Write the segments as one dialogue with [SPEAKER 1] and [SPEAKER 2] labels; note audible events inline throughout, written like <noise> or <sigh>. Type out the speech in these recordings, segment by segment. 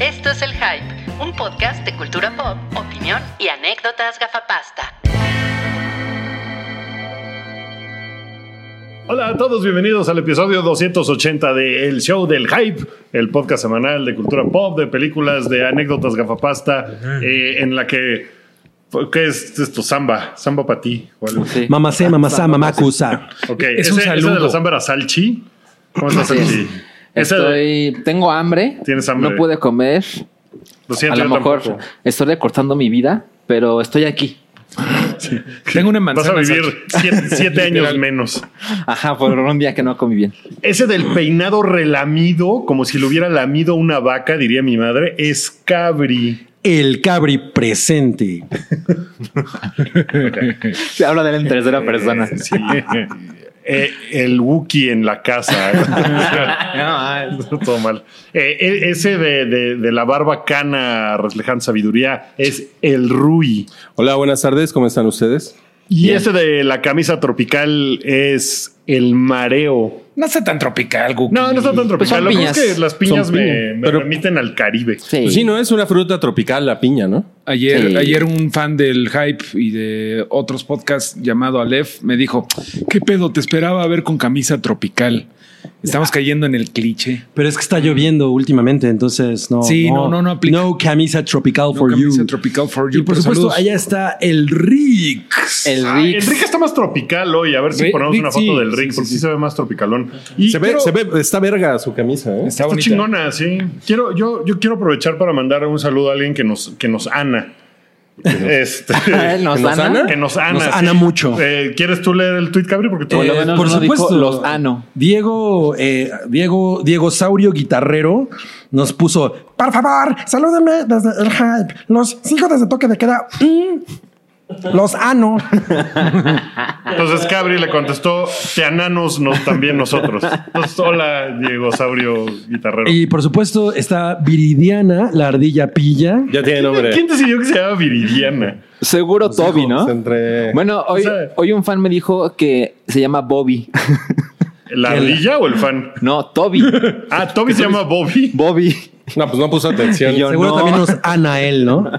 [SPEAKER 1] Esto es El Hype, un podcast de cultura pop, opinión y anécdotas gafapasta.
[SPEAKER 2] Hola a todos, bienvenidos al episodio 280 de El Show del Hype, el podcast semanal de cultura pop, de películas, de anécdotas gafapasta, eh, en la que... ¿Qué es esto? Samba, samba para ti. o algo.
[SPEAKER 3] Sí.
[SPEAKER 4] Mamacé, mamasá, mamacusa.
[SPEAKER 2] Ok,
[SPEAKER 3] Es
[SPEAKER 2] ese,
[SPEAKER 3] un
[SPEAKER 2] ese de
[SPEAKER 3] saludo.
[SPEAKER 2] la samba era Salchi. ¿Cómo estás,
[SPEAKER 3] Así es.
[SPEAKER 2] Salchi? Ese-
[SPEAKER 3] Estoy, tengo hambre.
[SPEAKER 2] Tienes hambre.
[SPEAKER 3] No pude comer.
[SPEAKER 2] lo siento,
[SPEAKER 3] a lo
[SPEAKER 2] yo
[SPEAKER 3] mejor
[SPEAKER 2] tampoco.
[SPEAKER 3] estoy recortando mi vida, pero estoy aquí.
[SPEAKER 5] Tengo una
[SPEAKER 2] Vas
[SPEAKER 5] manzana.
[SPEAKER 2] a vivir
[SPEAKER 5] Sachi.
[SPEAKER 2] siete,
[SPEAKER 5] <laughs>
[SPEAKER 2] siete años
[SPEAKER 5] Literal.
[SPEAKER 2] menos.
[SPEAKER 3] Ajá, por un día que no comí bien.
[SPEAKER 2] Ese del peinado relamido, como si lo hubiera lamido una vaca, diría mi madre, es cabri.
[SPEAKER 4] El cabri presente.
[SPEAKER 3] Se habla de él en tercera persona.
[SPEAKER 2] Eh, sí. Eh, el Wookiee en la casa. <laughs> Todo mal. Eh, e- ese de, de- de la barba cana reflejando sabiduría es el Rui.
[SPEAKER 6] Hola, buenas tardes, ¿cómo están ustedes?
[SPEAKER 2] Y ese de la camisa tropical es el mareo.
[SPEAKER 5] No está tan tropical, Guki.
[SPEAKER 2] No, no está tan
[SPEAKER 3] Pues
[SPEAKER 2] tropical.
[SPEAKER 3] son
[SPEAKER 2] Lo que pasa
[SPEAKER 3] piñas.
[SPEAKER 2] es que las piñas
[SPEAKER 6] Son
[SPEAKER 2] me,
[SPEAKER 6] piñas.
[SPEAKER 2] me
[SPEAKER 6] Pero-
[SPEAKER 2] remiten al Caribe.
[SPEAKER 3] Sí.
[SPEAKER 6] Pues sí, no es una fruta tropical la piña, ¿no?
[SPEAKER 5] Ayer,
[SPEAKER 3] Sí.
[SPEAKER 5] ayer un fan del hype y de otros podcasts llamado Aleph me dijo, ¿qué pedo? Te esperaba ver con camisa tropical. Estamos cayendo en el cliché.
[SPEAKER 4] Pero es que está lloviendo últimamente, entonces no.
[SPEAKER 5] Sí, no, no, no aplica.
[SPEAKER 4] No camisa tropical
[SPEAKER 5] No
[SPEAKER 4] for
[SPEAKER 5] camisa
[SPEAKER 4] you.
[SPEAKER 5] tropical for you.
[SPEAKER 4] y por
[SPEAKER 5] pero
[SPEAKER 4] supuesto,
[SPEAKER 5] saludos.
[SPEAKER 4] allá está el Rix.
[SPEAKER 3] El
[SPEAKER 2] Ah,
[SPEAKER 3] Rix.
[SPEAKER 2] Enrique está más tropical hoy. A ver si
[SPEAKER 5] Ri-
[SPEAKER 2] ponemos
[SPEAKER 5] Rick,
[SPEAKER 2] una foto
[SPEAKER 5] sí.
[SPEAKER 2] del Rick,
[SPEAKER 5] Sí, sí,
[SPEAKER 2] porque sí,
[SPEAKER 5] sí.
[SPEAKER 2] se ve más tropicalón. Y
[SPEAKER 6] se, ve,
[SPEAKER 2] quiero-
[SPEAKER 6] se ve, está verga su camisa, ¿eh?
[SPEAKER 5] Está,
[SPEAKER 2] Está
[SPEAKER 5] bonita.
[SPEAKER 2] chingona, sí. Quiero, yo, yo quiero aprovechar para mandar un saludo a alguien que nos, que nos ana. <laughs> Este,
[SPEAKER 3] <laughs> Él nos
[SPEAKER 6] ¿Que nos
[SPEAKER 3] sana.
[SPEAKER 6] sana?
[SPEAKER 2] que nos ana.
[SPEAKER 4] Nos
[SPEAKER 2] sí.
[SPEAKER 4] ana mucho.
[SPEAKER 2] Eh, ¿Quieres tú leer el tweet, Cabri? Porque tú
[SPEAKER 7] Eh.
[SPEAKER 3] Por lo menos uno dijo los ah, ano.
[SPEAKER 4] Eh, Diego, eh, Diego, Diego Saurio Guitarrero nos puso, por favor, salúdame desde el hype. Los sigo desde toque de queda. Mm. Los ano.
[SPEAKER 2] Entonces Cabri le contestó, te ananos nos, también nosotros. Entonces, hola, Diego Saurio Guitarrero.
[SPEAKER 4] Y por supuesto está Viridiana, la ardilla pilla.
[SPEAKER 6] Ya tiene nombre.
[SPEAKER 2] ¿Quién decidió que se llama Viridiana?
[SPEAKER 6] Pues
[SPEAKER 3] Seguro Toby, ¿no?
[SPEAKER 6] Entre...
[SPEAKER 3] Bueno, hoy,
[SPEAKER 2] O sea-
[SPEAKER 3] hoy un fan me dijo que se llama Bobby. <laughs>
[SPEAKER 2] ¿La ardilla o el fan?
[SPEAKER 3] No,
[SPEAKER 2] <laughs>
[SPEAKER 3] Toby.
[SPEAKER 2] Ah, Toby se llama Bobby.
[SPEAKER 3] Bobby.
[SPEAKER 6] No, pues no puso
[SPEAKER 3] <laughs>
[SPEAKER 6] atención.
[SPEAKER 3] Yo
[SPEAKER 4] Seguro
[SPEAKER 3] no.
[SPEAKER 4] también nos ana él, ¿no?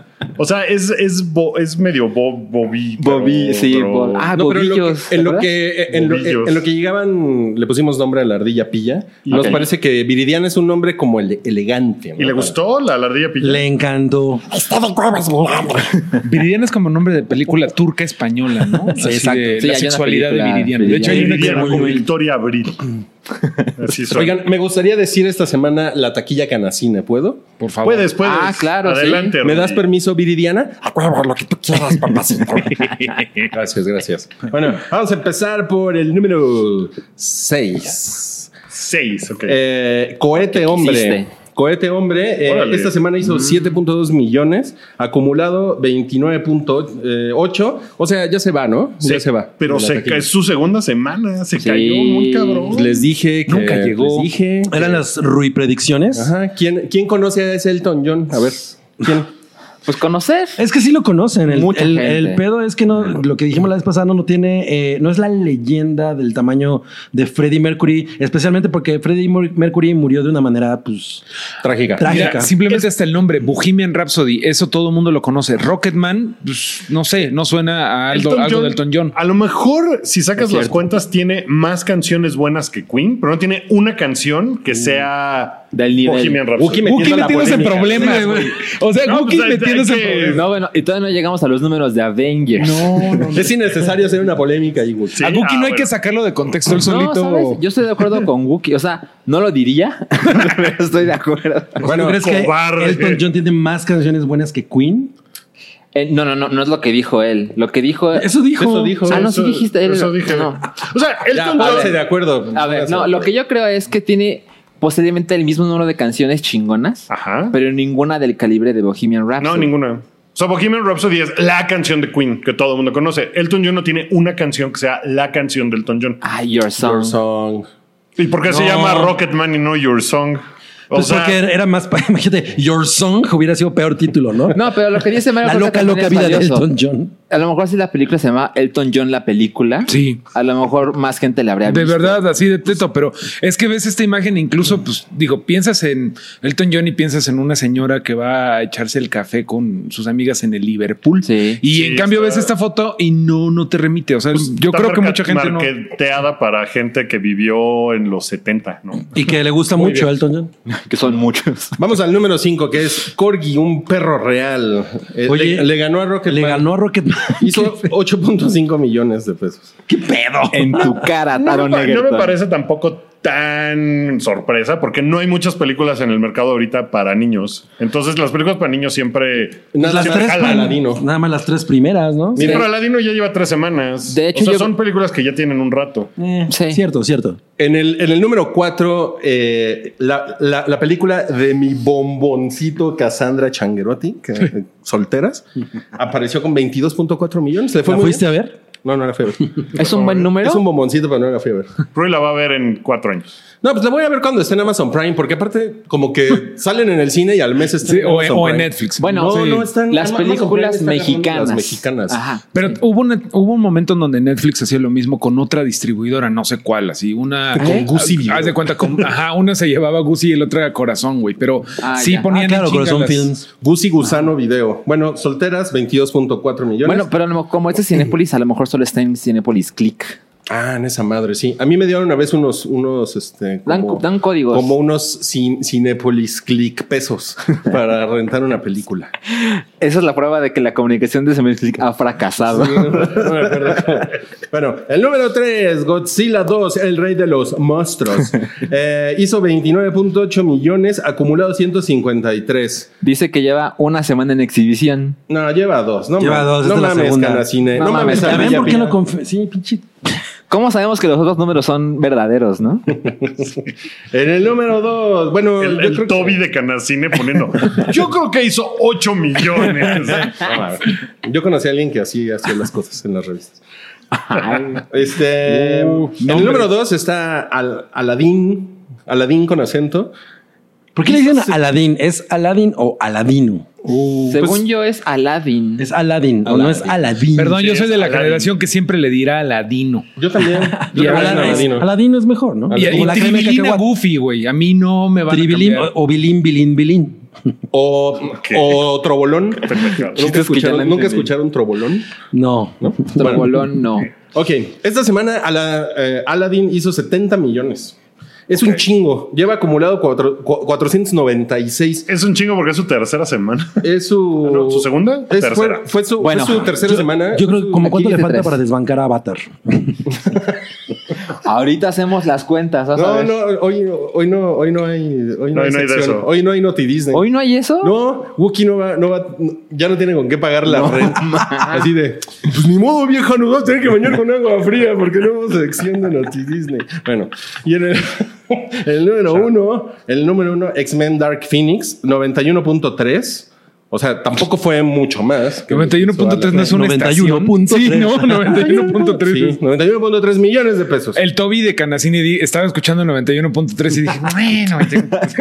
[SPEAKER 2] O sea, es, es, bo- es medio bo- Bobby. pero-
[SPEAKER 3] Bobby, sí,
[SPEAKER 2] pero-
[SPEAKER 3] Bo- ah,
[SPEAKER 6] No, pero en lo que-
[SPEAKER 3] Bobillos, ¿te
[SPEAKER 6] en lo
[SPEAKER 3] acuerdas?
[SPEAKER 6] que, en lo que, en lo
[SPEAKER 2] Bobillos.
[SPEAKER 6] que, llegaban, le pusimos nombre a la ardilla pilla. Nos
[SPEAKER 2] Ok.
[SPEAKER 6] parece que Viridiana es un nombre como ele- elegante. ¿no?
[SPEAKER 2] ¿Y le gustó la, la ardilla pilla?
[SPEAKER 4] Le encantó.
[SPEAKER 6] Este
[SPEAKER 5] Viridiana es como nombre de película turca española, ¿no? Así
[SPEAKER 3] exacto.
[SPEAKER 5] de
[SPEAKER 3] Sí,
[SPEAKER 5] la
[SPEAKER 3] hay una
[SPEAKER 5] sexualidad de
[SPEAKER 3] película
[SPEAKER 5] Viridiana. De hecho, hay una que
[SPEAKER 2] Viridiana
[SPEAKER 5] muy
[SPEAKER 2] con
[SPEAKER 5] buena.
[SPEAKER 2] Victoria Abril. Así suena.
[SPEAKER 6] Oigan, me gustaría decir esta semana la taquilla canacina, ¿puedo?
[SPEAKER 5] Por favor.
[SPEAKER 2] puedes, puedes.
[SPEAKER 3] Ah, claro, sí.
[SPEAKER 2] Adelante.
[SPEAKER 6] ¿Me das
[SPEAKER 2] Rui.
[SPEAKER 6] permiso, Viridiana? A huevo, lo que tú quieras, papacito. gracias, gracias. Bueno, vamos a empezar por el número 6.
[SPEAKER 2] Seis, ok.
[SPEAKER 6] Eh, cohete hombre.
[SPEAKER 3] hiciste?
[SPEAKER 6] Cohete hombre. eh,
[SPEAKER 2] Órale.
[SPEAKER 6] esta semana hizo 7.2 millones, acumulado 29.8. O sea, ya se va, ¿no?
[SPEAKER 2] Se-
[SPEAKER 6] ya se va.
[SPEAKER 2] Pero
[SPEAKER 6] de la
[SPEAKER 2] se
[SPEAKER 6] taquilla.
[SPEAKER 2] ca- es su segunda semana. Se
[SPEAKER 3] Sí.
[SPEAKER 2] cayó muy cabrón.
[SPEAKER 6] Les dije que
[SPEAKER 5] Nunca llegó.
[SPEAKER 6] Les dije.
[SPEAKER 4] <laughs> Eran las Rui predicciones.
[SPEAKER 6] Ajá. ¿Quién, ¿Quién conoce a ese Elton John? A ver. ¿Quién?
[SPEAKER 3] Pues conocer.
[SPEAKER 4] Es que sí lo conocen. El,
[SPEAKER 3] Mucha
[SPEAKER 4] el-
[SPEAKER 3] gente.
[SPEAKER 4] el pedo es que no, lo que dijimos la vez pasada no, no tiene, eh, no es la leyenda del tamaño de Freddie Mercury, especialmente porque Freddie Mur- Mercury murió de una manera, pues,
[SPEAKER 6] Trágica.
[SPEAKER 5] Mira,
[SPEAKER 4] trágica.
[SPEAKER 5] simplemente hasta el nombre, Bohemian Rhapsody, eso todo el mundo lo conoce. Rocketman, pues, no sé, no suena a algo,
[SPEAKER 2] Elton
[SPEAKER 5] algo
[SPEAKER 2] John,
[SPEAKER 5] de Elton John.
[SPEAKER 2] A lo mejor, si
[SPEAKER 3] Es
[SPEAKER 2] sacas las
[SPEAKER 3] cierto.
[SPEAKER 2] cuentas, tiene más canciones buenas que Queen, pero no tiene una canción que sea
[SPEAKER 3] Del nivel.
[SPEAKER 2] Bohemian Rhapsody.
[SPEAKER 6] Wookiee me-
[SPEAKER 5] Wookie
[SPEAKER 6] metiendo la
[SPEAKER 5] metiéndose en
[SPEAKER 6] polémica.
[SPEAKER 5] problemas, güey. O sea,
[SPEAKER 2] No,
[SPEAKER 5] Wookie
[SPEAKER 2] pues, hay-
[SPEAKER 5] metiéndose
[SPEAKER 2] hay
[SPEAKER 5] en
[SPEAKER 2] que-
[SPEAKER 5] problemas.
[SPEAKER 3] No, bueno, y todavía no llegamos a los números de Avengers.
[SPEAKER 5] No, no,
[SPEAKER 6] Es innecesario hacer una polémica ahí, güey.
[SPEAKER 2] Sí,
[SPEAKER 5] a Wookie
[SPEAKER 2] ah,
[SPEAKER 5] no hay
[SPEAKER 2] bueno.
[SPEAKER 5] que sacarlo de contexto, él
[SPEAKER 3] No,
[SPEAKER 5] solito.
[SPEAKER 3] ¿sabes? Yo estoy
[SPEAKER 4] <laughs>
[SPEAKER 3] de acuerdo con Wookie. O sea, no lo diría, <laughs> pero estoy de acuerdo.
[SPEAKER 4] <laughs> ¿Tú
[SPEAKER 6] Bueno,
[SPEAKER 4] crees
[SPEAKER 2] cobarde.
[SPEAKER 4] que Elton John tiene más canciones buenas que Queen?
[SPEAKER 3] Eh, no, no, no, no es lo que dijo él. Lo que dijo.
[SPEAKER 4] Eso dijo.
[SPEAKER 6] Eso dijo.
[SPEAKER 3] Ah, no,
[SPEAKER 2] Eso-
[SPEAKER 3] sí dijiste. él-
[SPEAKER 2] Eso dije.
[SPEAKER 3] no.
[SPEAKER 2] O sea,
[SPEAKER 6] Ya,
[SPEAKER 2] Elton
[SPEAKER 6] pónganse
[SPEAKER 2] John.
[SPEAKER 6] de acuerdo.
[SPEAKER 3] A ver, no,
[SPEAKER 6] Pónganse.
[SPEAKER 3] lo que yo creo es que tiene posiblemente el mismo número de canciones chingonas,
[SPEAKER 2] Ajá.
[SPEAKER 3] pero ninguna del calibre de Bohemian Rhapsody.
[SPEAKER 2] Ah. No, ninguna. O sea, Bohemian Rhapsody es la canción de Queen que todo el mundo conoce. Elton John no tiene una canción que sea la canción de Elton John.
[SPEAKER 3] Ah, Your Song.
[SPEAKER 6] Your Song.
[SPEAKER 2] ¿Y por qué se
[SPEAKER 5] No.
[SPEAKER 2] llama Rocketman y no Your Song? O
[SPEAKER 4] Pues
[SPEAKER 2] sea,
[SPEAKER 4] porque era más. pa- <laughs> Imagínate, Your Song hubiera sido peor título, ¿no?
[SPEAKER 3] No, pero lo que dice Mario
[SPEAKER 4] La
[SPEAKER 3] Kart
[SPEAKER 4] loca,
[SPEAKER 3] también
[SPEAKER 4] loca
[SPEAKER 3] es
[SPEAKER 4] vida de
[SPEAKER 3] valioso.
[SPEAKER 4] Elton John.
[SPEAKER 3] A lo mejor si la película se llama Elton John la película,
[SPEAKER 5] Sí.
[SPEAKER 3] a lo mejor más gente la habría
[SPEAKER 5] De
[SPEAKER 3] visto.
[SPEAKER 5] verdad, así de teto, pero es que ves esta imagen, e incluso, pues digo, piensas en Elton John y piensas en una señora que va a echarse el café con sus amigas en el Liverpool.
[SPEAKER 3] Sí.
[SPEAKER 5] Y
[SPEAKER 2] Sí,
[SPEAKER 5] en cambio
[SPEAKER 2] está-
[SPEAKER 5] ves esta foto y no, no te remite. O sea, yo
[SPEAKER 2] está
[SPEAKER 5] creo
[SPEAKER 2] marca-
[SPEAKER 5] que mucha gente no.
[SPEAKER 2] marketeada para gente que vivió en los 70, ¿no?
[SPEAKER 4] Y que le gusta mucho a Elton John.
[SPEAKER 3] Que son muchos.
[SPEAKER 6] Vamos al número 5, que es Corgi, un perro real. Eh,
[SPEAKER 4] Oye,
[SPEAKER 6] le, le ganó a Rocket.
[SPEAKER 4] Le ganó a Rocketman.
[SPEAKER 6] <laughs> Hizo 8.5 millones de pesos.
[SPEAKER 3] En tu cara,
[SPEAKER 2] No
[SPEAKER 3] Taro
[SPEAKER 2] me, pa- no
[SPEAKER 3] Egerton.
[SPEAKER 2] me parece tampoco tan sorpresa porque no hay muchas películas en el mercado ahorita para niños. Entonces las películas para niños siempre...
[SPEAKER 6] Nada
[SPEAKER 4] Las
[SPEAKER 6] más
[SPEAKER 4] tres
[SPEAKER 6] jala,
[SPEAKER 4] prim-
[SPEAKER 6] Aladino.
[SPEAKER 4] Nada más las tres primeras, ¿no?
[SPEAKER 2] Mira, pero Aladino ya lleva tres semanas.
[SPEAKER 3] De
[SPEAKER 2] O
[SPEAKER 3] hecho,
[SPEAKER 2] sea,
[SPEAKER 3] yo-
[SPEAKER 2] son películas que ya tienen un rato.
[SPEAKER 3] Sí.
[SPEAKER 4] Eh, Cierto, cierto.
[SPEAKER 6] En el, en el número 4, la, la- la película de mi bomboncito Cassandra Changuerotti, que, eh, solteras, apareció con 22.4 millones. ¿Le fue
[SPEAKER 4] ¿La
[SPEAKER 6] muy
[SPEAKER 4] fuiste
[SPEAKER 6] bien?
[SPEAKER 4] a ver?
[SPEAKER 6] No, no la fui a ver.
[SPEAKER 3] ¿Es un buen número?
[SPEAKER 6] Es un bomboncito, pero no la fui a ver.
[SPEAKER 2] Rui la va a ver en cuatro años.
[SPEAKER 6] No, pues la voy a ver cuando esté en Amazon Prime, porque aparte, como que salen en el cine y al mes está
[SPEAKER 5] Sí,
[SPEAKER 6] en
[SPEAKER 5] o,
[SPEAKER 6] Amazon
[SPEAKER 5] o en
[SPEAKER 6] Prime.
[SPEAKER 5] Netflix.
[SPEAKER 3] Bueno,
[SPEAKER 6] No,
[SPEAKER 5] Sí.
[SPEAKER 6] no, está en
[SPEAKER 3] las
[SPEAKER 6] Amazon Prime,
[SPEAKER 3] películas
[SPEAKER 6] está agarrando
[SPEAKER 3] mexicanas.
[SPEAKER 6] las mexicanas.
[SPEAKER 3] Ajá.
[SPEAKER 5] Pero hubo, una- hubo un momento en donde Netflix hacía lo mismo con otra distribuidora, no sé cuál, así una.
[SPEAKER 6] Con
[SPEAKER 5] ¿Eh?
[SPEAKER 6] Gucci Video.
[SPEAKER 5] Haz de cuenta, con, ajá, una se llevaba Gucci y el otra Corazón, güey. Pero
[SPEAKER 3] Ah,
[SPEAKER 5] sí
[SPEAKER 3] ya.
[SPEAKER 5] ponían.
[SPEAKER 4] Ah,
[SPEAKER 5] en
[SPEAKER 4] claro,
[SPEAKER 5] chinga
[SPEAKER 4] Corazón
[SPEAKER 5] las-
[SPEAKER 4] Films.
[SPEAKER 6] Gucci Gusano Video. Bueno, solteras, 22.4 millones.
[SPEAKER 3] Bueno, pero a lo mejor- como este es Cinépolis, a lo mejor solo está en Cinépolis Click.
[SPEAKER 6] Ah, en esa madre, sí. A mí me dieron una vez unos, unos, este,
[SPEAKER 3] Dan- dan códigos.
[SPEAKER 6] Como unos cin- Cinépolis Click pesos <laughs> para rentar una
[SPEAKER 4] <laughs>
[SPEAKER 6] película.
[SPEAKER 3] Esa es la prueba de que la comunicación de Cinépolis Click ha fracasado.
[SPEAKER 6] Sí, no me acuerdo. bueno, el número 3, Godzilla 2, el rey de los
[SPEAKER 4] <laughs>
[SPEAKER 6] monstruos. Eh, hizo 29.8 millones, acumulado 153.
[SPEAKER 3] <laughs> Dice que lleva una semana en exhibición.
[SPEAKER 6] No, lleva dos, no
[SPEAKER 4] Lleva
[SPEAKER 6] mames.
[SPEAKER 4] dos, esta
[SPEAKER 6] no
[SPEAKER 4] es la
[SPEAKER 6] mames,
[SPEAKER 4] segunda.
[SPEAKER 6] Canacine.
[SPEAKER 3] No
[SPEAKER 6] No,
[SPEAKER 3] mames,
[SPEAKER 6] mames,
[SPEAKER 4] ¿Ya ven
[SPEAKER 6] Ardilla
[SPEAKER 4] por qué
[SPEAKER 6] Pina.
[SPEAKER 4] no confi- Sí, pinche.
[SPEAKER 3] ¿Cómo sabemos que los otros números son verdaderos, no?
[SPEAKER 6] En el número 2, bueno,
[SPEAKER 2] El,
[SPEAKER 6] yo
[SPEAKER 2] el
[SPEAKER 6] creo que-
[SPEAKER 2] Toby de Canacine poniendo... Yo creo que hizo ocho millones.
[SPEAKER 6] No, mames. Yo conocí a alguien que así hacía las cosas en las revistas. Este, en el
[SPEAKER 5] nombres.
[SPEAKER 6] número 2 está Al- Aladín, Aladín con acento.
[SPEAKER 4] <laughs> ¿Por qué le dicen Aladín? ¿Es Aladín o Aladino? Uh.
[SPEAKER 3] Según
[SPEAKER 6] pues-
[SPEAKER 3] yo es Aladdin.
[SPEAKER 4] Es Aladín, o no es Aladín.
[SPEAKER 5] Perdón, yo
[SPEAKER 2] Sí,
[SPEAKER 5] soy
[SPEAKER 2] es
[SPEAKER 5] de la
[SPEAKER 2] Aladdin.
[SPEAKER 5] generación que siempre le dirá Aladino.
[SPEAKER 6] Yo también. Yo
[SPEAKER 5] Y Aladín.
[SPEAKER 6] también era
[SPEAKER 4] Aladino.
[SPEAKER 6] Aladino.
[SPEAKER 4] Es, Aladino es mejor, ¿no?
[SPEAKER 5] Y,
[SPEAKER 6] Aladín.
[SPEAKER 5] y
[SPEAKER 4] Como la crema de
[SPEAKER 5] Tribilín a
[SPEAKER 4] cacahuate.
[SPEAKER 5] Goofy, güey. A mí no me van
[SPEAKER 4] Tribilín
[SPEAKER 5] a
[SPEAKER 4] o,
[SPEAKER 5] cambiar.
[SPEAKER 4] o bilín, bilín, bilín.
[SPEAKER 6] O, o trobolón. ¿Nunca
[SPEAKER 3] Chistes que ya no
[SPEAKER 6] escucharon, ¿nunca
[SPEAKER 3] entendí.
[SPEAKER 6] escucharon trobolón?
[SPEAKER 4] No.
[SPEAKER 3] Trobolón, no.
[SPEAKER 6] Ok, esta semana Ala- eh, Aladdin hizo 70 millones. Es un chingo. Lleva acumulado cuatro- cu- 496.
[SPEAKER 2] <laughs> Es un chingo porque es su tercera semana.
[SPEAKER 6] Es su.
[SPEAKER 2] Ah, no, ¿su segunda?
[SPEAKER 6] Es-
[SPEAKER 2] Tercera.
[SPEAKER 6] Fue, fue su,
[SPEAKER 3] Bueno,
[SPEAKER 6] fue su tercera semana.
[SPEAKER 4] Yo creo que como
[SPEAKER 3] Aquí
[SPEAKER 4] cuánto le
[SPEAKER 3] dice
[SPEAKER 4] falta
[SPEAKER 3] tres.
[SPEAKER 4] para desbancar a Avatar.
[SPEAKER 3] <laughs> Ahorita hacemos las cuentas. vas a
[SPEAKER 6] No,
[SPEAKER 3] ver.
[SPEAKER 6] no, hoy, hoy no, hoy no hay, hoy
[SPEAKER 2] No,
[SPEAKER 6] no, hay,
[SPEAKER 2] no hay de
[SPEAKER 6] sección.
[SPEAKER 2] eso.
[SPEAKER 6] Hoy no hay Noti Disney.
[SPEAKER 3] ¿Hoy no hay eso?
[SPEAKER 6] No, Wookie no va, no va, no- ya no tiene con qué pagar la renta. Así de, pues ni modo, vieja, nos vas a tener que bañar con agua fría porque no vamos a sección de Noti Disney. Bueno, y en el, <laughs> el número uno, el número uno, X-Men Dark Phoenix, 91.3. O sea, tampoco fue mucho más. que lo que hizo
[SPEAKER 5] 91.3 no es una
[SPEAKER 4] 91.3.
[SPEAKER 5] estación. Sí, no,
[SPEAKER 6] Alan.
[SPEAKER 5] 91.3
[SPEAKER 6] Sí,
[SPEAKER 5] es-
[SPEAKER 6] 91.3 millones de pesos.
[SPEAKER 5] El Toby de Canacini di- estaba escuchando 91.3 y
[SPEAKER 4] <laughs>
[SPEAKER 5] dije, bueno,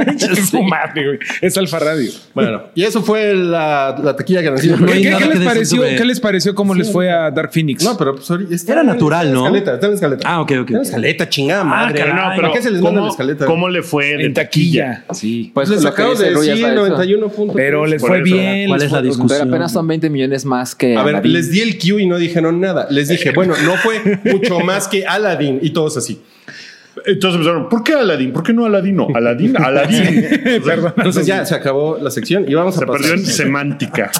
[SPEAKER 5] <laughs> no mames, güey. es Alfa Radio.
[SPEAKER 6] Bueno, y eso fue la, la taquilla que nos
[SPEAKER 4] No
[SPEAKER 5] ¿Qué,
[SPEAKER 4] hay
[SPEAKER 5] qué-
[SPEAKER 4] nada
[SPEAKER 5] qué
[SPEAKER 4] que
[SPEAKER 5] les
[SPEAKER 4] decir
[SPEAKER 5] pareció,
[SPEAKER 4] sobre-
[SPEAKER 5] ¿Qué les pareció cómo les fue a Dark Phoenix?
[SPEAKER 6] No, pero pues, ahorita- está
[SPEAKER 4] Era
[SPEAKER 6] en-
[SPEAKER 4] natural,
[SPEAKER 6] está en la
[SPEAKER 4] ¿no?
[SPEAKER 6] Escaleta, está en la escaleta.
[SPEAKER 4] Ah, ok, ok,
[SPEAKER 6] Está en la
[SPEAKER 4] ok.
[SPEAKER 6] escaleta, chingada madre.
[SPEAKER 2] Pero no,
[SPEAKER 6] Ay,
[SPEAKER 2] pero
[SPEAKER 6] ¿Por qué se les manda la
[SPEAKER 2] ¿cómo,
[SPEAKER 6] escaleta?
[SPEAKER 2] cómo le fue de
[SPEAKER 5] en taquilla. Sí.
[SPEAKER 3] Pues lo
[SPEAKER 6] les
[SPEAKER 3] que
[SPEAKER 6] acabo de
[SPEAKER 3] dice Ruy
[SPEAKER 6] decir
[SPEAKER 3] es para eso.
[SPEAKER 6] 91.3.
[SPEAKER 5] Pero les
[SPEAKER 2] Por
[SPEAKER 5] fue
[SPEAKER 2] eso.
[SPEAKER 5] bien.
[SPEAKER 4] ¿Cuál
[SPEAKER 5] les
[SPEAKER 4] es la
[SPEAKER 5] fue-
[SPEAKER 4] discusión?
[SPEAKER 3] Pero apenas son 20 millones más que.
[SPEAKER 6] A ver,
[SPEAKER 3] Aladdin.
[SPEAKER 6] les di el Q y no dijeron nada. Les dije, bueno, no fue mucho más que Aladdin y todos así.
[SPEAKER 2] Entonces empezaron, ¿por qué Aladín? ¿Por qué no Aladino? Aladín, Aladín. Perdón.
[SPEAKER 6] Entonces ya se acabó la sección y vamos a
[SPEAKER 2] Se
[SPEAKER 6] pasar.
[SPEAKER 2] perdió en semántica.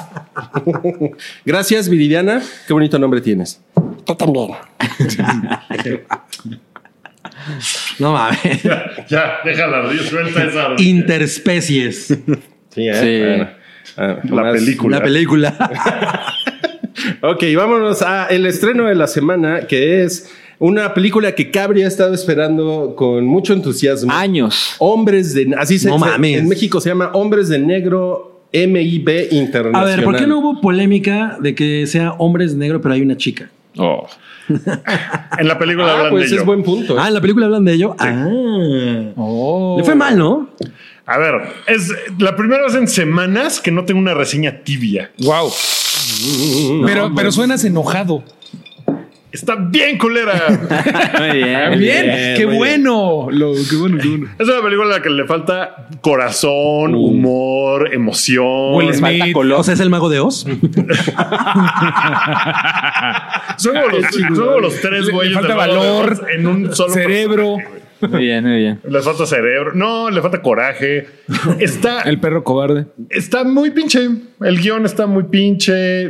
[SPEAKER 6] Gracias, Viridiana. Qué bonito nombre tienes. Tú también.
[SPEAKER 4] <laughs> No mames.
[SPEAKER 2] Ya, déjala, suelta esa.
[SPEAKER 4] Interespecies.
[SPEAKER 6] Sí, ¿eh?
[SPEAKER 3] Sí.
[SPEAKER 6] Bueno. Ah,
[SPEAKER 2] La
[SPEAKER 6] más-
[SPEAKER 2] película.
[SPEAKER 4] La <laughs> película.
[SPEAKER 6] Ok, vámonos a el estreno de la semana, que es una película que Cabri ha estado esperando con mucho entusiasmo.
[SPEAKER 3] Ah, Años.
[SPEAKER 6] Hombres de... Así se
[SPEAKER 4] No
[SPEAKER 6] se-
[SPEAKER 4] mames.
[SPEAKER 6] En México se llama Hombres de Negro MIB
[SPEAKER 4] A
[SPEAKER 6] Internacional.
[SPEAKER 4] ver, ¿por qué no hubo polémica de que sea hombres negro pero hay una chica?
[SPEAKER 5] Oh.
[SPEAKER 2] En la película
[SPEAKER 6] Ah,
[SPEAKER 2] hablan
[SPEAKER 6] pues
[SPEAKER 2] de
[SPEAKER 7] ¿eh?
[SPEAKER 6] es
[SPEAKER 2] ello.
[SPEAKER 6] buen punto.
[SPEAKER 4] Ah, en la película hablan de ello. Ah. Le fue mal, ¿no?
[SPEAKER 2] A ver, es la primera vez en semanas que no tengo una reseña tibia.
[SPEAKER 5] Wow. pero, pero suenas enojado.
[SPEAKER 2] Está bien culera.
[SPEAKER 3] Muy bien.
[SPEAKER 5] Bien,
[SPEAKER 6] bien,
[SPEAKER 5] qué
[SPEAKER 6] muy
[SPEAKER 5] bueno. Lo- qué bueno, qué bueno.
[SPEAKER 2] es una película a la que le falta corazón,
[SPEAKER 5] Uh.
[SPEAKER 2] humor, emoción.
[SPEAKER 5] Will
[SPEAKER 3] Les falta
[SPEAKER 5] Smith.
[SPEAKER 3] color.
[SPEAKER 4] O sea, es el mago de Oz.
[SPEAKER 2] Son como los, son como los tres
[SPEAKER 5] Le-
[SPEAKER 2] güeyes
[SPEAKER 5] le falta
[SPEAKER 2] de Mago de
[SPEAKER 5] valor,
[SPEAKER 2] Oz en un solo
[SPEAKER 5] Cerebro.
[SPEAKER 3] <laughs> Muy bien, muy bien.
[SPEAKER 2] Le falta cerebro. No, le falta
[SPEAKER 5] <laughs>
[SPEAKER 2] coraje. Está,
[SPEAKER 5] El perro cobarde.
[SPEAKER 2] está muy pinche. El guión está muy pinche.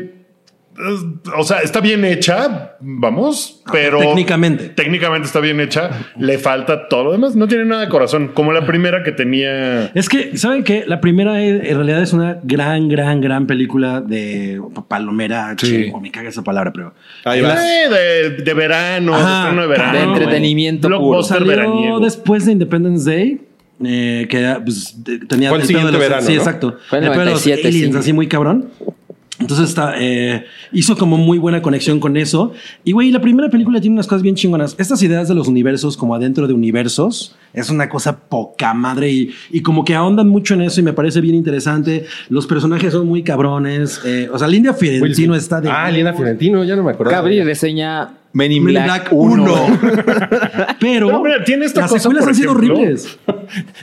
[SPEAKER 2] Es- O sea, está bien hecha, vamos, pero
[SPEAKER 4] Técnicamente.
[SPEAKER 2] técnicamente está bien hecha. Le falta todo lo demás. No tiene nada de corazón, como la primera que tenía.
[SPEAKER 7] Es que, ¿saben qué? La primera eh, en realidad es una gran, gran, gran película de palomera.
[SPEAKER 5] Sí.
[SPEAKER 7] O me caga esa palabra, pero.
[SPEAKER 6] Ahí
[SPEAKER 2] Eh,
[SPEAKER 6] va.
[SPEAKER 2] de, de verano, de
[SPEAKER 7] Ajá,
[SPEAKER 2] estreno de verano.
[SPEAKER 3] De
[SPEAKER 7] Claro,
[SPEAKER 3] entretenimiento puro.
[SPEAKER 2] Blockbuster veraniego.
[SPEAKER 7] Salió después de Independence Day. eh, que era, pues, de- tenía
[SPEAKER 6] Fue el
[SPEAKER 7] pedo de
[SPEAKER 6] siguiente
[SPEAKER 7] los-
[SPEAKER 6] verano,
[SPEAKER 7] Sí,
[SPEAKER 6] ¿no?
[SPEAKER 7] exacto.
[SPEAKER 3] Fue en
[SPEAKER 7] El pedo de los
[SPEAKER 3] 97,
[SPEAKER 7] aliens,
[SPEAKER 3] sí.
[SPEAKER 7] así muy cabrón. Entonces está, eh, hizo como muy buena conexión con eso. Y güey, la primera película tiene unas cosas bien chingonas. Estas ideas de los universos como adentro de universos es una cosa poca madre y, y como que ahondan mucho en eso y me parece bien interesante. Los personajes son muy cabrones. eh, o sea, Linda Fiorentino está de...
[SPEAKER 6] Ah, Lina Fiorentino, ya no me acuerdo.
[SPEAKER 3] Cabri reseña Men in
[SPEAKER 7] Men in
[SPEAKER 3] Black,
[SPEAKER 7] Black
[SPEAKER 3] 1.
[SPEAKER 7] uno. <laughs> Pero,
[SPEAKER 2] Pero, mira, tiene esta
[SPEAKER 7] las
[SPEAKER 2] cosa,
[SPEAKER 7] secuelas
[SPEAKER 2] por
[SPEAKER 7] han sido
[SPEAKER 2] ejemplo,
[SPEAKER 7] horribles.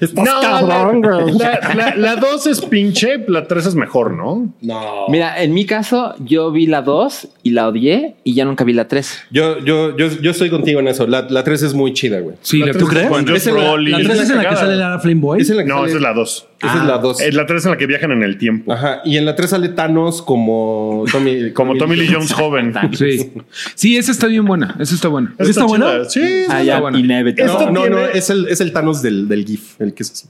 [SPEAKER 6] Estás
[SPEAKER 2] No,
[SPEAKER 6] cabrón,
[SPEAKER 2] la-
[SPEAKER 6] güey.
[SPEAKER 2] la- la- La 2 es pinche, la 3 es mejor, ¿no?
[SPEAKER 6] No.
[SPEAKER 3] Mira, en mi caso, yo vi la 2 y la odié y ya nunca vi la 3.
[SPEAKER 6] Yo, yo, yo, yo estoy contigo en eso. La, la 3 es muy chida, güey.
[SPEAKER 5] Sí,
[SPEAKER 2] La
[SPEAKER 5] la
[SPEAKER 2] tres
[SPEAKER 5] tú
[SPEAKER 2] es
[SPEAKER 5] crees.
[SPEAKER 2] con Josh
[SPEAKER 6] Esa es la-
[SPEAKER 2] Brolin.
[SPEAKER 7] La 3 es en la que
[SPEAKER 2] cagada.
[SPEAKER 7] sale Lara Flynn Boy.
[SPEAKER 6] Esa es la que
[SPEAKER 2] No,
[SPEAKER 6] sale-
[SPEAKER 2] esa es la 2.
[SPEAKER 6] Esa es la 2.
[SPEAKER 2] Es la 3 en la que viajan en el tiempo.
[SPEAKER 6] Ajá. Y en la 3 sale Thanos como Tommy,
[SPEAKER 2] Como Tommy Lee Jones joven.
[SPEAKER 5] Sí. sí, esa está bien buena. Esa está buena.
[SPEAKER 7] ¿Está
[SPEAKER 2] chida.
[SPEAKER 7] buena?
[SPEAKER 2] Sí. está
[SPEAKER 3] Ah, ya,
[SPEAKER 5] buena.
[SPEAKER 3] inevitable.
[SPEAKER 2] Esta
[SPEAKER 6] No, no,
[SPEAKER 2] tiene-
[SPEAKER 6] no, es el, es el Thanos del, del GIF, el que es así.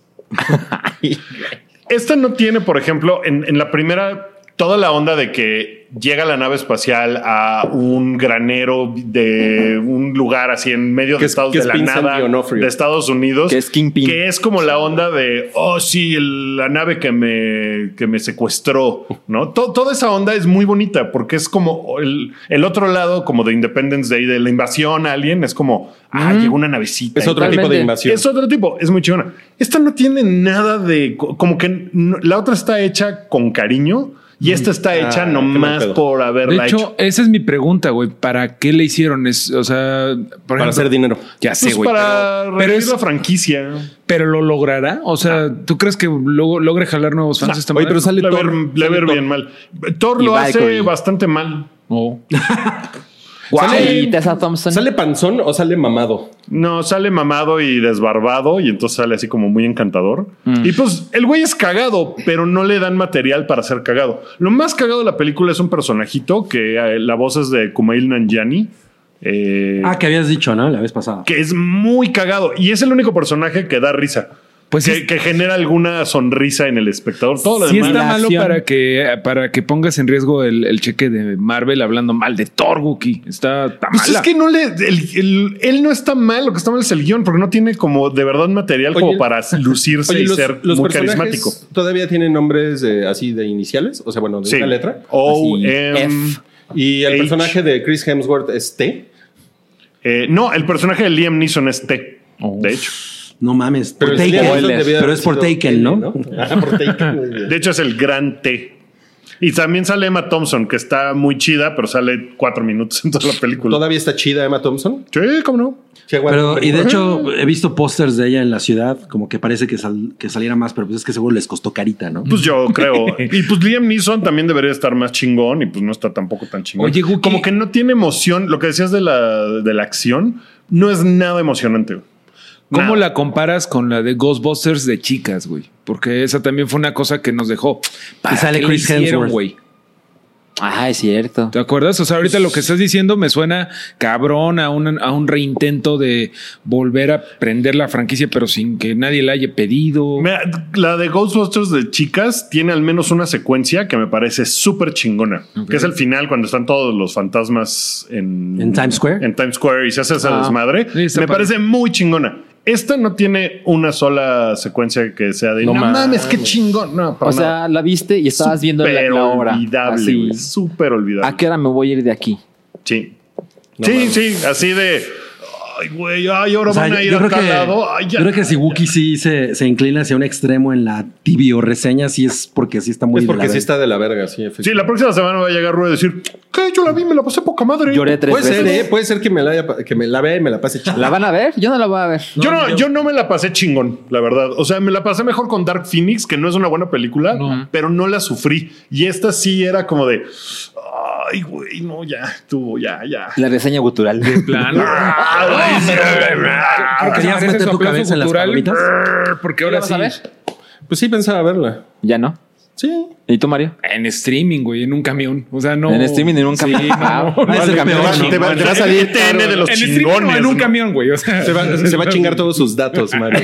[SPEAKER 2] Esta no tiene, por ejemplo, en, en la primera, toda la onda de que llega la nave espacial a un granero de un lugar así en medio
[SPEAKER 6] Que
[SPEAKER 2] de
[SPEAKER 6] es-
[SPEAKER 2] Estados
[SPEAKER 6] que es
[SPEAKER 2] de la
[SPEAKER 6] Vincent
[SPEAKER 2] nada
[SPEAKER 6] D'Onofrio.
[SPEAKER 2] de Estados Unidos.
[SPEAKER 3] Que es Kingpin.
[SPEAKER 2] Que es como la onda de, oh, sí, el- la nave que me, que me secuestró, ¿no? To- toda esa onda es muy bonita porque es como el, el otro lado, como de Independence Day, de la invasión a alguien, es como, ah, llegó una navecita.
[SPEAKER 6] Es
[SPEAKER 2] y
[SPEAKER 6] otro
[SPEAKER 2] tal.
[SPEAKER 6] tipo de
[SPEAKER 3] Totalmente.
[SPEAKER 6] invasión.
[SPEAKER 2] Es otro tipo, es muy chingona. Esta no tiene nada de. co- Como que no- la otra está hecha con cariño y esta está hecha
[SPEAKER 6] Mm. Ah, qué mal
[SPEAKER 2] nomás
[SPEAKER 6] pedo.
[SPEAKER 2] por
[SPEAKER 5] De
[SPEAKER 2] haberla
[SPEAKER 5] hecho,
[SPEAKER 2] hecho.
[SPEAKER 5] esa es mi pregunta, güey. ¿Para qué le hicieron? Es, o sea, por
[SPEAKER 6] para
[SPEAKER 5] ejemplo-
[SPEAKER 6] hacer dinero.
[SPEAKER 5] Ya sé,
[SPEAKER 2] Pues
[SPEAKER 5] güey.
[SPEAKER 2] para
[SPEAKER 5] pero- pero
[SPEAKER 2] revivir
[SPEAKER 5] es-
[SPEAKER 2] la franquicia.
[SPEAKER 5] Pero lo logrará. O sea, ¿tú crees que luego logre jalar nuevos fans? esta
[SPEAKER 6] Oye,
[SPEAKER 5] madre?
[SPEAKER 6] pero sale
[SPEAKER 2] Le ver,
[SPEAKER 6] Thor.
[SPEAKER 2] le
[SPEAKER 6] sale
[SPEAKER 2] ver
[SPEAKER 6] Thor.
[SPEAKER 2] bien mal. Thor
[SPEAKER 3] Y
[SPEAKER 2] lo hace
[SPEAKER 3] Valkyrie.
[SPEAKER 2] bastante mal.
[SPEAKER 5] No.
[SPEAKER 3] Guau,
[SPEAKER 6] Sale-
[SPEAKER 3] y Tessa Thompson.
[SPEAKER 6] ¿Sale panzón o sale mamado?
[SPEAKER 2] No, sale mamado y desbarbado y entonces sale así como muy encantador.
[SPEAKER 6] Mm.
[SPEAKER 2] Y pues el güey es cagado, pero no le dan material para ser cagado. Lo más cagado de la película es un personajito que eh, la voz es de Kumail Nanjiani. Eh,
[SPEAKER 7] Ah, que habías dicho, ¿no? La vez pasada.
[SPEAKER 2] que es muy cagado y es el único personaje que da risa.
[SPEAKER 5] Pues
[SPEAKER 2] Pues que,
[SPEAKER 5] es-
[SPEAKER 2] que genera alguna sonrisa en el espectador. Todo lo
[SPEAKER 5] Sí
[SPEAKER 2] demás.
[SPEAKER 5] está malo
[SPEAKER 3] Relación.
[SPEAKER 5] para que, para que pongas en riesgo el, el cheque de Marvel hablando mal de Thor, Wookie. Está está
[SPEAKER 2] Pues
[SPEAKER 5] mala.
[SPEAKER 2] es que no le. el- el- él no está mal, lo que está mal es el guión, porque no tiene como de verdad material
[SPEAKER 6] Oye,
[SPEAKER 2] como para lucirse
[SPEAKER 6] Oye,
[SPEAKER 2] y
[SPEAKER 6] los,
[SPEAKER 2] ser
[SPEAKER 6] los
[SPEAKER 2] muy
[SPEAKER 6] personajes
[SPEAKER 2] carismático.
[SPEAKER 6] todavía tienen nombres de- así de iniciales, o sea, bueno, de
[SPEAKER 2] Sí.
[SPEAKER 6] una letra.
[SPEAKER 2] O,
[SPEAKER 6] Así.
[SPEAKER 2] M,
[SPEAKER 3] F.
[SPEAKER 6] y el
[SPEAKER 2] H.
[SPEAKER 6] personaje de Chris Hemsworth es T,
[SPEAKER 2] eh, no, el personaje de Liam Neeson es T.
[SPEAKER 6] Oh.
[SPEAKER 2] De hecho.
[SPEAKER 7] No mames.
[SPEAKER 6] pero,
[SPEAKER 7] por
[SPEAKER 6] el Liam
[SPEAKER 7] Taken.
[SPEAKER 6] Neeson
[SPEAKER 3] Spoiler.
[SPEAKER 6] debía
[SPEAKER 7] Pero
[SPEAKER 6] haber
[SPEAKER 7] es por
[SPEAKER 6] sido
[SPEAKER 7] Taken,
[SPEAKER 6] L,
[SPEAKER 7] ¿no?
[SPEAKER 6] Ajá,
[SPEAKER 2] <laughs>
[SPEAKER 6] por Taken. muy bien.
[SPEAKER 2] De hecho, es el gran T. Y también sale Emma Thompson, que está muy chida, pero sale cuatro minutos en toda la película.
[SPEAKER 6] Todavía está chida Emma Thompson.
[SPEAKER 2] Sí, cómo no.
[SPEAKER 6] Sí, aguanta,
[SPEAKER 7] Pero, y de
[SPEAKER 6] Ajá. <laughs>
[SPEAKER 7] hecho, he visto pósters de ella en la ciudad, como que parece que, sal- que saliera más, pero pues es que seguro les costó carita, ¿no?
[SPEAKER 2] Pues yo
[SPEAKER 5] <laughs>
[SPEAKER 2] creo. Y pues Liam Neeson también debería estar más chingón y pues no está tampoco tan chingón.
[SPEAKER 5] Oye, Guki.
[SPEAKER 2] como que no tiene emoción. Lo que decías de la, de la acción no es nada emocionante.
[SPEAKER 5] ¿Cómo
[SPEAKER 2] Nada.
[SPEAKER 5] la comparas con la de Ghostbusters de chicas, güey? Porque esa también fue una cosa que nos dejó. ¿Para
[SPEAKER 7] sale
[SPEAKER 5] qué le
[SPEAKER 7] Chris Hemsworth.
[SPEAKER 5] güey?
[SPEAKER 3] Ah, es cierto.
[SPEAKER 5] ¿Te acuerdas? O sea, ahorita lo que estás diciendo me suena cabrón a un, a un reintento de volver a prender la franquicia, pero sin que nadie la haya pedido.
[SPEAKER 2] Mira, la de Ghostbusters de chicas tiene al menos una secuencia que me parece súper chingona, que es el final cuando están todos los fantasmas en,
[SPEAKER 7] ¿En Times Square?
[SPEAKER 2] En Times Square y se hace esa
[SPEAKER 3] Ah.
[SPEAKER 2] desmadre.
[SPEAKER 5] Sí, está
[SPEAKER 2] me
[SPEAKER 5] padre.
[SPEAKER 2] parece muy chingona. Esta no tiene una sola secuencia que sea de no, mames, qué chingón. No, para
[SPEAKER 3] O sea, la viste y estabas viendo la,
[SPEAKER 2] Súper
[SPEAKER 3] la obra.
[SPEAKER 2] olvidable,
[SPEAKER 3] Así,
[SPEAKER 2] güey, súper olvidable.
[SPEAKER 3] ¿A qué hora me voy a ir de aquí?
[SPEAKER 2] Sí. sí, sí, así de. Ay, güey, ay, ahora
[SPEAKER 7] O sea,
[SPEAKER 2] van a ir
[SPEAKER 7] yo,
[SPEAKER 2] a
[SPEAKER 7] creo
[SPEAKER 2] tal
[SPEAKER 7] que,
[SPEAKER 2] lado. Ay, ya.
[SPEAKER 7] yo creo que si Wookiee sí se, se inclina hacia un extremo en la tibio reseña, sí es porque sí está muy
[SPEAKER 6] Es
[SPEAKER 7] de la
[SPEAKER 6] porque sí
[SPEAKER 7] verga.
[SPEAKER 6] está de la verga, sí,
[SPEAKER 2] Sí, la próxima semana va a llegar Rue a decir, ¿qué? Yo la vi, me la pasé poca madre.
[SPEAKER 3] Lloré tres
[SPEAKER 6] Puede
[SPEAKER 3] veces.
[SPEAKER 6] ser, ¿eh? Puede ser que me la, haya pa- que me la vea y me la pase chingada.
[SPEAKER 3] ¿La van a ver? Yo no la voy a ver.
[SPEAKER 2] Yo no, yo no me la pasé chingón, la verdad. O sea, me la pasé mejor con Dark Phoenix, que no es una buena película, pero no la sufrí. Y esta sí era como de, ay, güey, no, ya, tú, ya, ya.
[SPEAKER 3] La reseña gutural.
[SPEAKER 5] Plano.
[SPEAKER 7] ¿Qué- querías
[SPEAKER 5] ¿Merece
[SPEAKER 7] meter
[SPEAKER 5] su
[SPEAKER 7] tu
[SPEAKER 5] aplauso
[SPEAKER 7] cabeza en las
[SPEAKER 5] cultural?
[SPEAKER 7] palomitas?
[SPEAKER 5] Brr, Porque ahora
[SPEAKER 3] ¿La vas
[SPEAKER 5] sí.
[SPEAKER 3] a ver?
[SPEAKER 6] Pues sí, pensaba verla.
[SPEAKER 3] <laughs> Ya no.
[SPEAKER 6] Sí.
[SPEAKER 3] ¿Y tú, Mario?
[SPEAKER 5] En streaming, güey, en un camión. O sea, no.
[SPEAKER 3] En streaming, en un
[SPEAKER 5] Sí,
[SPEAKER 3] camión. Ah,
[SPEAKER 5] no,
[SPEAKER 3] no,
[SPEAKER 5] no,
[SPEAKER 3] es el
[SPEAKER 5] no,
[SPEAKER 3] camión.
[SPEAKER 5] no,
[SPEAKER 3] Te va- te
[SPEAKER 5] no,
[SPEAKER 3] va a
[SPEAKER 5] no,
[SPEAKER 3] salir
[SPEAKER 5] en
[SPEAKER 2] TN de los
[SPEAKER 5] en streaming o
[SPEAKER 2] chingones,
[SPEAKER 5] en un
[SPEAKER 2] ¿no?
[SPEAKER 5] camión, güey. O sea,
[SPEAKER 6] Se va, se va a chingar todos sus datos,
[SPEAKER 7] <laughs>
[SPEAKER 6] Mario.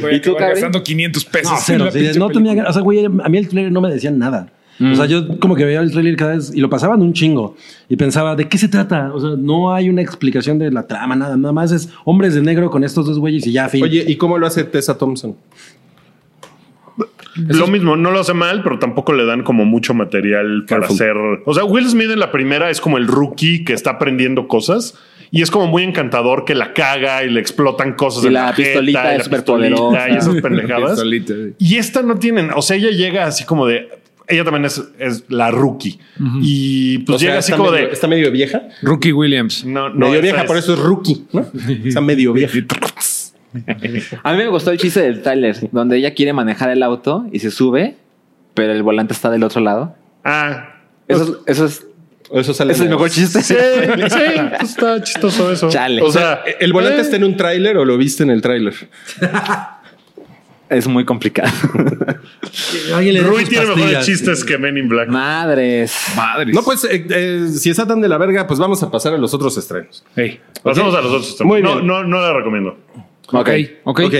[SPEAKER 5] Güey,
[SPEAKER 3] ¿Y tú,
[SPEAKER 5] acaba
[SPEAKER 3] Cabri?
[SPEAKER 5] gastando 500 pesos.
[SPEAKER 7] No,
[SPEAKER 5] en
[SPEAKER 7] cero,
[SPEAKER 5] la
[SPEAKER 7] sí,
[SPEAKER 5] pinche
[SPEAKER 7] no tenía
[SPEAKER 5] película.
[SPEAKER 7] ganas. O sea, güey, a mí el trailer no me decían nada. O sea, yo como que veía el trailer cada vez y lo pasaban un chingo y pensaba, ¿de qué se trata? O sea, no hay una explicación de la trama, nada, nada más es hombres de negro con estos dos güeyes y ya, fin.
[SPEAKER 6] Oye, ¿y cómo lo hace Tessa Thompson?
[SPEAKER 2] Lo mismo, no lo hace mal, pero tampoco le dan como mucho material para
[SPEAKER 6] Careful.
[SPEAKER 2] hacer. O sea, Will Smith en la primera es como el rookie que está aprendiendo cosas y es como muy encantador que la caga y le explotan cosas.
[SPEAKER 3] Y
[SPEAKER 2] en
[SPEAKER 3] la pistolita
[SPEAKER 2] jeta, y
[SPEAKER 3] es
[SPEAKER 2] la
[SPEAKER 3] superpoderosa.
[SPEAKER 2] pistolita Y esas
[SPEAKER 6] <laughs>
[SPEAKER 2] pendejadas.
[SPEAKER 5] Pistolita, sí.
[SPEAKER 2] Y esta no tienen, o sea, ella llega así como de. Ella también es, es la rookie. Y pues
[SPEAKER 6] O sea,
[SPEAKER 2] llega así
[SPEAKER 6] está
[SPEAKER 2] como
[SPEAKER 6] medio-
[SPEAKER 2] de.
[SPEAKER 6] Está medio vieja.
[SPEAKER 5] Rookie Williams.
[SPEAKER 2] No, no,
[SPEAKER 6] medio
[SPEAKER 2] esta
[SPEAKER 6] vieja,
[SPEAKER 2] es-
[SPEAKER 6] por eso es rookie, ¿no? <laughs> Está medio vieja.
[SPEAKER 3] A mí me gustó el chiste del Tyler, donde ella quiere manejar el auto y se sube, pero el volante está del otro lado.
[SPEAKER 6] <laughs>
[SPEAKER 2] Ah.
[SPEAKER 3] Eso, es- eso es,
[SPEAKER 6] Eso sale.
[SPEAKER 3] es el
[SPEAKER 6] en-
[SPEAKER 3] mejor chiste.
[SPEAKER 2] Sí,
[SPEAKER 3] <laughs>
[SPEAKER 2] sí, pues está chistoso eso.
[SPEAKER 3] Chale.
[SPEAKER 2] O sea,
[SPEAKER 6] ¿El volante
[SPEAKER 2] eh,
[SPEAKER 6] está en un tráiler o lo viste en el tráiler?
[SPEAKER 3] Es muy complicado.
[SPEAKER 7] alguien le dé
[SPEAKER 2] Rui
[SPEAKER 7] sus
[SPEAKER 2] tiene mejores
[SPEAKER 7] pastillas.
[SPEAKER 2] chistes que Men in Black.
[SPEAKER 3] <laughs> Madres.
[SPEAKER 5] Madres.
[SPEAKER 6] No, pues eh, eh, si está tan de la verga, pues vamos a pasar a los otros estrenos.
[SPEAKER 5] Ey.
[SPEAKER 2] Pasamos a los otros. temas.
[SPEAKER 6] Muy
[SPEAKER 2] no,
[SPEAKER 6] bien.
[SPEAKER 2] no, no la recomiendo.
[SPEAKER 3] Ok.
[SPEAKER 5] Ok.
[SPEAKER 6] Ok.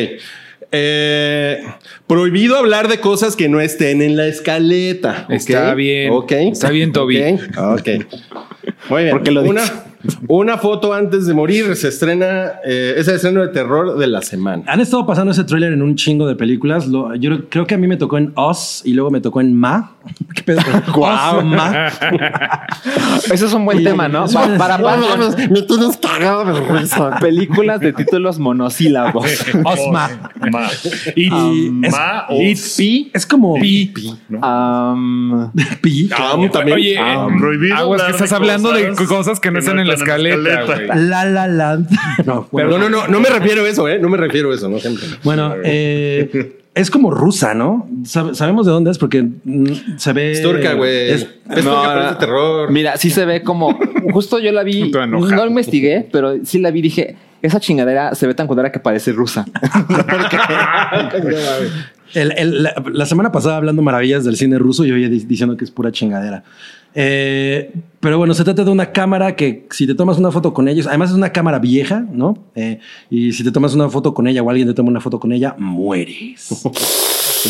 [SPEAKER 6] Eh, prohibido hablar de cosas que no estén en la escaleta. ¿ok?
[SPEAKER 5] Está bien.
[SPEAKER 6] Ok.
[SPEAKER 5] Está bien, Toby.
[SPEAKER 6] Ok. ok. Muy bien.
[SPEAKER 3] ¿Por qué lo
[SPEAKER 6] una,
[SPEAKER 3] dices? <laughs>
[SPEAKER 6] una foto antes de morir se estrena. eh, es el estreno de terror de la semana.
[SPEAKER 7] Han estado pasando ese tráiler en un chingo de películas. Lo- yo creo que a mí me tocó en Oz y luego me tocó en Ma. <laughs> ¿Qué pedo? Oz, Ma.
[SPEAKER 3] Eso es un buen tema, ¿no? Pa- <laughs> para para
[SPEAKER 6] Me tienes cagado de risa.
[SPEAKER 3] películas de títulos <laughs> monosílabos.
[SPEAKER 7] Osma.
[SPEAKER 2] Ma.
[SPEAKER 7] <laughs> Y es,
[SPEAKER 2] Ma
[SPEAKER 5] It
[SPEAKER 2] os-
[SPEAKER 5] Pi.
[SPEAKER 7] es como...
[SPEAKER 5] Pi.
[SPEAKER 3] Am,
[SPEAKER 7] <laughs> Pi.
[SPEAKER 6] también.
[SPEAKER 5] Oye,
[SPEAKER 6] Ah,
[SPEAKER 5] eh,
[SPEAKER 2] Prohibido
[SPEAKER 5] aguas que
[SPEAKER 2] hablar de
[SPEAKER 5] estás hablando de
[SPEAKER 2] cosas
[SPEAKER 5] cosas que no están en la escaleta. güey.
[SPEAKER 7] La La Land. No, bueno,
[SPEAKER 6] no, no, no, no me refiero a eso, ¿eh? No me refiero a eso, no siempre.
[SPEAKER 7] Bueno, eh, es como rusa, ¿no? Sab- sabemos de dónde es porque mm, se ve.
[SPEAKER 6] Es turca, güey.
[SPEAKER 7] Es-
[SPEAKER 6] Es, turca, pero es de terror. <laughs>
[SPEAKER 3] Mira, sí se ve como. Justo yo la
[SPEAKER 5] <laughs>
[SPEAKER 3] vi.
[SPEAKER 5] Todo
[SPEAKER 3] No
[SPEAKER 5] enojado.
[SPEAKER 3] lo investigué, pero sí la vi. Dije, esa chingadera se ve tan cuadrada que parece rusa.
[SPEAKER 7] el- el- la, la semana pasada hablando maravillas del cine ruso y hoy di- diciendo que es pura chingadera. Eh, pero bueno, se trata de una cámara que si te tomas una foto con ellos, además es una cámara vieja, ¿no? Eh, y si te tomas una foto con ella o alguien te toma una foto con ella, mueres.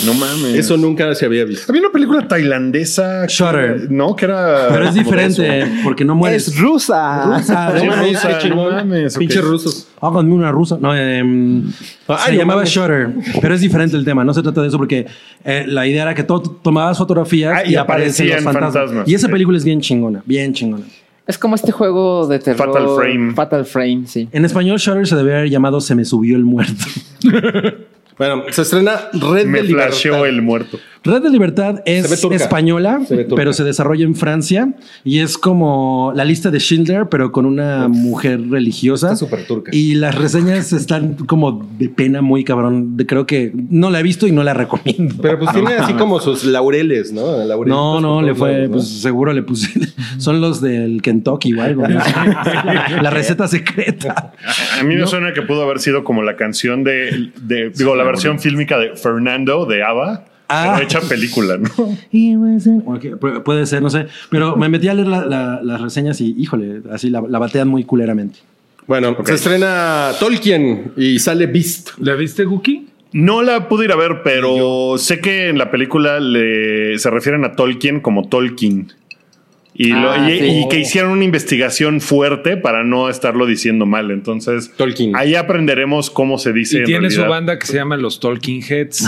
[SPEAKER 2] No mames.
[SPEAKER 6] Eso nunca se había visto.
[SPEAKER 2] Había una película tailandesa. que-
[SPEAKER 7] Shutter.
[SPEAKER 2] No, que era.
[SPEAKER 7] Pero es diferente porque no mueres. Ah,
[SPEAKER 3] Es rusa.
[SPEAKER 7] Rusa,
[SPEAKER 2] Sí,
[SPEAKER 7] no mames,
[SPEAKER 2] rusa,
[SPEAKER 7] qué chingón.
[SPEAKER 2] no mames, ok.
[SPEAKER 6] Pinches rusos.
[SPEAKER 7] Háganme una rusa. No, em,
[SPEAKER 6] Ah,
[SPEAKER 7] se llamaba Shutter, pero es diferente el tema. No se trata de eso porque eh, la idea era que to- tomabas fotografías
[SPEAKER 2] Ah,
[SPEAKER 7] y,
[SPEAKER 2] y
[SPEAKER 7] aparecen los
[SPEAKER 2] aparecían
[SPEAKER 7] fantasmas.
[SPEAKER 2] fantasmas.
[SPEAKER 7] Y esa
[SPEAKER 2] Sí.
[SPEAKER 7] película es bien chingona, bien chingona.
[SPEAKER 3] Es como este juego de terror.
[SPEAKER 2] Fatal Frame.
[SPEAKER 3] Fatal Frame, sí.
[SPEAKER 7] En español, Shutter se debe haber llamado Se me subió el muerto. <laughs>
[SPEAKER 6] Bueno, se estrena Red
[SPEAKER 2] Me
[SPEAKER 6] de Libertad.
[SPEAKER 2] flasheó el muerto.
[SPEAKER 7] Red de Libertad
[SPEAKER 6] Se ve
[SPEAKER 7] es
[SPEAKER 6] turca.
[SPEAKER 7] española,
[SPEAKER 6] Se ve turca.
[SPEAKER 7] pero se desarrolla en Francia y es como la lista de Schindler, pero con una mujer religiosa.
[SPEAKER 6] Está súper turca.
[SPEAKER 7] Y las reseñas están como de pena muy cabrón. De- Creo que no la he visto y no la recomiendo.
[SPEAKER 6] Pero
[SPEAKER 2] Ah,
[SPEAKER 6] pues tiene así como sus laureles, ¿no? Laurelitos
[SPEAKER 7] No,
[SPEAKER 6] por
[SPEAKER 7] no,
[SPEAKER 6] todos
[SPEAKER 7] le fue,
[SPEAKER 6] lados, ¿no?
[SPEAKER 7] pues seguro le puse. Son los del Kentucky o algo. ¿no? la receta secreta.
[SPEAKER 2] A mí me suena que pudo haber sido como la canción de. de- digo, la versión fílmica de Fernando de ABBA.
[SPEAKER 7] Ah.
[SPEAKER 2] Pero hecha película, ¿no?
[SPEAKER 7] Ok, pu- puede ser, no sé. Pero me metí a leer la- la- las reseñas y, híjole, así la, la batean muy culeramente.
[SPEAKER 6] Bueno, se estrena Tolkien y sale Beast.
[SPEAKER 5] ¿La viste, Guki?
[SPEAKER 2] No la pude ir a ver, pero sé que en la película le, se refieren a Tolkien como Tolkien. Y, lo-
[SPEAKER 3] Ah,
[SPEAKER 2] y-
[SPEAKER 3] sí.
[SPEAKER 2] y que hicieron una investigación fuerte para no estarlo diciendo mal. Entonces,
[SPEAKER 6] Tolkien.
[SPEAKER 2] ahí aprenderemos cómo se dice.
[SPEAKER 5] Y
[SPEAKER 2] en
[SPEAKER 5] tiene su
[SPEAKER 2] realidad.
[SPEAKER 5] banda que se llama los Tolkien
[SPEAKER 7] <laughs>
[SPEAKER 5] Heads.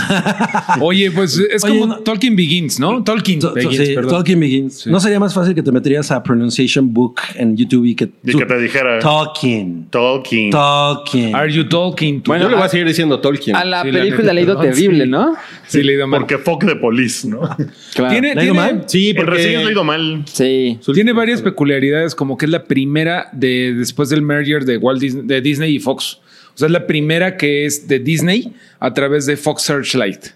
[SPEAKER 5] Oye, pues es
[SPEAKER 7] Oye,
[SPEAKER 5] como
[SPEAKER 7] no-
[SPEAKER 5] Tolkien Begins, ¿no? Tolkien
[SPEAKER 7] So- so-
[SPEAKER 5] Begins,
[SPEAKER 7] sí,
[SPEAKER 5] perdón.
[SPEAKER 7] Talking Begins.
[SPEAKER 5] Sí.
[SPEAKER 7] ¿No sería más fácil que te metieras a Pronunciation Book en YouTube y que,
[SPEAKER 2] Y que te dijera
[SPEAKER 7] Talking.
[SPEAKER 2] Tolkien.
[SPEAKER 7] Talking.
[SPEAKER 5] Are you Tolkien?
[SPEAKER 3] Bueno,
[SPEAKER 6] Yo le voy
[SPEAKER 3] a-
[SPEAKER 6] a seguir diciendo Tolkien.
[SPEAKER 3] A la
[SPEAKER 5] Sí, la
[SPEAKER 3] película
[SPEAKER 5] neta,
[SPEAKER 3] le ha ido
[SPEAKER 5] perdón,
[SPEAKER 3] terrible,
[SPEAKER 5] sí.
[SPEAKER 3] ¿no?
[SPEAKER 5] sí, le he ido mal.
[SPEAKER 2] Porque fuck de police, ¿no? <laughs>
[SPEAKER 3] Claro.
[SPEAKER 5] Tiene,
[SPEAKER 7] ¿Le ha ido
[SPEAKER 5] tiene-
[SPEAKER 7] mal?
[SPEAKER 6] Sí,
[SPEAKER 2] En reseñas leído mal.
[SPEAKER 3] Sí.
[SPEAKER 5] Tiene varias peculiaridades, como que es la primera de después del merger de Walt Disney, de Disney y Fox. O sea, es la primera que es de Disney a través de Fox Searchlight.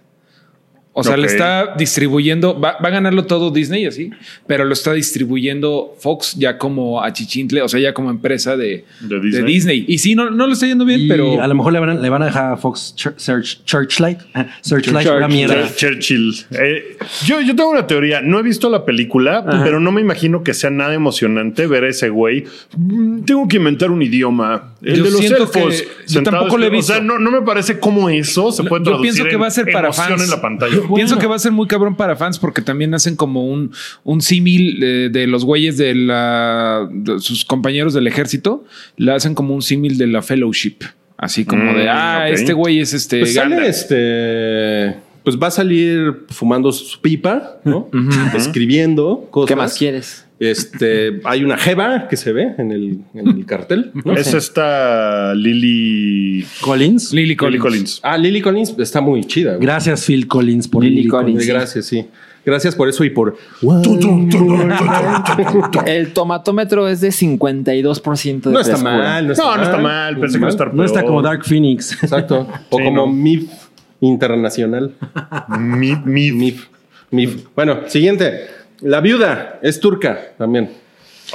[SPEAKER 5] O sea, le
[SPEAKER 2] Ok.
[SPEAKER 5] está distribuyendo, va, va a ganarlo todo Disney así, pero lo está distribuyendo Fox ya como a Chichintle, o sea, ya como empresa de,
[SPEAKER 2] De
[SPEAKER 5] de
[SPEAKER 2] Disney.
[SPEAKER 5] Disney. Y sí, no, no lo está yendo bien,
[SPEAKER 7] Y
[SPEAKER 5] pero
[SPEAKER 7] a lo mejor le van a, le van a dejar a Fox Chur- Search, Churchlight. eh, Searchlight,
[SPEAKER 3] Church-
[SPEAKER 7] una mierda.
[SPEAKER 2] Ch- Churchill. Eh, yo, yo tengo una teoría. No he visto la película, pero no me imagino que sea nada emocionante ver a ese güey. Mm, Tengo que inventar un idioma. El
[SPEAKER 5] Yo
[SPEAKER 2] de los
[SPEAKER 5] siento
[SPEAKER 2] elfos.
[SPEAKER 5] que- yo tampoco lo he
[SPEAKER 2] espe- O sea,
[SPEAKER 5] visto.
[SPEAKER 2] no, no me parece cómo eso se puede
[SPEAKER 5] yo
[SPEAKER 2] traducir
[SPEAKER 5] pienso que
[SPEAKER 2] en
[SPEAKER 5] va a ser para
[SPEAKER 2] emoción
[SPEAKER 5] fans.
[SPEAKER 2] en la pantalla.
[SPEAKER 5] Pienso que va a ser muy cabrón para fans porque también hacen como un, un símil eh, de los güeyes de, la, de sus compañeros del ejército, le hacen como un símil de la fellowship. Así como
[SPEAKER 2] Mm,
[SPEAKER 5] de, ah,
[SPEAKER 2] ok.
[SPEAKER 5] este güey es este
[SPEAKER 6] Pues sale,
[SPEAKER 5] Gandalf".
[SPEAKER 6] este. Pues va a salir fumando su pipa, ¿no? Escribiendo cosas.
[SPEAKER 3] ¿Qué más quieres?
[SPEAKER 6] Este, hay una jeva que se ve en el, en el cartel, ¿no?
[SPEAKER 2] Es esta Lily
[SPEAKER 7] Collins.
[SPEAKER 5] Lily
[SPEAKER 2] Lily
[SPEAKER 5] Collins.
[SPEAKER 2] Collins.
[SPEAKER 6] Ah, Lily Collins está muy chida. güey.
[SPEAKER 7] Gracias, Phil Collins, por
[SPEAKER 3] Lily
[SPEAKER 7] Lily
[SPEAKER 3] Collins.
[SPEAKER 7] Collins.
[SPEAKER 6] Eh, Gracias, sí. Gracias por eso y por.
[SPEAKER 3] <laughs> El tomatómetro es de 52% de
[SPEAKER 6] No está
[SPEAKER 3] frescura.
[SPEAKER 6] mal, no está
[SPEAKER 2] No,
[SPEAKER 6] mal.
[SPEAKER 2] no está mal. Pensé que iba a estar
[SPEAKER 7] No está
[SPEAKER 2] peor.
[SPEAKER 7] como Dark Phoenix.
[SPEAKER 6] Exacto. O
[SPEAKER 2] Sí,
[SPEAKER 6] como
[SPEAKER 2] no.
[SPEAKER 6] MIF internacional.
[SPEAKER 2] Mi- mi-
[SPEAKER 6] MIF. MIF. Bueno, siguiente. La viuda es turca también.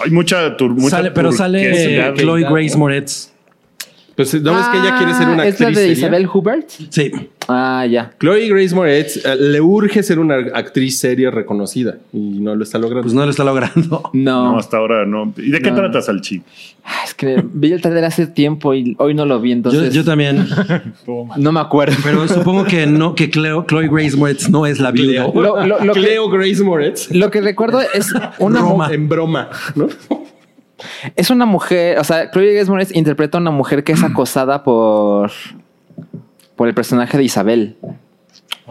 [SPEAKER 2] Hay mucha, tur- <laughs> mucha
[SPEAKER 7] Sale- pero sale eh,
[SPEAKER 2] turquesidad.
[SPEAKER 7] Chloe Grace Moretz.
[SPEAKER 6] Pues no es que ella quiere ser una
[SPEAKER 3] Ah, ¿Es
[SPEAKER 6] actriz.
[SPEAKER 3] la de
[SPEAKER 6] seria?
[SPEAKER 3] Isabel Hubert?
[SPEAKER 7] Sí.
[SPEAKER 3] Ah, ya.
[SPEAKER 6] Chloe Grace Moretz eh, le urge ser una actriz seria reconocida y no lo está logrando.
[SPEAKER 7] Pues no lo está logrando.
[SPEAKER 3] No.
[SPEAKER 2] No, hasta ahora no. ¿Y de qué trata Salchi?
[SPEAKER 3] Ah, Es que vi el trailer hace tiempo y hoy no lo vi,
[SPEAKER 7] Yo,
[SPEAKER 3] entonces
[SPEAKER 7] yo también.
[SPEAKER 3] no me acuerdo.
[SPEAKER 7] Pero supongo que no, que Cleo- Chloe Grace Moretz no es la viuda.
[SPEAKER 3] Lo, lo- lo que,
[SPEAKER 6] <laughs> Cleo Grace Moretz
[SPEAKER 3] lo que recuerdo es una, mu-
[SPEAKER 7] Roma.
[SPEAKER 6] en broma, ¿no?
[SPEAKER 3] es una mujer, o sea, Chloe Grace Moretz interpreta a una mujer que es acosada por por el personaje de Isabel.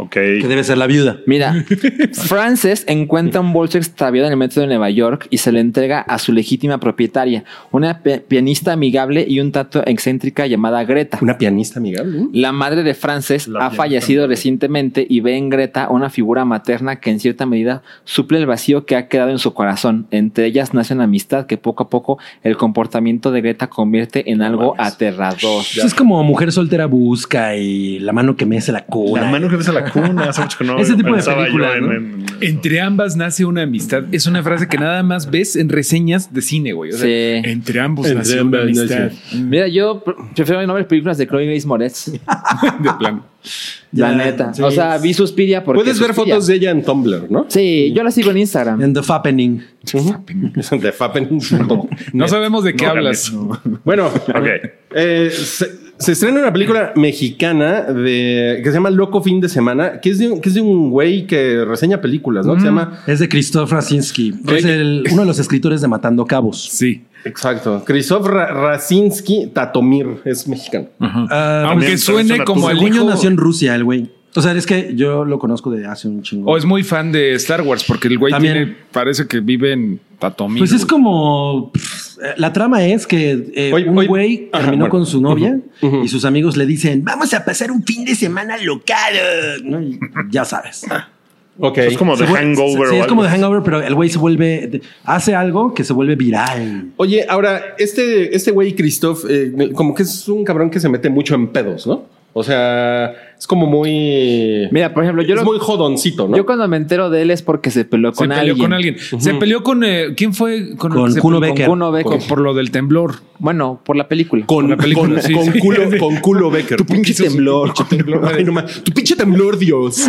[SPEAKER 2] Ok.
[SPEAKER 7] Que debe ser la viuda.
[SPEAKER 3] Mira, Frances encuentra un bolso extraviado en el metro de Nueva York y se lo entrega a su legítima propietaria, una pi- pianista amigable y un tanto excéntrica llamada Greta.
[SPEAKER 6] <laughs> Una pianista amigable. ¿eh?
[SPEAKER 3] La madre de Frances
[SPEAKER 2] La
[SPEAKER 3] ha
[SPEAKER 2] pianista
[SPEAKER 3] fallecido recientemente y ve en Greta una figura materna que en cierta medida suple el vacío que ha quedado en su corazón. Entre ellas nace una amistad que poco a poco el comportamiento de Greta convierte en algo
[SPEAKER 2] Oh,
[SPEAKER 3] aterrador.
[SPEAKER 7] Pues es como mujer soltera busca y la mano que me hace la cola.
[SPEAKER 2] La mano que ves a <laughs> la cuna. Hace mucho que no
[SPEAKER 7] Ese tipo de
[SPEAKER 2] pensaba yo
[SPEAKER 7] películas,
[SPEAKER 2] en-
[SPEAKER 7] ¿no?
[SPEAKER 2] en-
[SPEAKER 5] Entre ambas nace una amistad. Es una frase que nada más ves en reseñas de cine, güey. O sea,
[SPEAKER 3] Sí.
[SPEAKER 5] Entre ambos
[SPEAKER 6] Entre
[SPEAKER 5] nace una
[SPEAKER 6] ambas nace.
[SPEAKER 5] amistad.
[SPEAKER 3] Mira, yo pr- prefiero no ver películas de Chloe Grace Moretz,
[SPEAKER 5] De
[SPEAKER 3] la
[SPEAKER 5] plan.
[SPEAKER 7] Ya,
[SPEAKER 3] neta.
[SPEAKER 7] sí.
[SPEAKER 3] o sea, vi Suspiria porque
[SPEAKER 6] Puedes ver
[SPEAKER 3] Suspiria.
[SPEAKER 6] fotos de ella en Tumblr, ¿no? <laughs>
[SPEAKER 3] Sí, yo la sigo en Instagram.
[SPEAKER 7] En The Fappening.
[SPEAKER 6] De <laughs> Fappen.
[SPEAKER 2] <laughs>
[SPEAKER 5] No sabemos de qué hablas.
[SPEAKER 6] <laughs> Bueno,
[SPEAKER 2] Ok.
[SPEAKER 6] eh, se, se estrena una película mexicana de, que se llama Loco Fin de Semana, que es de, un- que es de un güey que reseña películas, ¿no? Que se llama
[SPEAKER 7] Es de Christoph Rasinski.
[SPEAKER 6] Re-
[SPEAKER 7] Es el- uno de los escritores de Matando Cabos.
[SPEAKER 5] Sí.
[SPEAKER 6] Exacto. Krzysztof Ra- Racinski Tatomir es mexicano.
[SPEAKER 7] Ah,
[SPEAKER 5] Aunque
[SPEAKER 2] también
[SPEAKER 5] suene
[SPEAKER 2] persona
[SPEAKER 5] como
[SPEAKER 2] turca.
[SPEAKER 5] el
[SPEAKER 7] según yo
[SPEAKER 5] hijo-
[SPEAKER 7] Pues nació en Rusia, el güey. O sea, es que yo lo conozco de hace un chingo.
[SPEAKER 5] O es muy fan de Star Wars porque el güey
[SPEAKER 7] También.
[SPEAKER 5] tiene, parece que vive en Tatomir.
[SPEAKER 7] Pues es
[SPEAKER 5] güey.
[SPEAKER 7] como. pff, eh, La trama es que eh,
[SPEAKER 6] Oye,
[SPEAKER 7] un
[SPEAKER 6] oye,
[SPEAKER 7] güey
[SPEAKER 6] ajá,
[SPEAKER 7] terminó
[SPEAKER 6] bueno.
[SPEAKER 7] con su novia
[SPEAKER 6] Ujú, ujú.
[SPEAKER 7] y sus amigos le dicen: Vamos a pasar un fin de semana local. ¿no? Y ya sabes.
[SPEAKER 6] Ok.
[SPEAKER 2] Es como The
[SPEAKER 7] Se vuelve-
[SPEAKER 2] Hangover. o
[SPEAKER 7] Sí, es
[SPEAKER 2] algo.
[SPEAKER 7] como de <laughs> Hangover, pero el güey se vuelve. Hace algo que se vuelve viral.
[SPEAKER 6] Oye, ahora, este, este güey, Christoph, eh, como que es un cabrón que se mete mucho en pedos, ¿no? O sea, es como muy.
[SPEAKER 3] Mira, por ejemplo, yo,
[SPEAKER 6] es
[SPEAKER 3] lo-
[SPEAKER 6] muy jodoncito, ¿no?
[SPEAKER 3] yo cuando me entero de él es porque se peleó
[SPEAKER 5] Se
[SPEAKER 3] con
[SPEAKER 5] peleó
[SPEAKER 3] alguien.
[SPEAKER 5] con alguien. Se peleó con. eh, ¿Quién fue? el
[SPEAKER 7] Con
[SPEAKER 5] que se
[SPEAKER 7] Kuno
[SPEAKER 5] peleó?
[SPEAKER 7] Becker.
[SPEAKER 3] Kuno Becker.
[SPEAKER 5] Con- por lo del temblor.
[SPEAKER 3] Bueno, por la película.
[SPEAKER 6] con,
[SPEAKER 5] la película,
[SPEAKER 6] con-
[SPEAKER 5] sí,
[SPEAKER 6] con
[SPEAKER 5] sí.
[SPEAKER 6] culo, con culo Becker. Tu pinche temblor. Ay, no mames. tu pinche temblor, Dios.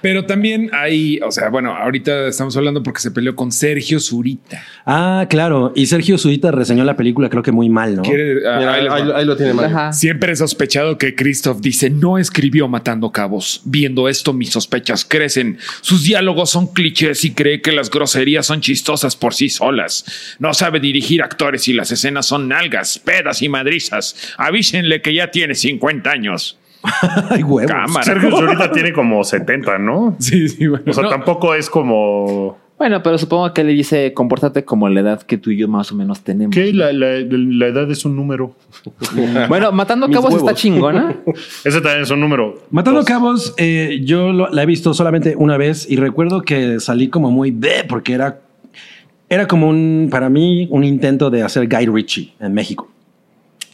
[SPEAKER 5] Pero también hay. O sea, bueno, ahorita estamos hablando porque se peleó con Sergio Zurita.
[SPEAKER 7] Ah, claro. Y Sergio Zurita <laughs> reseñó la película, creo que muy mal, ¿no?
[SPEAKER 5] Quiere- ah,
[SPEAKER 6] Mira,
[SPEAKER 5] ahí
[SPEAKER 6] ahí,
[SPEAKER 5] les va.
[SPEAKER 6] ahí lo tiene mal.
[SPEAKER 3] Ajá.
[SPEAKER 5] Siempre he sospechado que Christoph D. dice, no escribió Matando Cabos. Viendo esto, mis sospechas crecen. Sus diálogos son clichés y cree que las groserías son chistosas por sí solas. No sabe dirigir actores y las escenas son nalgas, pedas y madrizas. Avísenle que ya tiene 50 años.
[SPEAKER 4] Ay, huevos.
[SPEAKER 2] <laughs>
[SPEAKER 5] Cámara.
[SPEAKER 2] Sergio ahorita tiene como 70, ¿no?
[SPEAKER 5] Sí, sí, bueno.
[SPEAKER 2] O sea,
[SPEAKER 5] No,
[SPEAKER 2] tampoco es como.
[SPEAKER 3] Bueno, pero supongo que le dice, compórtate como la edad que tú y yo más o menos tenemos.
[SPEAKER 2] ¿Qué? La, la- la edad es un número.
[SPEAKER 3] Bueno, Matando
[SPEAKER 4] Mis
[SPEAKER 3] Cabos está
[SPEAKER 4] huevos.
[SPEAKER 3] chingona.
[SPEAKER 2] Ese también es un número.
[SPEAKER 7] Matando Cabos, eh, yo lo- la he visto solamente una vez y recuerdo que salí como muy de porque era, era como un, para mí, un intento de hacer Guy Ritchie en México.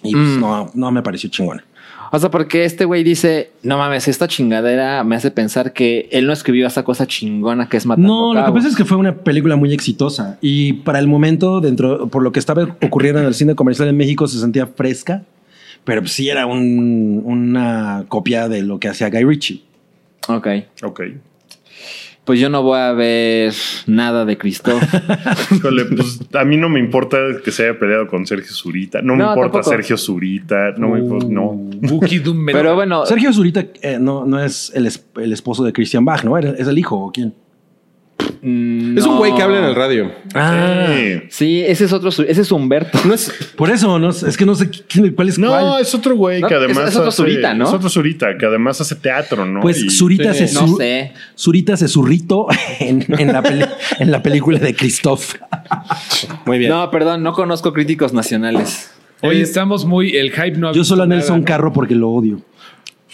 [SPEAKER 7] Y pues,
[SPEAKER 3] Mm.
[SPEAKER 7] no, no me pareció chingona.
[SPEAKER 3] O sea, porque este güey dice, no mames, esta chingadera me hace pensar que él no escribió esa cosa chingona que es Matando
[SPEAKER 7] No, lo que
[SPEAKER 3] Cabos.
[SPEAKER 7] pasa es que fue una película muy exitosa y para el momento, dentro, por lo que estaba ocurriendo en el cine comercial en México, se sentía fresca, pero pues sí era un- una copia de lo que hacía Guy Ritchie.
[SPEAKER 3] Ok.
[SPEAKER 2] Ok.
[SPEAKER 3] Pues yo no voy a ver nada de Cristo.
[SPEAKER 2] Híjole, pues a mí no me importa que se haya peleado con Sergio Zurita. No, me
[SPEAKER 3] No,
[SPEAKER 2] importa
[SPEAKER 3] tampoco.
[SPEAKER 2] Sergio Zurita. No me importa.
[SPEAKER 5] Uh.
[SPEAKER 2] No.
[SPEAKER 5] Buki Dum me-
[SPEAKER 3] Pero bueno,
[SPEAKER 7] Sergio Zurita eh, no, no es el, es- el esposo de Christian Bach, ¿no? Era- ¿Es el hijo o quién?
[SPEAKER 3] mm,
[SPEAKER 6] Es un güey
[SPEAKER 3] no.
[SPEAKER 6] que habla en el radio.
[SPEAKER 2] Sí.
[SPEAKER 3] Sí, ese es otro, su- ese es Humberto.
[SPEAKER 6] No es.
[SPEAKER 7] Ah. Por eso, no, sé- es que no sé quién- cuál es
[SPEAKER 2] No,
[SPEAKER 7] cuál.
[SPEAKER 2] es otro güey
[SPEAKER 3] No,
[SPEAKER 2] que
[SPEAKER 3] es-
[SPEAKER 2] además.
[SPEAKER 3] es otro
[SPEAKER 2] hace-
[SPEAKER 3] Zurita, ¿no?
[SPEAKER 2] Es otro Zurita que además hace teatro, ¿no?
[SPEAKER 7] Pues
[SPEAKER 2] Y-
[SPEAKER 7] Zurita se
[SPEAKER 3] No
[SPEAKER 7] su-
[SPEAKER 3] sé.
[SPEAKER 7] Zurita se zurrito <laughs> en, en la peli- en la película de Christoph.
[SPEAKER 6] Muy bien.
[SPEAKER 3] No, perdón, no conozco críticos nacionales.
[SPEAKER 5] Hoy estamos muy. El hype no ha
[SPEAKER 7] Yo
[SPEAKER 5] visto
[SPEAKER 7] solo a Nelson
[SPEAKER 5] nada.
[SPEAKER 7] Carro porque lo odio.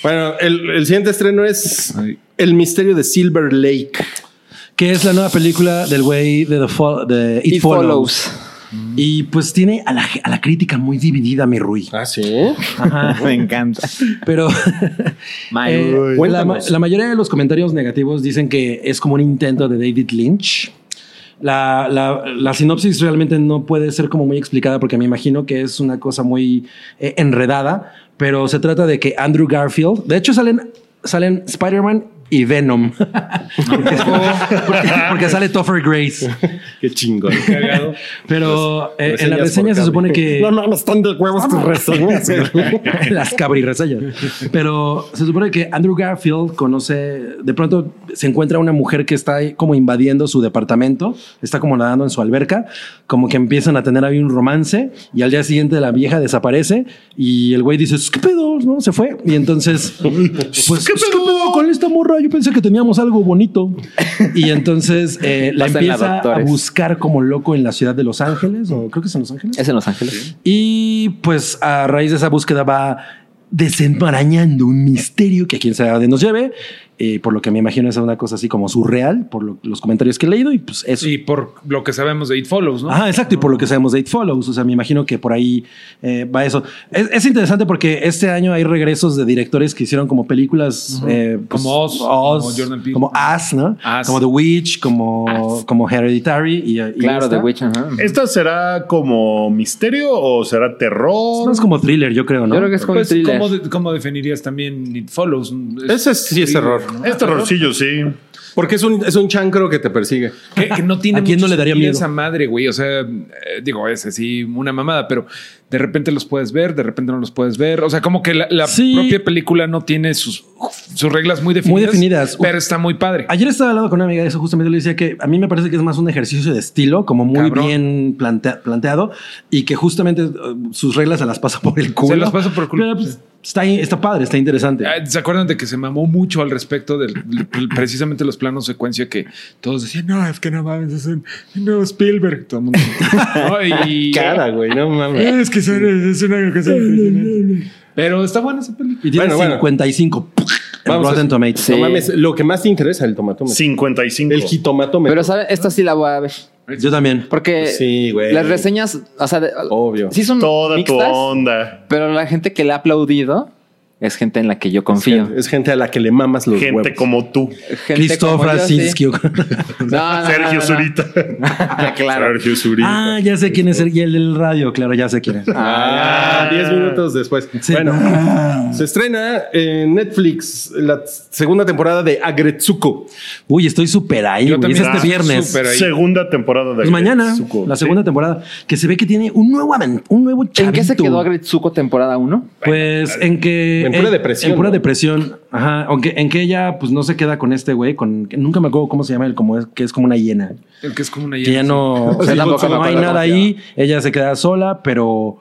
[SPEAKER 6] Bueno, el, el siguiente estreno es
[SPEAKER 5] Ay.
[SPEAKER 6] El misterio de Silver Lake.
[SPEAKER 7] que es la nueva película del güey de, The Fo- de It,
[SPEAKER 3] It
[SPEAKER 7] Follows.
[SPEAKER 3] follows.
[SPEAKER 7] Y pues tiene a la, ge- a la crítica muy dividida, mi Rui.
[SPEAKER 6] Ah, sí.
[SPEAKER 3] Me encanta.
[SPEAKER 7] Pero <laughs> eh,
[SPEAKER 2] Rui.
[SPEAKER 7] la, ma-
[SPEAKER 6] Cuéntanos.
[SPEAKER 7] la mayoría de los comentarios negativos dicen que es como un intento de David Lynch. La, la- la sinopsis realmente no puede ser como muy explicada porque me imagino que es una cosa muy eh, enredada, pero se trata de que Andrew Garfield, de hecho salen, salen Spider-Man y Venom, <laughs> porque, porque- porque sale Topher Grace.
[SPEAKER 6] <laughs> Qué chingón.
[SPEAKER 7] Pero eh, en la reseña
[SPEAKER 6] Reseñas por
[SPEAKER 7] se
[SPEAKER 6] cable.
[SPEAKER 7] supone que
[SPEAKER 6] No, no, no están de huevos tus reseñas.
[SPEAKER 7] <laughs>
[SPEAKER 6] güey.
[SPEAKER 7] las cabrireseñas. Pero se supone que Andrew Garfield conoce, de pronto se encuentra una mujer que está ahí como invadiendo su departamento, está como nadando en su alberca, como que empiezan a tener ahí un romance y al día siguiente la vieja desaparece y el güey dice, ¿qué pedo? ¿No? Se fue. Y entonces, pues, ¿qué pedo con esta morra? Yo pensé que teníamos algo bonito. Y entonces eh, la
[SPEAKER 3] Pásenla,
[SPEAKER 7] empieza a
[SPEAKER 3] doctores.
[SPEAKER 7] buscar como loco en la ciudad de Los Ángeles, o creo que es en Los Ángeles.
[SPEAKER 3] Es en Los Ángeles.
[SPEAKER 7] Y pues a raíz de esa búsqueda va desenmarañando un misterio que a quien sea dónde nos lleve, eh, por lo que me imagino es una cosa así como surreal, por lo- los comentarios que he leído y pues eso.
[SPEAKER 5] Y por lo que sabemos de It Follows, ¿no?
[SPEAKER 7] Ajá, exacto, y por lo que sabemos de It Follows, o sea, me imagino que por ahí eh, va eso. Es, es interesante porque este año hay regresos de directores que hicieron como películas eh, pues,
[SPEAKER 5] Como Oz, como Jordan Peele.
[SPEAKER 7] como As, ¿no?
[SPEAKER 5] As.
[SPEAKER 7] Como The Witch, como, como Hereditary y, y
[SPEAKER 3] Claro,
[SPEAKER 7] esta.
[SPEAKER 3] The Witch. ajá.
[SPEAKER 2] ¿Esta Eh, será como misterio o será
[SPEAKER 7] Es
[SPEAKER 2] terror?
[SPEAKER 7] más como thriller, yo creo, ¿no?
[SPEAKER 3] Yo creo que es como
[SPEAKER 5] Pues,
[SPEAKER 3] un thriller.
[SPEAKER 5] ¿cómo, de- cómo definirías también It Follows?
[SPEAKER 6] Ese es- sí
[SPEAKER 5] thriller,
[SPEAKER 6] es terror.
[SPEAKER 5] ¿no?
[SPEAKER 2] Es terrorcillo, sí.
[SPEAKER 6] Porque es un, es un chancro que te persigue.
[SPEAKER 5] Que, que no tiene
[SPEAKER 7] ¿A quién no
[SPEAKER 5] mucho
[SPEAKER 7] le daría
[SPEAKER 5] sentido
[SPEAKER 7] miedo?
[SPEAKER 5] esa madre, güey. O sea, eh, digo, es así una mamada, pero de repente los puedes ver, de repente no los puedes ver. O sea, como que la, la
[SPEAKER 7] Sí.
[SPEAKER 5] propia película no tiene sus, sus reglas muy definidas.
[SPEAKER 7] definidas.
[SPEAKER 5] Pero está muy padre.
[SPEAKER 7] Ayer estaba hablando con una amiga de eso, justamente le decía que a mí me parece que es más un ejercicio de estilo, como muy
[SPEAKER 5] Cabrón.
[SPEAKER 7] bien plantea- planteado y que justamente eh, sus reglas se las pasa por el culo.
[SPEAKER 5] las pasa por el culo.
[SPEAKER 7] Pero, pues, está, está padre, está interesante.
[SPEAKER 5] Ah, ¿Se acuerdan de que se mamó mucho al respecto de precisamente los planos secuencia que todos decían, no, es que no mames, es un no, Spielberg? Todo
[SPEAKER 7] <laughs>
[SPEAKER 5] el mundo. ¿no? Y-
[SPEAKER 6] Cara, güey, no mames.
[SPEAKER 5] Es que son- es una cosa
[SPEAKER 7] <laughs>
[SPEAKER 5] impresionante. Pero está buena esa película.
[SPEAKER 7] Y tiene
[SPEAKER 6] bueno, bueno.
[SPEAKER 7] 55 en
[SPEAKER 6] Vamos a-
[SPEAKER 7] Rotten Tomatoes.
[SPEAKER 3] Sí.
[SPEAKER 6] No mames, lo que más te interesa es el tomatómetro.
[SPEAKER 2] 55.
[SPEAKER 6] El jitomatómetro.
[SPEAKER 3] Pero, ¿saben? Esta sí la voy a ver.
[SPEAKER 7] Yo también.
[SPEAKER 3] Porque
[SPEAKER 6] Sí, güey.
[SPEAKER 3] las reseñas, o sea, de-
[SPEAKER 6] Obvio.
[SPEAKER 3] sí son
[SPEAKER 2] Toda
[SPEAKER 3] mixtas,
[SPEAKER 2] tu onda.
[SPEAKER 3] pero la gente que le ha aplaudido es gente en la que yo confío.
[SPEAKER 6] Es gente a la que le mamas los
[SPEAKER 2] Gente
[SPEAKER 6] huevos.
[SPEAKER 2] como tú.
[SPEAKER 3] Gente
[SPEAKER 7] Christoph
[SPEAKER 3] como yo, sí.
[SPEAKER 7] Racinski.
[SPEAKER 3] No, no, no,
[SPEAKER 2] Sergio
[SPEAKER 3] no.
[SPEAKER 2] Zurita.
[SPEAKER 3] claro.
[SPEAKER 2] Sergio Zurita.
[SPEAKER 7] <laughs> ah, ya sé quién es el, y el del radio, claro, ya sé quién es.
[SPEAKER 6] Ah, 10 minutos después. Bueno, <laughs> se estrena en Netflix la segunda temporada de Agretsuko.
[SPEAKER 7] <laughs> Uy, estoy súper ahí.
[SPEAKER 5] Yo
[SPEAKER 7] güey. Es
[SPEAKER 5] también
[SPEAKER 7] este
[SPEAKER 5] estoy
[SPEAKER 7] viernes.
[SPEAKER 5] súper ahí.
[SPEAKER 2] Segunda temporada de
[SPEAKER 7] Pues mañana,
[SPEAKER 2] Agretsuko.
[SPEAKER 7] la
[SPEAKER 2] Sí.
[SPEAKER 7] segunda temporada, que se ve que tiene un nuevo, aven- un nuevo
[SPEAKER 3] ¿En qué se
[SPEAKER 7] chavito.
[SPEAKER 3] quedó Agretsuko temporada 1?
[SPEAKER 7] Pues en que
[SPEAKER 6] En pura
[SPEAKER 7] eh,
[SPEAKER 6] depresión,
[SPEAKER 7] En pura
[SPEAKER 6] ¿no?
[SPEAKER 7] depresión. Ajá. Aunque en que ella, pues no se queda con este güey, con. que Nunca me acuerdo cómo se llama él, como es, que es como una hiena.
[SPEAKER 5] El que es como una
[SPEAKER 7] Que ya no. O sea,
[SPEAKER 6] Sí,
[SPEAKER 7] tampoco
[SPEAKER 6] con la
[SPEAKER 7] no hay
[SPEAKER 6] palabra
[SPEAKER 7] nada ahí. Ella se queda sola, pero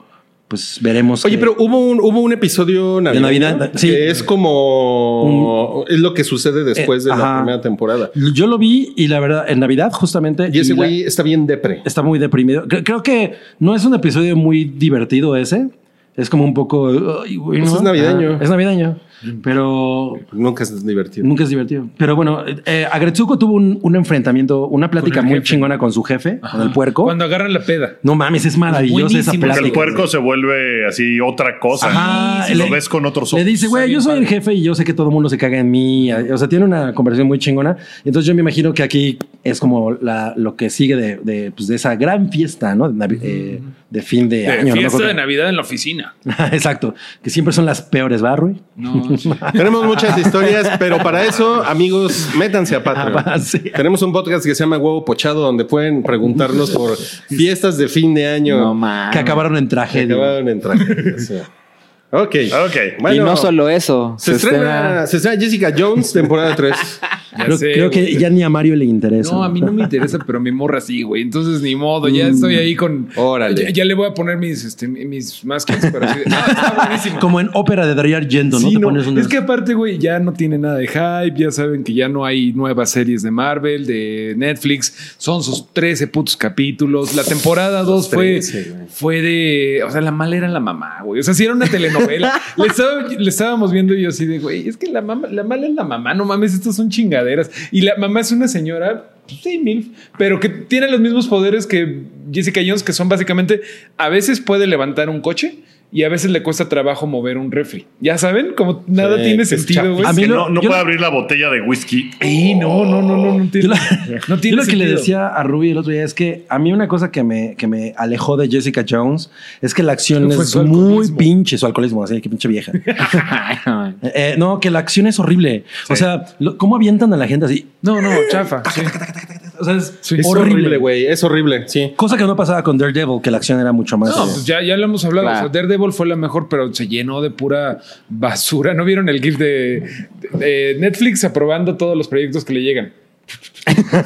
[SPEAKER 7] pues veremos.
[SPEAKER 6] Oye,
[SPEAKER 7] qué-
[SPEAKER 6] pero hubo un, hubo un episodio navideño
[SPEAKER 7] Navidad, sí.
[SPEAKER 6] que es como es lo que sucede después
[SPEAKER 7] Eh,
[SPEAKER 6] de la
[SPEAKER 7] ajá.
[SPEAKER 6] primera temporada.
[SPEAKER 7] Yo lo vi y la verdad, en Navidad, justamente.
[SPEAKER 6] Y ese
[SPEAKER 7] la-
[SPEAKER 6] güey está bien depre.
[SPEAKER 7] está muy deprimido. Cre- Creo que no es un episodio muy divertido ese. Es como un poco. "Ay, güey,
[SPEAKER 6] Pues
[SPEAKER 7] ¿no?".
[SPEAKER 6] es navideño. Mm.
[SPEAKER 7] Ajá, es navideño. Pero
[SPEAKER 6] Nunca es divertido.
[SPEAKER 7] nunca es divertido. Pero bueno, eh, eh, Agretsuko tuvo un, un enfrentamiento, una plática
[SPEAKER 5] el
[SPEAKER 7] muy
[SPEAKER 5] jefe.
[SPEAKER 7] chingona con su jefe, con el puerco.
[SPEAKER 5] Cuando agarran la peda.
[SPEAKER 7] No mames, es maravillosa esa
[SPEAKER 5] Buenísimo.
[SPEAKER 2] Porque
[SPEAKER 7] plática.
[SPEAKER 2] el puerco se vuelve así otra cosa.
[SPEAKER 7] Ajá, Ah,
[SPEAKER 2] y lo
[SPEAKER 7] le-
[SPEAKER 2] ves con otros
[SPEAKER 7] Le
[SPEAKER 2] ojos.
[SPEAKER 7] dice, güey, yo soy el jefe y yo sé que todo el mundo se caga en mí. O sea, tiene una conversación muy chingona. Entonces yo me imagino que aquí es como la, lo que sigue de, de, pues, de esa gran fiesta, ¿no? De, navi- eh, de fin de,
[SPEAKER 5] Eh,
[SPEAKER 7] año. ¿no? Me
[SPEAKER 5] fiesta
[SPEAKER 7] acuerdo.
[SPEAKER 5] de Navidad en la oficina.
[SPEAKER 7] <laughs> Exacto. Que siempre son las peores, ¿verdad, Rui?
[SPEAKER 5] No,
[SPEAKER 7] <laughs>
[SPEAKER 6] Tenemos muchas historias, pero para eso, amigos, métanse a Patreon.
[SPEAKER 7] <laughs> Ah,
[SPEAKER 5] <laughs>
[SPEAKER 7] sí.
[SPEAKER 6] Tenemos un podcast que se llama Huevo Pochado, donde pueden preguntarnos por fiestas de fin de año
[SPEAKER 3] No
[SPEAKER 7] que
[SPEAKER 3] mames.
[SPEAKER 7] acabaron en
[SPEAKER 6] que
[SPEAKER 7] tragedia.
[SPEAKER 6] acabaron en tragedia. sí.
[SPEAKER 2] Ok.
[SPEAKER 6] Ok.
[SPEAKER 3] Y
[SPEAKER 6] Bueno,
[SPEAKER 3] no solo eso. <laughs>
[SPEAKER 6] Se, estrena, se estrena Jessica Jones, temporada 3.
[SPEAKER 5] ya
[SPEAKER 7] Creo,
[SPEAKER 5] sé,
[SPEAKER 7] creo que
[SPEAKER 5] güey.
[SPEAKER 7] ya ni a Mario le interesa.
[SPEAKER 5] No, a mí no me interesa, pero mi morra sí, güey. Entonces, ni modo, ya
[SPEAKER 7] Mm.
[SPEAKER 5] estoy ahí con.
[SPEAKER 6] Órale.
[SPEAKER 5] Ya, ya le voy a poner mis, este, mis máscaras, pero sí. No, "Ah,
[SPEAKER 7] <laughs>
[SPEAKER 5] está buenísimo.
[SPEAKER 7] Como en ópera de Darío Argento, ¿no?
[SPEAKER 5] Sí,
[SPEAKER 7] Te
[SPEAKER 5] no,
[SPEAKER 7] pones una-
[SPEAKER 5] Es que aparte, güey, ya no tiene nada de hype. Ya saben que ya no hay nuevas series de Marvel, de Netflix. Son sus 13 putos capítulos. La temporada 2 fue,
[SPEAKER 6] 13, güey.
[SPEAKER 5] fue de. O sea, la mala era la mamá, güey. O sea, si era una telenovela. le, estaba- le estábamos viendo y yo así de, güey, es que la, mamá, la mala es la mamá. No mames, estas son chingaderas. Y la mamá es una señora. pues, Sí, Milf, pero que tiene los mismos poderes que Jessica Jones, que son básicamente a veces puede levantar un coche y a veces le cuesta trabajo mover un refri. Ya saben, como nada
[SPEAKER 6] Sí,
[SPEAKER 5] tiene
[SPEAKER 6] que es
[SPEAKER 5] sentido, güey.
[SPEAKER 7] A mí
[SPEAKER 2] Que
[SPEAKER 7] lo-
[SPEAKER 2] no, no
[SPEAKER 7] yo
[SPEAKER 2] puede
[SPEAKER 7] lo-
[SPEAKER 2] abrir la botella de whisky.
[SPEAKER 5] Sí, no, no, no, no, no tiene.
[SPEAKER 7] Yo lo,
[SPEAKER 5] no
[SPEAKER 7] yo
[SPEAKER 5] tiene
[SPEAKER 7] lo que le
[SPEAKER 5] sentido.
[SPEAKER 7] decía a Ruby el otro día es que a mí una cosa que me, que me alejó de Jessica Jones es que la acción
[SPEAKER 5] Fue
[SPEAKER 7] es
[SPEAKER 5] su
[SPEAKER 7] muy
[SPEAKER 5] alcoholismo.
[SPEAKER 7] pinche, su alcoholismo, así que pinche
[SPEAKER 5] <laughs>
[SPEAKER 7] vieja. Eh, eh, no, que la acción es horrible. O sea, lo- ¿cómo avientan a la gente así?
[SPEAKER 5] No, no, chafa. sí.
[SPEAKER 7] O sea, es
[SPEAKER 5] Sí.
[SPEAKER 6] Es horrible,
[SPEAKER 7] horrible, güey.
[SPEAKER 6] güey. Es horrible, sí.
[SPEAKER 7] Cosa que no pasaba con Daredevil, que la acción era mucho más. eh,
[SPEAKER 5] No, pues ya, ya lo hemos hablado.
[SPEAKER 3] Claro.
[SPEAKER 5] O sea, Daredevil fue la mejor, pero se llenó de pura basura. ¿No vieron el GIF de, de Netflix aprobando todos los proyectos que le llegan?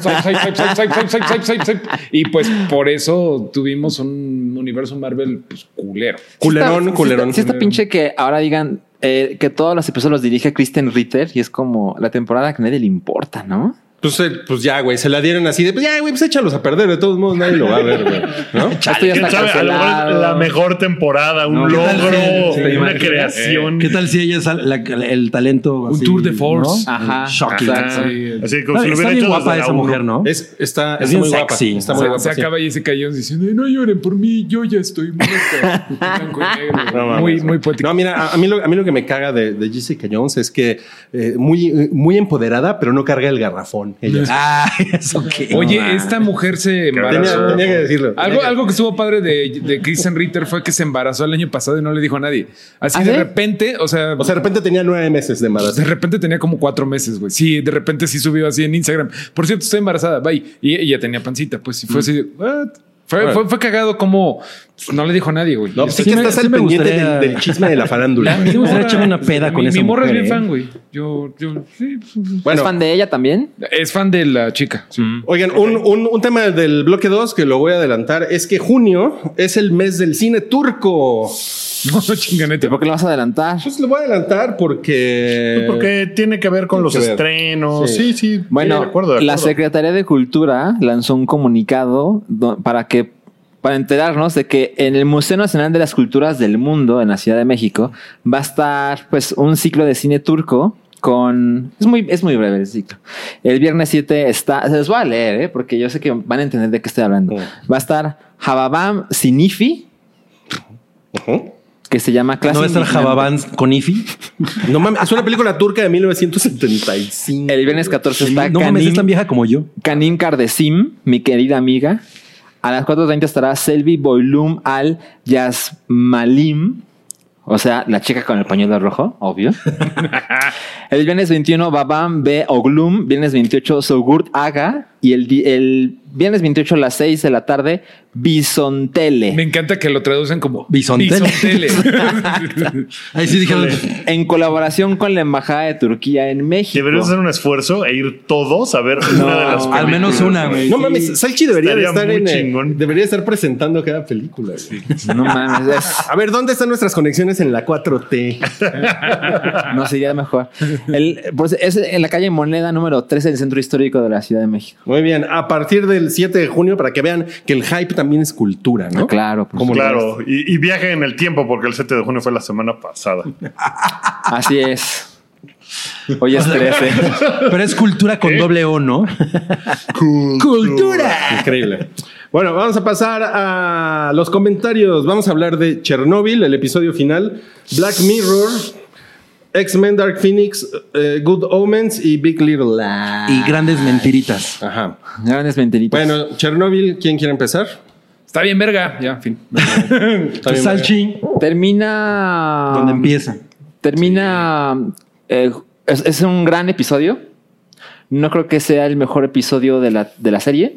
[SPEAKER 5] Swipe, swipe, swipe, swipe, swipe, swipe, swipe, swipe, swipe. Y pues por eso tuvimos un universo Marvel pues, culero.
[SPEAKER 6] Culerón, culerón.
[SPEAKER 3] Si está pinche que ahora digan eh, que todos los episodios los dirige Kristen Ritter y es como la temporada que a nadie le importa, ¿no?
[SPEAKER 6] Pues, eh, pues ya, güey, se la dieron así de, pues ya, güey, pues échalos a perder. De todos modos, nadie lo va a ver, güey.
[SPEAKER 3] <laughs>
[SPEAKER 6] ¿No?
[SPEAKER 3] Esto ya
[SPEAKER 2] ¿Quién
[SPEAKER 3] está
[SPEAKER 2] sabe? A lo mejor
[SPEAKER 3] cancelado.
[SPEAKER 2] es la mejor temporada, un
[SPEAKER 7] ¿qué tal
[SPEAKER 2] logro,
[SPEAKER 7] si- si
[SPEAKER 2] una
[SPEAKER 7] imaginas?
[SPEAKER 2] creación.
[SPEAKER 7] ¿Qué tal si ella es la- el talento?
[SPEAKER 5] Un
[SPEAKER 7] así,
[SPEAKER 5] tour de force.
[SPEAKER 7] ¿no?
[SPEAKER 3] Ajá.
[SPEAKER 7] Shocking.
[SPEAKER 3] Exacto.
[SPEAKER 5] Sí, el-
[SPEAKER 2] Así como si
[SPEAKER 7] Está,
[SPEAKER 2] lo
[SPEAKER 7] está
[SPEAKER 2] hubiera
[SPEAKER 7] bien
[SPEAKER 2] hecho
[SPEAKER 7] guapa
[SPEAKER 2] desde la
[SPEAKER 7] esa
[SPEAKER 2] uno.
[SPEAKER 7] mujer, ¿no?
[SPEAKER 6] Es, está, está
[SPEAKER 7] bien
[SPEAKER 6] muy guapa.
[SPEAKER 7] sexy.
[SPEAKER 6] Está
[SPEAKER 5] Se-
[SPEAKER 6] muy guapa.
[SPEAKER 5] se
[SPEAKER 6] sí.
[SPEAKER 5] acaba Jessica Jones diciendo, "Ay, no lloren por mí, yo ya estoy
[SPEAKER 6] <laughs>
[SPEAKER 5] muerta. Blanco y negro.
[SPEAKER 6] No mames,
[SPEAKER 5] muy,
[SPEAKER 6] güey.
[SPEAKER 5] muy poético.
[SPEAKER 6] No, mira, a, a mí lo, a mí lo que me caga de, de Jessica Jones es que eh, muy, eh, muy empoderada, pero no carga el garrafón. Ella.
[SPEAKER 7] <laughs> Ah, eso qué.
[SPEAKER 5] Oye, este
[SPEAKER 7] No,
[SPEAKER 5] esta mujer se embarazó.
[SPEAKER 6] tenía, tenía que decirlo.
[SPEAKER 5] Algo, algo que estuvo padre de, de Kristen Ritter fue que se embarazó el año pasado y no le dijo a nadie. Así
[SPEAKER 3] ¿Ah,
[SPEAKER 5] de
[SPEAKER 3] sí?
[SPEAKER 5] repente, o sea,
[SPEAKER 6] O sea, de repente tenía nueve meses de embarazo.
[SPEAKER 5] de repente tenía como cuatro meses, güey. Sí, de repente sí subió así en Instagram. Por cierto, estoy embarazada, bye. Y ella tenía pancita, pues sí
[SPEAKER 6] Mm.
[SPEAKER 5] fue así. de, "What?". Fue, fue, fue cagado como pues, no le dijo a nadie, güey. Y
[SPEAKER 6] No, pues sí
[SPEAKER 5] así
[SPEAKER 6] que
[SPEAKER 5] me-
[SPEAKER 6] estás
[SPEAKER 7] sí
[SPEAKER 6] al
[SPEAKER 7] me
[SPEAKER 6] pendiente
[SPEAKER 7] gustaría-
[SPEAKER 6] del, del chisme de
[SPEAKER 5] <laughs>
[SPEAKER 6] la farándula. güey.
[SPEAKER 7] Sí me gustaría echarme una peda
[SPEAKER 5] mi-
[SPEAKER 7] con esa
[SPEAKER 5] Mi morra es
[SPEAKER 7] mujer,
[SPEAKER 5] bien
[SPEAKER 7] ¿eh?
[SPEAKER 5] fan, güey. Yo, yo, sí. pues,
[SPEAKER 3] ¿Es fan de ella también?
[SPEAKER 5] Es fan de la chica.
[SPEAKER 6] Oigan, un, un- un tema del bloque 2 que lo voy a adelantar es que junio es el mes del cine turco.
[SPEAKER 5] <laughs> No, no chinganete.
[SPEAKER 3] ¿Por qué lo vas a adelantar?
[SPEAKER 6] Pues lo voy a adelantar porque.
[SPEAKER 2] Porque tiene que ver con
[SPEAKER 6] Tiene
[SPEAKER 2] los
[SPEAKER 6] que ver.
[SPEAKER 2] estrenos.
[SPEAKER 6] Sí.
[SPEAKER 2] Sí, sí.
[SPEAKER 3] Bueno,
[SPEAKER 2] sí, de acuerdo, de
[SPEAKER 3] la
[SPEAKER 2] acuerdo.
[SPEAKER 3] Secretaría de Cultura lanzó un comunicado do- para que para enterarnos de que en el Museo Nacional de las Culturas del Mundo en la Ciudad de México va a estar pues un ciclo de cine turco con es muy es muy breve el ciclo. El viernes 7 está se los voy a leer, ¿eh? porque yo sé que van a entender de qué estoy hablando. Va a estar Hababam Sinifi
[SPEAKER 6] Ujú.
[SPEAKER 3] que se
[SPEAKER 2] Ah,
[SPEAKER 3] llama Clase
[SPEAKER 7] ¿No va a estar
[SPEAKER 3] Indignante.
[SPEAKER 7] Javabans con Ifi?
[SPEAKER 6] No mames, es una película turca de 1975.
[SPEAKER 3] El viernes 14 está
[SPEAKER 7] No mames, es
[SPEAKER 3] Canin-
[SPEAKER 7] tan vieja como yo.
[SPEAKER 3] Kanim Kardesim, mi querida amiga. A las 4.30 estará Selvi Boylum al Yasmalim. O sea, la chica con el pañuelo rojo, obvio. el viernes 21, Babam B. Oglum. Viernes 28, Sogurt Aga. Y el, di- el viernes 28 a las 6 de la tarde, Bisontele.
[SPEAKER 5] Me encanta que lo traducen como
[SPEAKER 4] Bisontel.
[SPEAKER 7] <laughs>
[SPEAKER 5] Bisontele.
[SPEAKER 7] Ahí sí dijeron.
[SPEAKER 3] En colaboración con la Embajada de Turquía en México.
[SPEAKER 2] Deberíamos hacer un esfuerzo e ir todos a ver una de las
[SPEAKER 4] al menos
[SPEAKER 2] películas.
[SPEAKER 4] una, güey.
[SPEAKER 6] No mames, Salchi debería de estar
[SPEAKER 2] Estaría
[SPEAKER 6] en.
[SPEAKER 2] muy
[SPEAKER 6] eh,
[SPEAKER 2] chingón.
[SPEAKER 6] Debería estar presentando cada película. güey.
[SPEAKER 3] No mames, es-
[SPEAKER 6] A ver, ¿dónde están nuestras conexiones en la 4T?
[SPEAKER 3] nos iría mejor. El- pues, es en la calle Moneda número 3 del Centro Histórico de la Ciudad de México.
[SPEAKER 6] Muy bien, a partir del 7 de junio para que vean que el hype también es cultura, ¿no?
[SPEAKER 3] Ah, claro, por
[SPEAKER 6] Como
[SPEAKER 2] Claro, y, y viaje en el tiempo porque el 7 de junio fue la semana pasada.
[SPEAKER 3] Así es.
[SPEAKER 4] <laughs>
[SPEAKER 3] Hoy es 13.
[SPEAKER 4] Pero es cultura con doble O, ¿no?
[SPEAKER 6] Cultura. Increíble. Bueno, vamos a pasar a los comentarios. Vamos a hablar de Chernobyl, el episodio final, Black Mirror, X-Men Dark Phoenix, eh, Good Omens y Big Little Lies.
[SPEAKER 4] Y grandes mentiritas.
[SPEAKER 6] Ajá.
[SPEAKER 3] Grandes mentiritas.
[SPEAKER 6] Bueno, Chernobyl, ¿quién quiere empezar?
[SPEAKER 5] Está bien, verga. Ya, en fin.
[SPEAKER 6] Está bien,
[SPEAKER 4] Salchi,
[SPEAKER 3] termina.
[SPEAKER 4] donde empieza.
[SPEAKER 3] Termina. eh, es, es un gran episodio. No creo que sea el mejor episodio de la, de la serie.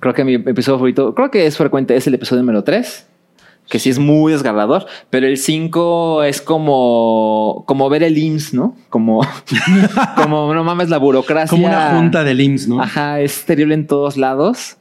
[SPEAKER 3] Creo que mi episodio favorito, creo que es frecuente, es el episodio número 3, que sí es muy desgarrador, pero el 5 es como, como ver el IMSS, ¿no? Como, <laughs> como no mames la burocracia.
[SPEAKER 4] Como una junta del IMSS, ¿no?
[SPEAKER 3] Ajá, es terrible en todos lados.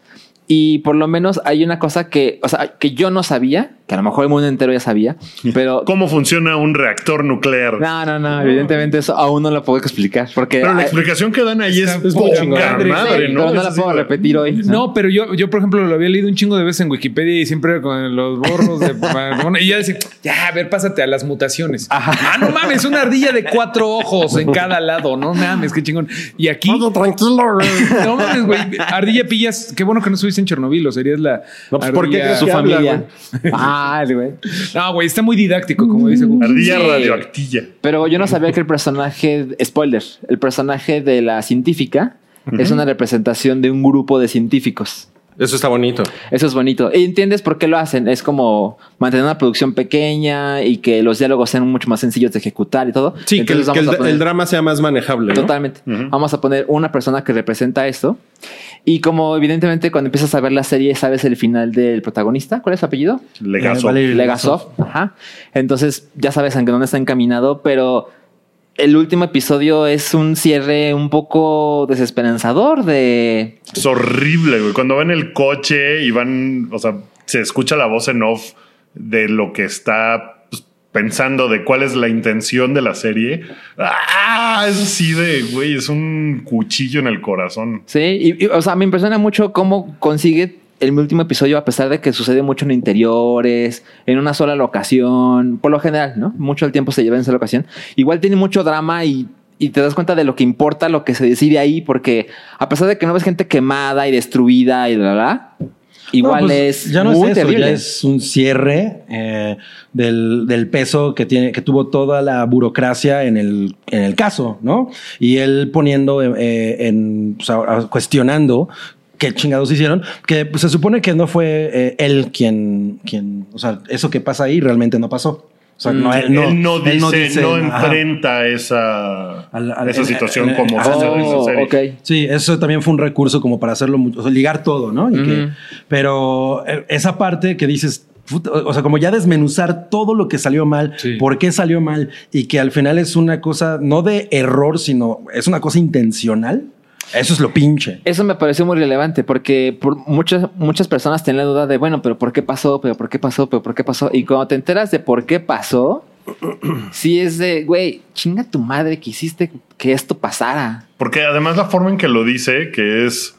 [SPEAKER 3] Y por lo menos hay una cosa que, o sea, que yo no sabía, que a lo mejor el mundo entero ya
[SPEAKER 6] <laughs>
[SPEAKER 3] sabía, pero
[SPEAKER 2] ¿Cómo funciona un reactor nuclear?
[SPEAKER 3] no, no, no, evidentemente eso aún no lo puedo explicar porque
[SPEAKER 2] Pero la
[SPEAKER 3] ay,
[SPEAKER 2] explicación que dan ahí es,
[SPEAKER 5] Está
[SPEAKER 6] muy
[SPEAKER 2] poca
[SPEAKER 6] chingona.
[SPEAKER 2] madre,
[SPEAKER 3] ah, pero
[SPEAKER 2] ¿no?
[SPEAKER 3] no,
[SPEAKER 2] Es
[SPEAKER 3] la
[SPEAKER 2] así
[SPEAKER 3] puedo
[SPEAKER 2] de-
[SPEAKER 3] repetir hoy.
[SPEAKER 5] No, pero yo, yo, por ejemplo, lo había leído un chingo de veces en Wikipedia y siempre con los borros
[SPEAKER 6] <laughs>
[SPEAKER 5] de bueno, y ya decía, ya, a ver, pásate a las mutaciones. Ah, no mames, una ardilla de cuatro ojos en cada lado. No mames, qué chingón. Y aquí.
[SPEAKER 6] Todo tranquilo, güey.
[SPEAKER 5] No mames, güey. Ardilla pillas. Qué bueno que no estuviste en Chernobyl, o serías la.
[SPEAKER 6] No, pues, ¿por qué
[SPEAKER 5] ardilla-
[SPEAKER 6] crees
[SPEAKER 3] su
[SPEAKER 6] que habla,
[SPEAKER 3] familia. <laughs> Ah, güey.
[SPEAKER 5] No, güey, está muy didáctico, como
[SPEAKER 6] Mm.
[SPEAKER 5] dice Google.
[SPEAKER 2] Ardilla
[SPEAKER 3] Sí.
[SPEAKER 2] radioactilla.
[SPEAKER 3] Pero yo no sabía que el personaje, spoiler, el personaje de la científica es una representación de un grupo de científicos.
[SPEAKER 6] Eso está bonito.
[SPEAKER 3] Eso es bonito. Y entiendes por qué lo hacen. Es como mantener una producción pequeña y que los diálogos sean mucho más sencillos de ejecutar y todo.
[SPEAKER 6] Sí, que, el,
[SPEAKER 3] Entonces
[SPEAKER 6] que el-
[SPEAKER 3] vamos a poner-
[SPEAKER 6] el drama sea más manejable. ¿no?
[SPEAKER 3] Totalmente. Vamos a poner una persona que representa esto. Y como evidentemente cuando empiezas a ver la serie sabes el final del protagonista, ¿cuál es su apellido?
[SPEAKER 2] Le
[SPEAKER 4] Eh, Valery
[SPEAKER 3] Legasov. Ajá. Entonces ya sabes en dónde está encaminado, pero el último episodio es un cierre un poco desesperanzador de...
[SPEAKER 2] Es horrible, güey. Cuando van en el coche y van, o sea, se escucha la voz en off de lo que está pues, pensando, de cuál es la intención de la serie. Ah, es así de, güey, es un cuchillo en el corazón.
[SPEAKER 3] Sí, y, y, o sea, me impresiona mucho cómo consigue el último episodio, a pesar de que sucede mucho en interiores, en una sola locación, por lo general, ¿no? Mucho el tiempo se lleva en esa locación. Igual tiene mucho drama y, y te das cuenta de lo que importa, lo que se decide ahí, porque a pesar de que no ves gente quemada y destruida y bla, bla, bla, igual
[SPEAKER 4] No, pues,
[SPEAKER 3] es
[SPEAKER 4] ya no
[SPEAKER 3] muy
[SPEAKER 4] es eso,
[SPEAKER 3] terrible.
[SPEAKER 4] ya es un cierre eh, del, del peso que tiene que tuvo toda la burocracia en el, en el caso, ¿no? Y él poniendo eh, en pues, ahora cuestionando qué chingados hicieron, que pues, se supone que no fue eh, él quien, quien, o sea, eso que pasa ahí realmente no pasó. O sea, no, él, no,
[SPEAKER 2] él no dice,
[SPEAKER 4] él
[SPEAKER 2] no,
[SPEAKER 4] dice, ajá.
[SPEAKER 2] enfrenta esa,
[SPEAKER 4] Al- al-
[SPEAKER 2] esa
[SPEAKER 4] en-
[SPEAKER 2] situación
[SPEAKER 4] en-
[SPEAKER 2] <laughs>
[SPEAKER 4] ah,
[SPEAKER 2] como
[SPEAKER 4] ajá.
[SPEAKER 2] sucede en esa
[SPEAKER 3] Oh,
[SPEAKER 2] serie.
[SPEAKER 3] ok.
[SPEAKER 4] Sí, eso también fue un recurso como para hacerlo, mucho, o sea, ligar todo, ¿no? Y que- pero eh, esa parte que dices, puta, o o sea, como ya desmenuzar todo lo que salió mal,
[SPEAKER 5] Sí.
[SPEAKER 4] por qué salió mal, y que al final es una cosa, no de error, sino es una cosa intencional, eso es lo pinche.
[SPEAKER 3] Eso me pareció muy relevante porque por muchas, muchas personas tienen la duda de, bueno, pero ¿por qué pasó? ¿Pero por qué pasó? ¿Pero por qué pasó? Y cuando te enteras de por qué pasó, <clears throat> sí es de, güey, chinga tu madre que hiciste que esto pasara.
[SPEAKER 2] Porque además la forma en que lo dice, que es,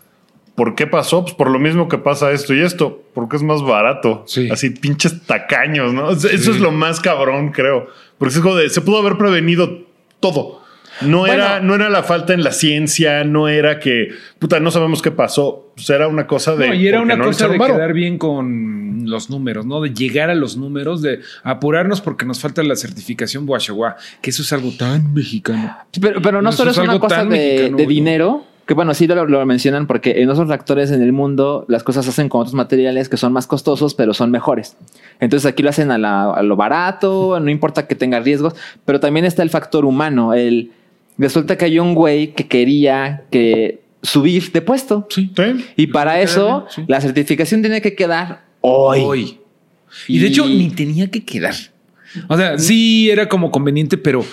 [SPEAKER 2] ¿por qué pasó? Pues por lo mismo que pasa esto y esto, porque es más barato.
[SPEAKER 5] Sí.
[SPEAKER 2] Así pinches tacaños, ¿no? O sea, Eso es lo más cabrón, creo. Porque es como de, se pudo haber prevenido todo. No, era, no era la falta en la ciencia, no era que, puta, no sabemos qué pasó. Pues era una cosa de...
[SPEAKER 5] No, y era
[SPEAKER 2] porque
[SPEAKER 5] una
[SPEAKER 2] no le
[SPEAKER 5] cosa de
[SPEAKER 2] echaron varo.
[SPEAKER 5] quedar bien con los números, ¿no? De llegar a los números, de apurarnos porque nos falta la certificación Guachagua, que eso es algo tan mexicano.
[SPEAKER 3] Pero, pero no
[SPEAKER 5] Eso
[SPEAKER 3] solo
[SPEAKER 5] es
[SPEAKER 3] es una
[SPEAKER 5] algo
[SPEAKER 3] cosa
[SPEAKER 5] tan
[SPEAKER 3] de,
[SPEAKER 5] mexicano,
[SPEAKER 3] de
[SPEAKER 5] güey.
[SPEAKER 3] dinero, que bueno, sí lo, lo mencionan porque en otros reactores en el mundo las cosas se hacen con otros materiales que son más costosos, pero son mejores. Entonces aquí lo hacen a, la- a lo barato, no importa que tenga riesgos, pero también está el factor humano, el... Resulta que hay un güey que quería que subir de puesto.
[SPEAKER 5] Sí.
[SPEAKER 2] Sí.
[SPEAKER 3] Y para eso,
[SPEAKER 5] Pues sí.
[SPEAKER 3] la certificación tiene que quedar hoy.
[SPEAKER 5] Hoy. Y de hecho, ni tenía que quedar. O sea, sí era como conveniente, pero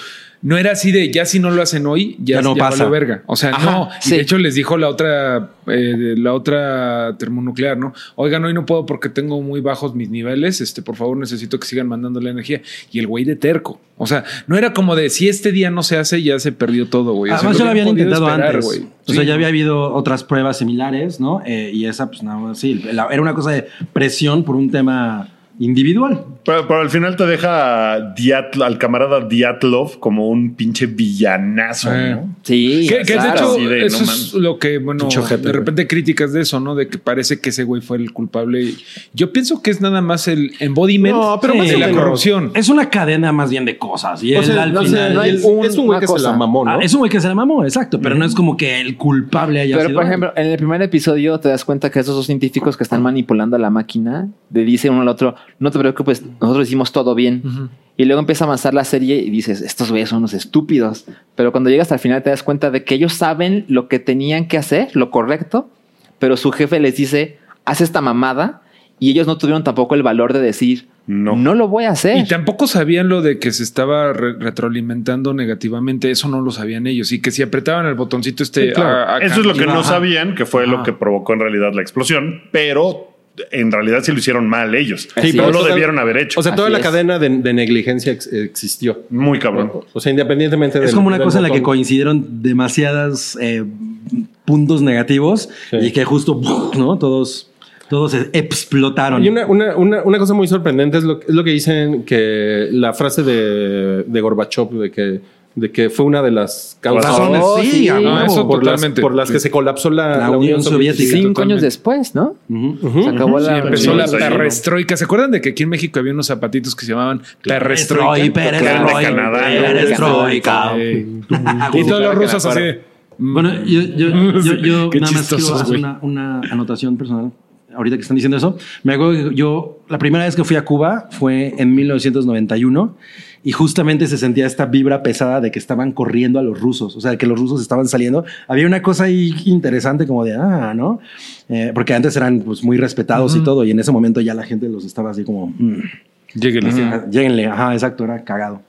[SPEAKER 5] no era así de ya si no lo hacen hoy, ya,
[SPEAKER 4] Ya no
[SPEAKER 5] ya vale
[SPEAKER 4] pasa.
[SPEAKER 5] verga. O sea,
[SPEAKER 3] Ajá,
[SPEAKER 5] no. Y
[SPEAKER 3] sí.
[SPEAKER 5] de hecho, les dijo la otra, eh, la otra termonuclear, ¿no? Oigan, hoy no puedo porque tengo muy bajos mis niveles. Este, por favor, necesito que sigan mandando la energía. Y el güey de terco. O sea, no era como de si este día no se hace, ya se perdió todo, güey. O sea,
[SPEAKER 7] Además, ya
[SPEAKER 5] no
[SPEAKER 7] lo habían
[SPEAKER 5] habían podido
[SPEAKER 7] intentado
[SPEAKER 5] esperar,
[SPEAKER 7] antes.
[SPEAKER 5] güey.
[SPEAKER 7] O sea,
[SPEAKER 5] Sí.
[SPEAKER 7] ya había habido otras pruebas similares, ¿no? Eh, y esa, pues nada más, sí, la- era una cosa de presión por un tema individual.
[SPEAKER 2] Pero, pero al final te deja a Diatl- al camarada Diatlov como un pinche villanazo,
[SPEAKER 5] Eh.
[SPEAKER 2] ¿no?
[SPEAKER 3] Sí,
[SPEAKER 5] Que, que de
[SPEAKER 3] claro.
[SPEAKER 5] hecho,
[SPEAKER 2] Así de,
[SPEAKER 5] eso
[SPEAKER 2] no
[SPEAKER 5] es
[SPEAKER 2] mames.
[SPEAKER 5] lo que, bueno,
[SPEAKER 6] Pinche ojete,
[SPEAKER 5] de repente críticas de eso, ¿no? De que parece que ese güey fue el culpable. Yo pienso que es nada más el embodiment
[SPEAKER 6] No, pero
[SPEAKER 7] más
[SPEAKER 5] de
[SPEAKER 7] o
[SPEAKER 5] la
[SPEAKER 7] menos.
[SPEAKER 5] corrupción.
[SPEAKER 7] Es una cadena más bien de cosas. Y
[SPEAKER 6] O
[SPEAKER 7] él
[SPEAKER 6] sea,
[SPEAKER 7] al
[SPEAKER 6] no sé,
[SPEAKER 7] final. él-
[SPEAKER 6] y el- es un güey
[SPEAKER 3] una
[SPEAKER 6] que se
[SPEAKER 3] cosa.
[SPEAKER 6] la mamó, ¿no?
[SPEAKER 7] Ah, es un güey que se la mamó, exacto. Pero no es como que el culpable haya
[SPEAKER 3] Pero,
[SPEAKER 7] sido.
[SPEAKER 3] por
[SPEAKER 7] él.
[SPEAKER 3] ejemplo, en el primer episodio te das cuenta que esos dos científicos que están manipulando a la máquina le dicen uno al otro, no te preocupes, nosotros hicimos todo bien. Y luego empieza a avanzar la serie y dices, estos güeyes son unos estúpidos. Pero cuando llegas al final te das cuenta de que ellos saben lo que tenían que hacer, lo correcto, pero su jefe les dice, haz esta mamada. Y ellos no tuvieron tampoco el valor de decir,
[SPEAKER 2] No.
[SPEAKER 3] no, lo voy a hacer.
[SPEAKER 5] Y tampoco sabían lo de que se estaba re- retroalimentando negativamente. Eso no lo sabían ellos. Y que si apretaban el botoncito este. a- a
[SPEAKER 2] Eso es lo que
[SPEAKER 5] cambio,
[SPEAKER 2] no
[SPEAKER 5] ajá.
[SPEAKER 2] sabían, que fue lo que provocó en realidad la explosión, pero en realidad sí lo hicieron mal ellos.
[SPEAKER 3] Sí,
[SPEAKER 2] no
[SPEAKER 3] pero
[SPEAKER 2] lo
[SPEAKER 6] total-
[SPEAKER 2] debieron haber hecho.
[SPEAKER 6] O sea, toda
[SPEAKER 3] Así
[SPEAKER 6] la
[SPEAKER 3] es.
[SPEAKER 6] cadena de, de negligencia ex- existió.
[SPEAKER 2] Muy cabrón.
[SPEAKER 6] O sea, independientemente de.
[SPEAKER 7] Es como una cosa en la que coincidieron demasiadas eh, puntos negativos
[SPEAKER 6] Sí.
[SPEAKER 7] y que justo, <laughs> ¿no? Todos, todos explotaron.
[SPEAKER 6] Y una, una, una, una cosa muy sorprendente es lo, es lo que dicen que la frase de, de Gorbachev de que, de que fue una de las causas
[SPEAKER 2] Razones,
[SPEAKER 3] Oh,
[SPEAKER 7] sí,
[SPEAKER 3] sí.
[SPEAKER 7] a
[SPEAKER 5] No,
[SPEAKER 3] Cinco
[SPEAKER 5] eso
[SPEAKER 6] por, las,
[SPEAKER 5] totalmente.
[SPEAKER 6] por las que se colapsó la, la Unión Soviética.
[SPEAKER 3] años
[SPEAKER 5] totalmente.
[SPEAKER 3] después, ¿no?
[SPEAKER 7] Ujú.
[SPEAKER 6] Ujú.
[SPEAKER 3] Se acabó la...
[SPEAKER 5] Empezó
[SPEAKER 2] Sí,
[SPEAKER 5] la
[SPEAKER 2] desayuno.
[SPEAKER 5] perrestroika. ¿Se acuerdan de que aquí en México había unos zapatitos que se llamaban
[SPEAKER 7] Perestroika,
[SPEAKER 2] Claro,
[SPEAKER 5] perrestroika?
[SPEAKER 2] de
[SPEAKER 7] perestroika,
[SPEAKER 2] Canadá, ¿no?
[SPEAKER 7] perestroika.
[SPEAKER 5] Eh, Y todos los rusos así. de, "Mm,
[SPEAKER 7] Bueno, yo,
[SPEAKER 5] <laughs>
[SPEAKER 7] yo, yo, yo
[SPEAKER 5] Qué
[SPEAKER 7] nada más quiero
[SPEAKER 5] chistosos,
[SPEAKER 7] hacer
[SPEAKER 5] güey.
[SPEAKER 7] una, una anotación personal. Ahorita que están diciendo eso, me acuerdo que yo, la primera vez que fui a Cuba fue en 1991 y justamente se sentía esta vibra pesada de que estaban corriendo a los rusos, o sea, que los rusos estaban saliendo. Había una cosa ahí interesante como de, ah, ¿no? Eh, porque antes eran pues, muy respetados y todo y en ese momento ya la gente los estaba así como, mm,
[SPEAKER 5] Lléguenle.
[SPEAKER 7] ajá, lléguenle, ajá, exacto, era cagado.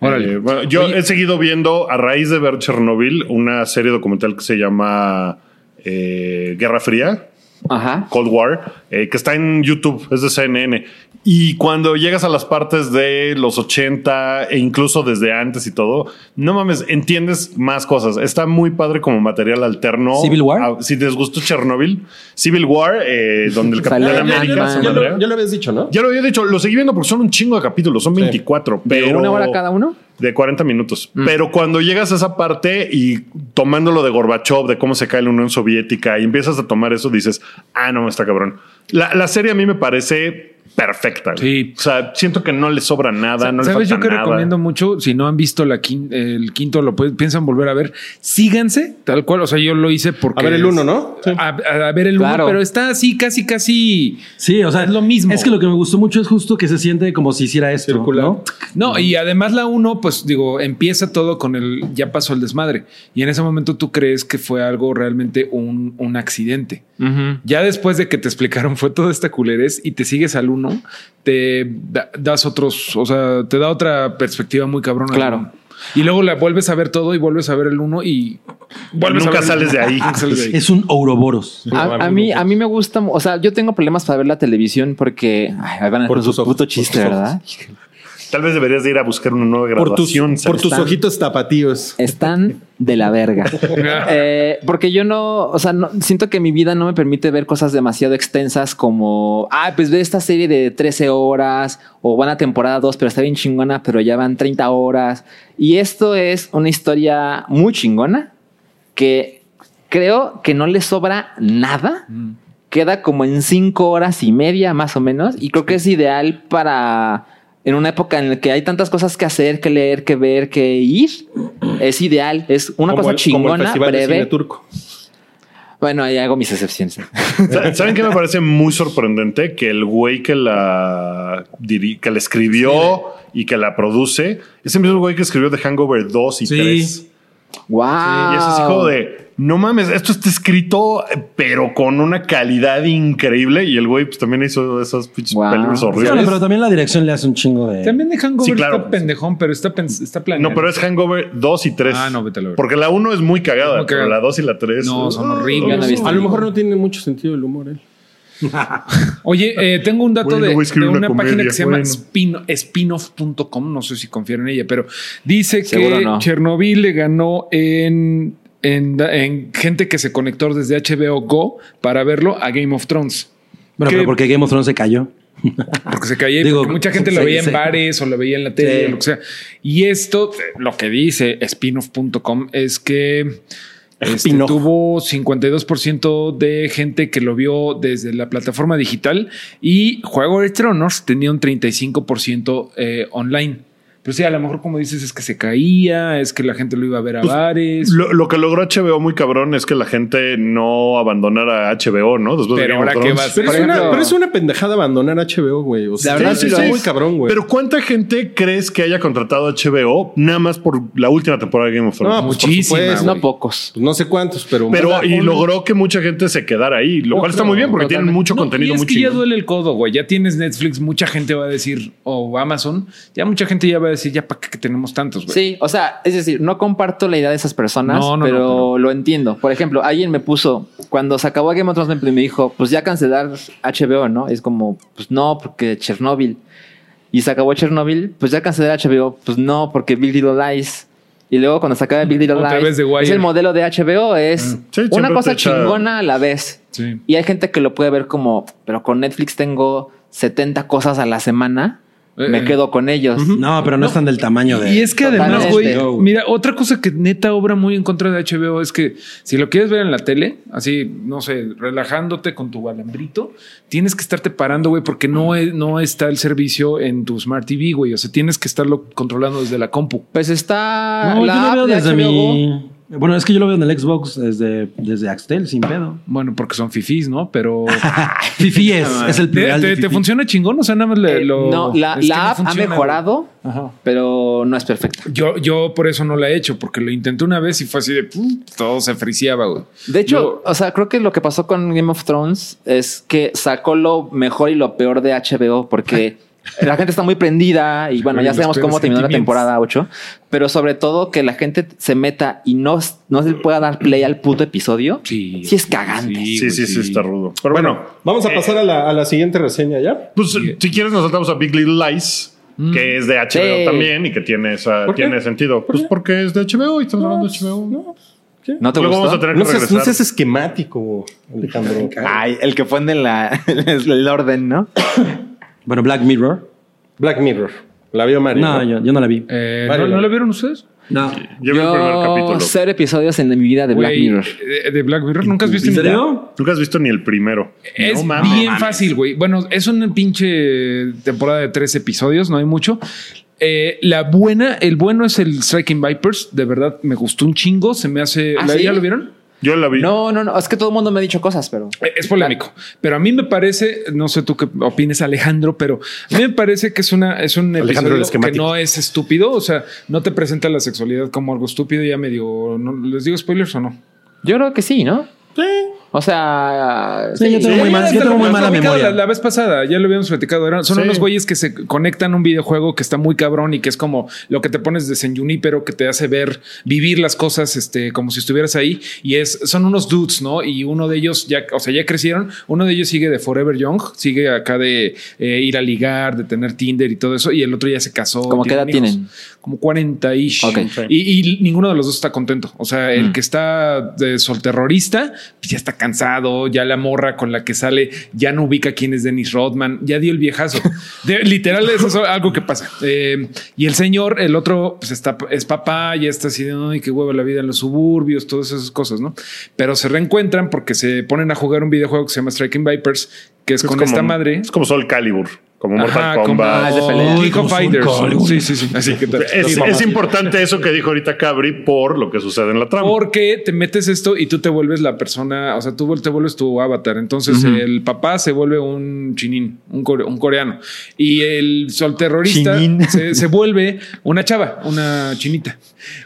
[SPEAKER 5] Órale.
[SPEAKER 2] Eh, bueno, yo he seguido viendo, a raíz de ver Chernobyl, una serie documental que se llama eh, Guerra Fría,
[SPEAKER 3] Ajá.
[SPEAKER 2] Cold War, eh, que está en YouTube, es de CNN. Y cuando llegas a las partes de los 80 e incluso desde antes y todo, no mames, entiendes más cosas. Está muy padre como material alterno.
[SPEAKER 7] ¿Civil War?
[SPEAKER 2] Ah, si les gustó Chernobyl, Civil War, <laughs> eh, donde el
[SPEAKER 3] Salió
[SPEAKER 2] Capitán
[SPEAKER 3] Iron
[SPEAKER 2] América
[SPEAKER 3] Man.
[SPEAKER 2] se
[SPEAKER 6] Ya
[SPEAKER 2] madrea.
[SPEAKER 6] lo, ya lo habías dicho, ¿no?
[SPEAKER 2] Ya lo había dicho, lo seguí viendo porque son un chingo de capítulos, son 24.
[SPEAKER 3] ¿De
[SPEAKER 2] pero
[SPEAKER 3] una hora cada uno?
[SPEAKER 2] de 40 minutos. Pero cuando llegas a esa parte y tomando lo de Gorbachev, de cómo se cae la Unión Soviética, y empiezas a tomar eso, dices, ah, no, está cabrón. La, la serie a mí me parece perfecta. güey.
[SPEAKER 5] Sí.
[SPEAKER 2] O sea, siento que no le sobra nada, no le
[SPEAKER 5] ¿Sabes?
[SPEAKER 2] falta
[SPEAKER 5] Yo que
[SPEAKER 2] nada.
[SPEAKER 5] recomiendo mucho, si no han visto la quin- el quinto, lo pueden- piensan volver a ver, síganse tal cual. O sea, yo lo hice porque.
[SPEAKER 6] A ver el uno, ¿no? Ah, Sí.
[SPEAKER 5] A, a- a ver el
[SPEAKER 3] Claro.
[SPEAKER 5] uno, pero está así, casi, casi.
[SPEAKER 7] Sí, o sea,
[SPEAKER 5] Es lo mismo.
[SPEAKER 7] Es que lo que me gustó mucho es justo que se siente como si hiciera esto,
[SPEAKER 6] Circular.
[SPEAKER 7] ¿no?
[SPEAKER 5] No, y además la uno, pues digo, empieza todo con el ya pasó el desmadre. Y en ese momento tú crees que fue algo realmente un, un accidente. Ya después de que te explicaron fue toda esta culerez y te sigues al uno, te da- das otros, o sea, te da otra perspectiva muy cabrona.
[SPEAKER 3] Claro.
[SPEAKER 5] del uno. Y luego la vuelves a ver todo y vuelves a ver el uno y vuelves
[SPEAKER 2] Nunca
[SPEAKER 5] a ver el
[SPEAKER 2] sales
[SPEAKER 5] uno.
[SPEAKER 2] de ahí.
[SPEAKER 5] Nunca <laughs> sales de
[SPEAKER 2] <laughs>
[SPEAKER 5] ahí.
[SPEAKER 7] Ah, Es un Ouroboros.
[SPEAKER 3] A, a mí, a mí me gusta, o sea, yo tengo problemas para ver la televisión porque ay, ahí van a
[SPEAKER 6] Por
[SPEAKER 3] con su
[SPEAKER 6] tus ojos,
[SPEAKER 3] puto
[SPEAKER 6] por
[SPEAKER 3] chiste,
[SPEAKER 6] tus ojos.
[SPEAKER 3] ¿verdad?
[SPEAKER 2] Tal vez deberías de ir a buscar una nueva
[SPEAKER 6] Por tus,
[SPEAKER 2] graduación.
[SPEAKER 6] por
[SPEAKER 2] ¿sabes?
[SPEAKER 6] tus
[SPEAKER 3] Están-
[SPEAKER 6] ojitos tapatíos.
[SPEAKER 3] Están de la
[SPEAKER 6] <laughs>
[SPEAKER 3] verga. Eh, porque yo no, o sea, no- siento que mi vida no me permite ver cosas demasiado extensas como, ah, pues ve esta serie de 13 horas o van a temporada 2, pero está bien chingona, pero ya van 30 horas. Y esto es una historia muy chingona que creo que no le sobra nada.
[SPEAKER 6] Mm.
[SPEAKER 3] Queda como en cinco horas y media más o menos. Y creo que es ideal para en una época en la que hay tantas cosas que hacer, que leer, que ver, que ir. Es ideal. Es una
[SPEAKER 6] Como
[SPEAKER 3] cosa
[SPEAKER 6] el- Como el
[SPEAKER 3] chingona,
[SPEAKER 6] Festival de Cine
[SPEAKER 3] breve.
[SPEAKER 6] Turco.
[SPEAKER 3] Bueno, ahí hago mis excepciones.
[SPEAKER 2] Sa- ¿Saben qué me parece muy sorprendente? Que el güey que la, diri- que la escribió y que la produce es el mismo güey que escribió The Hangover 2 y
[SPEAKER 7] Sí.
[SPEAKER 2] 3.
[SPEAKER 3] ¡Wow!
[SPEAKER 2] Y es así como de, no mames, esto está escrito, eh, pero con una calidad increíble. Y el güey pues, también hizo esas pinches
[SPEAKER 3] Wow.
[SPEAKER 2] películas
[SPEAKER 7] Sí, bueno,
[SPEAKER 2] horribles.
[SPEAKER 7] pero también la dirección le hace un chingo de.
[SPEAKER 5] Pues También de Hangover
[SPEAKER 2] Sí, claro.
[SPEAKER 5] está pendejón, pero está, pen- está planeado.
[SPEAKER 2] No, pero es Hangover 2 y 3.
[SPEAKER 5] Ah, no, vete a la verga.
[SPEAKER 2] Porque la 1 es muy cagada,
[SPEAKER 5] Es muy
[SPEAKER 2] pero
[SPEAKER 5] cagada.
[SPEAKER 2] la 2 y la ah, 3.
[SPEAKER 5] No, son
[SPEAKER 3] Yo no he
[SPEAKER 5] horribles.
[SPEAKER 3] visto
[SPEAKER 6] A lo
[SPEAKER 3] ninguna.
[SPEAKER 6] mejor no tiene mucho sentido el humor, ¿eh? él.
[SPEAKER 5] Oye, eh, tengo un dato
[SPEAKER 2] Bueno,
[SPEAKER 5] de,
[SPEAKER 2] voy a escribir
[SPEAKER 5] de
[SPEAKER 2] una
[SPEAKER 5] una, página
[SPEAKER 2] comedia,
[SPEAKER 5] que se llama
[SPEAKER 2] bueno.
[SPEAKER 5] spin- spinoff.com, no sé si confían en ella, pero dice
[SPEAKER 3] Seguro
[SPEAKER 5] que
[SPEAKER 3] no.
[SPEAKER 5] Chernobyl le ganó en, en, en gente que se conectó desde HBO Go para verlo a Game of Thrones.
[SPEAKER 7] Bueno,
[SPEAKER 5] Que-
[SPEAKER 7] pero porque Game of Thrones se cayó.
[SPEAKER 5] Porque se caía, y
[SPEAKER 7] Digo,
[SPEAKER 5] porque mucha gente lo
[SPEAKER 7] se-
[SPEAKER 5] veía en
[SPEAKER 7] se-
[SPEAKER 5] bares o lo veía en la tele,
[SPEAKER 7] Sí.
[SPEAKER 5] o lo que sea. Y esto, eh, lo que dice spinoff.com es que este,
[SPEAKER 7] Spinoff.
[SPEAKER 5] tuvo 52% de gente que lo vio desde la plataforma digital y Juego de Tronos tenía un 35% eh, online. Pero sí, a lo mejor como dices es que se caía, es que la gente lo iba a ver a bares.
[SPEAKER 2] Lo, lo que logró HBO muy cabrón es que la gente no abandonara HBO, ¿no? Después Game
[SPEAKER 5] Pero
[SPEAKER 2] of
[SPEAKER 5] ahora que
[SPEAKER 2] Thrones.
[SPEAKER 5] vas-
[SPEAKER 6] Pero,
[SPEAKER 5] Por
[SPEAKER 6] es una,
[SPEAKER 5] ejemplo-
[SPEAKER 6] pero es una pendejada abandonar HBO, güey. O sea,
[SPEAKER 2] La verdad,
[SPEAKER 6] sí,
[SPEAKER 2] sí
[SPEAKER 6] está
[SPEAKER 2] lo
[SPEAKER 6] muy
[SPEAKER 2] es.
[SPEAKER 6] cabrón, güey.
[SPEAKER 2] Pero ¿cuánta gente crees que haya contratado a HBO nada más por la última temporada de Game of Thrones?
[SPEAKER 6] no, pues, por
[SPEAKER 5] Muchísima,
[SPEAKER 6] supuesto.
[SPEAKER 3] No pocos.
[SPEAKER 6] Pues no sé cuántos, pero.
[SPEAKER 2] pero
[SPEAKER 6] Una-
[SPEAKER 2] y
[SPEAKER 6] un-
[SPEAKER 2] logró que mucha gente se quedara ahí, lo cual está muy bien porque tienen mucho
[SPEAKER 5] No,
[SPEAKER 2] contenido,
[SPEAKER 5] y es
[SPEAKER 2] muy
[SPEAKER 5] que ya
[SPEAKER 2] chingón.
[SPEAKER 5] duele el codo, güey. Ya tienes Netflix, mucha gente va a decir, o Amazon, ya mucha gente ya va a decir, ya para qué tenemos tantos, güey.
[SPEAKER 3] Sí, o sea, es decir, no comparto la idea de esas personas,
[SPEAKER 5] No, no, no,
[SPEAKER 3] pero,
[SPEAKER 5] pero-
[SPEAKER 3] lo entiendo. Por ejemplo, alguien me puso, cuando se acabó Game of Thrones, me me dijo, pues ya cancelar HBO, ¿no? Es como, pues no, porque Chernobyl. Y se acabó Chernobyl, pues ya cancelar HBO, pues no, porque Big Little Lies. Y luego cuando se acaba Big Little
[SPEAKER 5] Otra vez
[SPEAKER 3] Lies,
[SPEAKER 5] The Wire. Mm.
[SPEAKER 3] es el modelo de HBO, es
[SPEAKER 2] Sí,
[SPEAKER 3] una
[SPEAKER 2] siempre te
[SPEAKER 3] cosa
[SPEAKER 2] echa-
[SPEAKER 3] chingona a la vez.
[SPEAKER 5] Sí.
[SPEAKER 3] Y hay gente que lo puede ver como, pero con Netflix tengo 70 cosas a la semana,
[SPEAKER 5] Eh,
[SPEAKER 3] me
[SPEAKER 5] eh.
[SPEAKER 3] quedo con ellos.
[SPEAKER 7] No, pero no, están del tamaño de.
[SPEAKER 5] Y es que además,
[SPEAKER 3] Totalmente.
[SPEAKER 5] güey, mira, otra cosa que neta obra muy en contra de HBO es que si lo quieres ver en la tele, así, no sé, relajándote con tu alambrito, tienes que estarte parando, güey, porque no, es- no está el servicio en tu Smart TV, güey. O sea, tienes que estarlo controlando desde la compu.
[SPEAKER 3] Pues está
[SPEAKER 7] No,
[SPEAKER 3] la
[SPEAKER 7] yo lo
[SPEAKER 3] app
[SPEAKER 7] veo
[SPEAKER 3] de
[SPEAKER 7] desde
[SPEAKER 3] HBO Go.
[SPEAKER 7] mi. Bueno, es que yo lo veo en el Xbox desde, desde Axtel, sin pedo.
[SPEAKER 5] Bueno, porque son fifís, ¿no?
[SPEAKER 3] <laughs>
[SPEAKER 5] Pero
[SPEAKER 7] <laughs> Fifi es, es el
[SPEAKER 5] Ah, ¿Te,
[SPEAKER 7] plural. de
[SPEAKER 5] te- te
[SPEAKER 7] fifí.
[SPEAKER 5] funciona chingón? O sea, nada más le-
[SPEAKER 3] Eh,
[SPEAKER 5] lo.
[SPEAKER 3] no, la,
[SPEAKER 5] es que
[SPEAKER 3] la
[SPEAKER 5] no
[SPEAKER 3] app ha
[SPEAKER 5] funciona,
[SPEAKER 3] mejorado,
[SPEAKER 5] güey. Ajá.
[SPEAKER 3] pero no es perfecta.
[SPEAKER 5] Yo, yo por eso no la he hecho, porque lo intenté una vez y fue así de "Pum", todo se friciaba, güey.
[SPEAKER 3] De hecho,
[SPEAKER 5] Yo-
[SPEAKER 3] o sea, creo que lo que pasó con Game of Thrones es que sacó lo mejor y lo peor de HBO porque <laughs> la gente está muy prendida y bueno,
[SPEAKER 5] Oye,
[SPEAKER 3] ya
[SPEAKER 5] los
[SPEAKER 3] sabemos
[SPEAKER 5] peores
[SPEAKER 3] cómo terminó la
[SPEAKER 5] sentimientos.
[SPEAKER 3] temporada 8, pero sobre todo que la gente se meta y no, no se pueda dar play al puto episodio.
[SPEAKER 5] Sí.
[SPEAKER 3] Sí es cagante.
[SPEAKER 2] Sí, sí, sí, está rudo. Pero
[SPEAKER 6] Bueno,
[SPEAKER 2] bueno,
[SPEAKER 6] vamos
[SPEAKER 5] Eh,
[SPEAKER 6] a pasar a, la, a la siguiente reseña ya.
[SPEAKER 2] pues si quieres nos saltamos a Big Little Lies,
[SPEAKER 5] Mm.
[SPEAKER 2] que es de HBO
[SPEAKER 3] Sí.
[SPEAKER 2] también y que tiene esa
[SPEAKER 6] ¿Por qué?
[SPEAKER 2] tiene sentido.
[SPEAKER 6] ¿Por
[SPEAKER 2] pues
[SPEAKER 6] qué?
[SPEAKER 2] porque es de HBO y estamos hablando de
[SPEAKER 5] pues,
[SPEAKER 2] HBO.
[SPEAKER 3] ¿No te
[SPEAKER 2] Luego
[SPEAKER 3] gustó?
[SPEAKER 2] vamos a tener
[SPEAKER 6] No
[SPEAKER 2] que
[SPEAKER 6] seas,
[SPEAKER 2] regresar.
[SPEAKER 6] no seas esquemático, Alejandro.
[SPEAKER 3] Ay, el que pone la, <laughs> el orden, ¿no?
[SPEAKER 7] Bueno, Black Mirror.
[SPEAKER 6] Black Mirror. La vio Mario.
[SPEAKER 7] No, yo, yo no la vi.
[SPEAKER 5] Eh,
[SPEAKER 6] Vale,
[SPEAKER 5] ¿no, no
[SPEAKER 6] vale.
[SPEAKER 5] la vieron ustedes?
[SPEAKER 7] No.
[SPEAKER 2] Yo vi el primer capítulo.
[SPEAKER 3] cero episodios en mi vida de Black
[SPEAKER 5] Güey,
[SPEAKER 3] Mirror.
[SPEAKER 5] eh, De Black Mirror. ¿Nunca has visto
[SPEAKER 7] ¿En
[SPEAKER 5] ni-
[SPEAKER 7] serio?
[SPEAKER 2] Nunca has visto ni el primero.
[SPEAKER 5] Es bien fácil, güey. Bueno, es una pinche temporada de tres episodios, no hay mucho. Eh, la buena, el bueno es el Striking Vipers. De verdad, me gustó un chingo. Se me hace.
[SPEAKER 3] ¿Ah,
[SPEAKER 5] ¿la-
[SPEAKER 3] sí?
[SPEAKER 5] ¿Ya lo vieron?
[SPEAKER 2] Yo la vi.
[SPEAKER 3] No, no, no. Es que todo el mundo me ha dicho cosas, pero.
[SPEAKER 5] Eh, Es polémico, pero a mí me parece, no sé tú qué opines, Alejandro, pero a mí me parece que es una es un
[SPEAKER 6] Alejandro el
[SPEAKER 5] episodio que
[SPEAKER 6] esquemático.
[SPEAKER 5] no es estúpido, o sea, no te presenta la sexualidad como algo estúpido. Ya me digo, no, les digo spoilers o no.
[SPEAKER 3] Yo creo que sí, ¿no? O sea.
[SPEAKER 7] Sí, yo tengo muy
[SPEAKER 5] Ya
[SPEAKER 7] mal-
[SPEAKER 5] hasta
[SPEAKER 7] yo tengo
[SPEAKER 5] lo
[SPEAKER 7] muy
[SPEAKER 5] habíamos
[SPEAKER 7] mala
[SPEAKER 5] platicado
[SPEAKER 7] memoria.
[SPEAKER 5] La, la vez pasada ya lo habíamos platicado. eran- son
[SPEAKER 2] Sí.
[SPEAKER 5] unos güeyes que se conectan a un videojuego que está muy cabrón y que es como lo que te pones de San Junipero que te hace ver, vivir las cosas este, como si estuvieras ahí. Y es, son unos dudes, ¿no? Y uno de ellos ya, o sea, ya crecieron. Uno de ellos sigue de Forever Young, sigue acá de eh, ir a ligar, de tener Tinder y todo eso. Y el otro ya se casó.
[SPEAKER 3] ¿Cómo qué edad
[SPEAKER 5] hijos.
[SPEAKER 3] tienen?
[SPEAKER 5] Como 40 ish.
[SPEAKER 3] Ok. Mm.
[SPEAKER 5] Y, y ninguno de los dos está contento. O sea, el que está de solterrorista pues ya está cansado. Ya la morra con la que sale ya no ubica quién es Dennis Rodman. Ya dio
[SPEAKER 3] <laughs>
[SPEAKER 5] el viejazo. De- literal, eso es algo que pasa. Eh, y el señor, el otro, pues está, es papá, ya está así de ay, qué huevo la vida en los suburbios, todas esas cosas, no? Pero se reencuentran porque se ponen a jugar un videojuego que se llama Striking Vipers, que es,
[SPEAKER 2] Es
[SPEAKER 5] con
[SPEAKER 2] como-
[SPEAKER 5] esta madre.
[SPEAKER 2] Es como Sol Calibur. como Mortal
[SPEAKER 5] Ajá,
[SPEAKER 2] Kombat.
[SPEAKER 5] como-
[SPEAKER 3] Ah, es de pelea.
[SPEAKER 5] League of
[SPEAKER 7] Como
[SPEAKER 5] Fighters.
[SPEAKER 7] Hulk.
[SPEAKER 5] Sí, sí, sí. Así que tal.
[SPEAKER 2] Es, es importante eso que dijo ahorita Cabri por lo que sucede en la trama.
[SPEAKER 5] Porque te metes esto y tú te vuelves la persona, o sea, tú te vuelves tu avatar. Entonces el papá se vuelve un chinín, un, core- un coreano. Y el sol terrorista
[SPEAKER 3] Chinín.
[SPEAKER 5] se, se vuelve una chava, una chinita,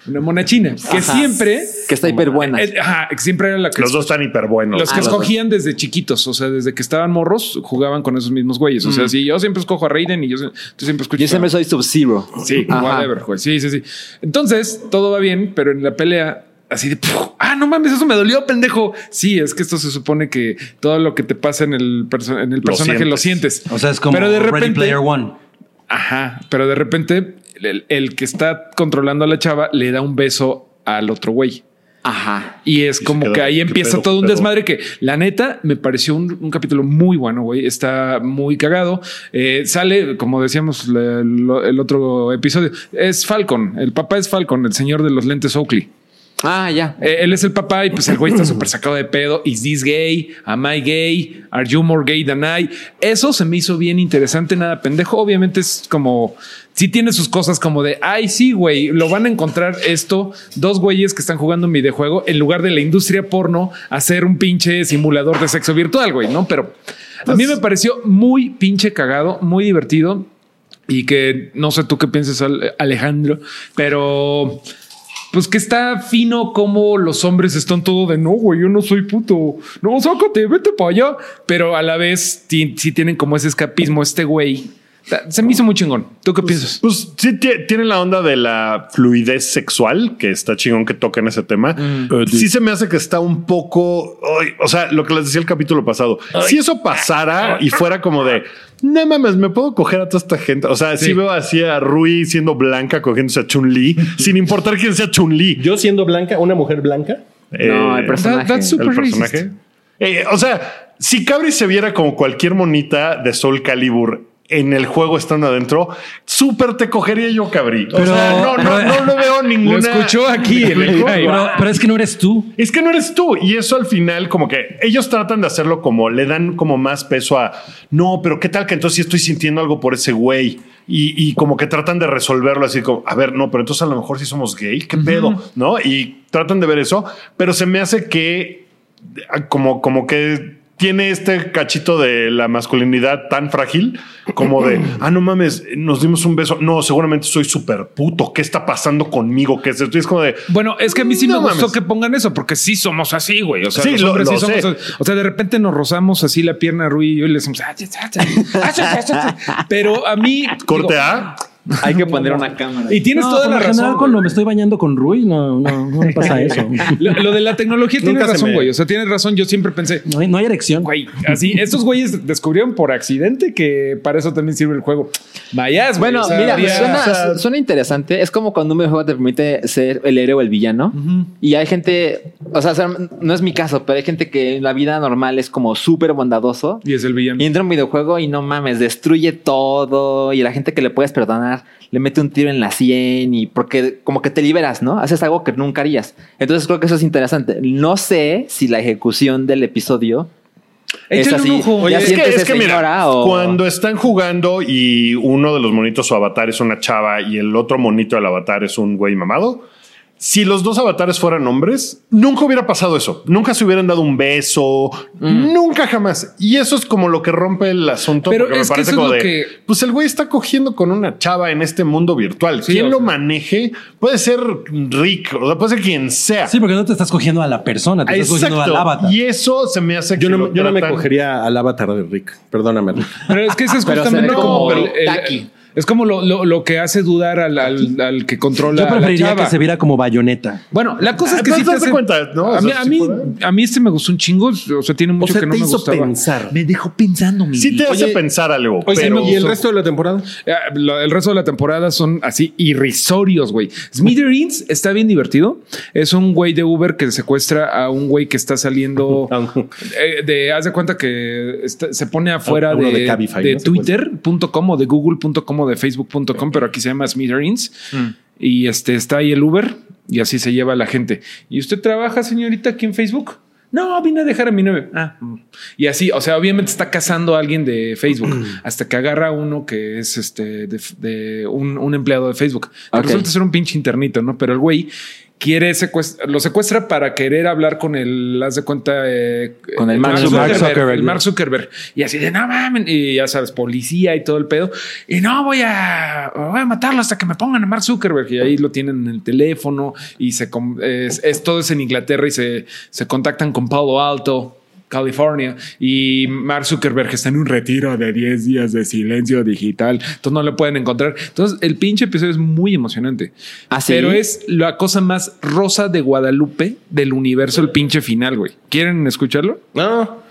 [SPEAKER 5] una mona china, que
[SPEAKER 3] Ajá.
[SPEAKER 5] siempre...
[SPEAKER 3] Que está hiper buena.
[SPEAKER 5] eh, ajá, que siempre era la que
[SPEAKER 2] los dos están hiper buenos.
[SPEAKER 5] Los que
[SPEAKER 3] Ah, los
[SPEAKER 5] escogían desde chiquitos, o sea, desde que estaban morros, jugaban con esos mismos güeyes. O sea, si yo siempre escojo a Raiden y yo se- tú siempre escuchas.
[SPEAKER 3] Yo siempre
[SPEAKER 5] a-
[SPEAKER 3] soy Sub-Zero.
[SPEAKER 5] Sí,
[SPEAKER 3] Ajá.
[SPEAKER 5] whatever, güey. Sí, sí, sí. Entonces, todo va bien, pero en la pelea, así de ¡puf! ah, no mames, eso me dolió, pendejo. Sí, es que esto se supone que todo lo que te pasa en el, perso- en el personaje lo sientes.
[SPEAKER 4] O sea, es como
[SPEAKER 5] Pero de
[SPEAKER 4] Ready
[SPEAKER 5] repente-
[SPEAKER 4] Player One.
[SPEAKER 5] Ajá, pero de repente el, el que está controlando a la chava le da un beso al otro güey.
[SPEAKER 3] Ajá.
[SPEAKER 5] Y es
[SPEAKER 2] Y se
[SPEAKER 5] como
[SPEAKER 2] queda,
[SPEAKER 5] que ahí
[SPEAKER 2] ¿qué
[SPEAKER 5] empieza
[SPEAKER 2] pedo,
[SPEAKER 5] todo un
[SPEAKER 2] pedo?
[SPEAKER 5] desmadre que la neta me pareció un, un capítulo muy bueno, güey. Está muy cagado. Eh, sale, como decíamos la- lo- el otro episodio, es Falcon. El papá es Falcon, el señor de los lentes Oakley.
[SPEAKER 3] Ah, ya.
[SPEAKER 5] Eh, él es el papá y pues el güey está súper sacado de pedo. Is this gay? Am I gay? Are you more gay than I? Eso se me hizo bien interesante, nada pendejo. Obviamente es como, sí tiene sus cosas como de, ay, sí, güey, lo van a encontrar esto. Dos güeyes que están jugando un videojuego en lugar de la industria porno, hacer un pinche simulador de sexo virtual, güey, ¿no? Pero a mí me pareció muy pinche cagado, muy divertido. Y que no sé tú qué pienses, Al- Alejandro, pero pues que está fino como los hombres están todo de no, güey, yo no soy puto. No, sácate, vete para allá. Pero a la vez ti- sí tienen como ese escapismo, este güey. Ta- Se me hizo muy chingón. ¿Tú qué piensas?
[SPEAKER 2] Pues sí, tie- tienen la onda de la fluidez sexual, que está chingón que toquen ese tema. Pues, Sí se me hace que está un poco, ay, o sea, lo que les decía el capítulo pasado, si eso pasara y fuera como de, no mames, me puedo coger a toda esta gente, o sea, sí,
[SPEAKER 5] Sí.
[SPEAKER 2] veo así a Rui siendo blanca cogiéndose a Chun-Li, sin importar quién sea Chun-Li.
[SPEAKER 6] Yo siendo blanca, una mujer blanca,
[SPEAKER 3] No,
[SPEAKER 2] Eh,
[SPEAKER 3] el personaje.
[SPEAKER 5] that's super-
[SPEAKER 2] el
[SPEAKER 5] racist.
[SPEAKER 2] personaje. Eh, o sea, si Cabri se viera como cualquier monita de Soul Calibur en el juego estando adentro, súper te cogería yo, Cabri. O
[SPEAKER 4] Pero-
[SPEAKER 2] sea, no, no,
[SPEAKER 4] pero-
[SPEAKER 2] no lo veo
[SPEAKER 5] Lo
[SPEAKER 2] ninguna.
[SPEAKER 5] escuchó aquí en el
[SPEAKER 4] Pero, pero es que no eres tú.
[SPEAKER 2] Es que no eres tú. Y eso al final, como que ellos tratan de hacerlo como le dan como más peso a no, pero qué tal que entonces sí estoy sintiendo algo por ese güey. Y, y como que tratan de resolverlo así como, a ver, no, pero entonces a lo mejor sí somos gay, qué pedo, ¿no? Y tratan de ver eso, pero se me hace que ah, como, como que tiene este cachito de la masculinidad tan frágil como de, ah, no mames, nos dimos un beso. No, seguramente soy súper puto. ¿Qué está pasando conmigo? ¿Qué es esto? Y es como de,
[SPEAKER 5] Bueno, es que a mí sí
[SPEAKER 2] No
[SPEAKER 5] me gustó
[SPEAKER 2] mames.
[SPEAKER 5] que pongan eso, porque sí somos así, güey. O sea,
[SPEAKER 2] Sí,
[SPEAKER 5] los
[SPEAKER 2] lo-
[SPEAKER 5] hombres
[SPEAKER 2] lo
[SPEAKER 5] sí somos
[SPEAKER 2] sé.
[SPEAKER 5] así. O sea, de repente nos rozamos así la pierna Rui y yo y le decimos, "Ah, ya, ya, ya". Ah, ya, ya,
[SPEAKER 2] <laughs>
[SPEAKER 5] ya. pero a mí.
[SPEAKER 2] corte
[SPEAKER 5] digo,
[SPEAKER 2] A.
[SPEAKER 3] Hay que poner una cámara.
[SPEAKER 5] Y tienes
[SPEAKER 7] No,
[SPEAKER 5] toda
[SPEAKER 7] por
[SPEAKER 5] la
[SPEAKER 7] lo general,
[SPEAKER 5] razón.
[SPEAKER 7] cuando
[SPEAKER 5] güey.
[SPEAKER 7] me estoy bañando con Rui, no, no, no me
[SPEAKER 5] <laughs>
[SPEAKER 7] pasa eso. No
[SPEAKER 5] Lo, lo de
[SPEAKER 2] <laughs>
[SPEAKER 5] la tecnología tienes
[SPEAKER 6] Nunca se
[SPEAKER 5] razón,
[SPEAKER 6] me-
[SPEAKER 5] güey. O sea, tienes razón. Yo siempre pensé,
[SPEAKER 7] hay, no hay erección.
[SPEAKER 5] Güey, así, estos güeyes descubrieron por accidente que para eso también sirve el juego.
[SPEAKER 3] <laughs>
[SPEAKER 5] Mayas,
[SPEAKER 3] Bueno, mira,
[SPEAKER 2] habría-
[SPEAKER 3] suena,
[SPEAKER 2] o sea-
[SPEAKER 3] suena interesante. Es como cuando un videojuego te permite ser el héroe o el villano. Y hay gente, o sea, o sea, no es mi caso, pero hay gente que en la vida normal es como súper bondadoso.
[SPEAKER 5] Y es el villano.
[SPEAKER 3] Y entra un videojuego y no mames, destruye todo. Y la gente que le puedes perdonar le mete un tiro en la sien y porque como que te liberas, ¿no? Haces algo que nunca harías. Entonces creo que eso es interesante. No sé si la ejecución del episodio es
[SPEAKER 5] Échale
[SPEAKER 3] así.
[SPEAKER 5] un ojo.
[SPEAKER 3] Ya
[SPEAKER 2] es que-
[SPEAKER 3] siéntese,
[SPEAKER 2] es que mira,
[SPEAKER 3] señora, o-
[SPEAKER 2] cuando están jugando y uno de los monitos, su avatar es una chava y el otro monito del avatar es un güey mamado. Si los dos avatares fueran hombres, nunca hubiera pasado eso. Nunca se hubieran dado un beso. Nunca jamás. Y eso es como lo que rompe el asunto.
[SPEAKER 5] Mm. Pero
[SPEAKER 2] porque
[SPEAKER 5] es
[SPEAKER 2] me
[SPEAKER 5] que
[SPEAKER 2] parece
[SPEAKER 5] eso es
[SPEAKER 2] como
[SPEAKER 5] lo
[SPEAKER 2] de,
[SPEAKER 5] que-
[SPEAKER 2] pues el güey está cogiendo con una chava en este mundo virtual.
[SPEAKER 5] Sí,
[SPEAKER 2] quien
[SPEAKER 5] o
[SPEAKER 2] lo
[SPEAKER 5] sea.
[SPEAKER 2] maneje puede ser Rick, o sea, puede ser quien sea.
[SPEAKER 7] Sí, porque no te estás cogiendo a la persona, te estás cogiendo al
[SPEAKER 2] Exacto.
[SPEAKER 7] avatar.
[SPEAKER 2] Y eso se me hace
[SPEAKER 6] yo
[SPEAKER 2] que
[SPEAKER 6] no,
[SPEAKER 2] lo
[SPEAKER 6] yo no me
[SPEAKER 2] tratan-
[SPEAKER 6] cogería al avatar de Rick. Perdóname. Rick.
[SPEAKER 5] Pero es que ese es
[SPEAKER 3] Pero se ve
[SPEAKER 5] justamente
[SPEAKER 3] como
[SPEAKER 5] como el- el-
[SPEAKER 3] Taki.
[SPEAKER 5] es como lo, lo- lo que hace dudar al, al- al que controla.
[SPEAKER 7] Yo
[SPEAKER 5] a la
[SPEAKER 7] preferiría
[SPEAKER 5] chava.
[SPEAKER 7] que se viera como bayoneta.
[SPEAKER 5] Bueno, la cosa es que
[SPEAKER 2] Ah,
[SPEAKER 5] sí
[SPEAKER 2] pero te das cuenta, ¿no?
[SPEAKER 5] A
[SPEAKER 2] O
[SPEAKER 5] mí,
[SPEAKER 2] sea,
[SPEAKER 5] a,
[SPEAKER 2] sí
[SPEAKER 5] mí,
[SPEAKER 2] fuera.
[SPEAKER 5] a mí este me gustó un chingo. O sea, tiene mucho
[SPEAKER 6] O sea,
[SPEAKER 5] que no
[SPEAKER 6] te
[SPEAKER 5] me
[SPEAKER 6] hizo
[SPEAKER 5] gustaba.
[SPEAKER 6] pensar.
[SPEAKER 5] Me dejó pensando. mi
[SPEAKER 2] Sí te hace
[SPEAKER 6] Oye,
[SPEAKER 2] pensar algo.
[SPEAKER 6] Oye,
[SPEAKER 2] pero-
[SPEAKER 6] ¿Y el resto de la temporada?
[SPEAKER 5] Eh, lo- El resto de la temporada son así irrisorios, güey. Smithereens está bien divertido. Es un güey de Uber que secuestra a un güey que está saliendo eh, de. Haz de cuenta que está- se pone afuera
[SPEAKER 6] A- a uno
[SPEAKER 5] de,
[SPEAKER 6] de Cabify,
[SPEAKER 5] de
[SPEAKER 6] ¿no?
[SPEAKER 5] Twitter.com o de Google.com o de Facebook.com, pero aquí se llama Smithereens. Y este está ahí el Uber y así se lleva a la gente. ¿Y usted trabaja, señorita, aquí en Facebook? No, vine a dejar a mi novio. Ah, mm. y así, o sea, obviamente está casando a alguien de Facebook
[SPEAKER 6] <clears throat>
[SPEAKER 5] hasta que agarra a uno que es este de, de un, un empleado de Facebook. Que
[SPEAKER 3] Ok.
[SPEAKER 5] Resulta ser un pinche internito, ¿no? Pero el güey quiere secuestrar, lo secuestra para querer hablar con el, haz de cuenta, eh,
[SPEAKER 3] Con el Mark
[SPEAKER 5] Zuckerberg,
[SPEAKER 4] Zuckerberg,
[SPEAKER 5] el
[SPEAKER 4] ¿no?
[SPEAKER 5] Mark Zuckerberg. Y así de no mames. Y ya sabes, policía y todo el pedo. Y no voy a, voy a matarlo hasta que me pongan a Mark Zuckerberg. Y ahí lo tienen en el teléfono y se com- es, es- todo es en Inglaterra y se, se contactan con Palo Alto. California y Mark Zuckerberg está en un retiro de 10 días de silencio digital. Entonces no lo pueden encontrar. Entonces el pinche episodio es muy emocionante.
[SPEAKER 3] ¿Ah, sí?
[SPEAKER 5] Pero es la cosa más rosa de Guadalupe del universo, el pinche final, güey. ¿Quieren escucharlo?
[SPEAKER 6] No,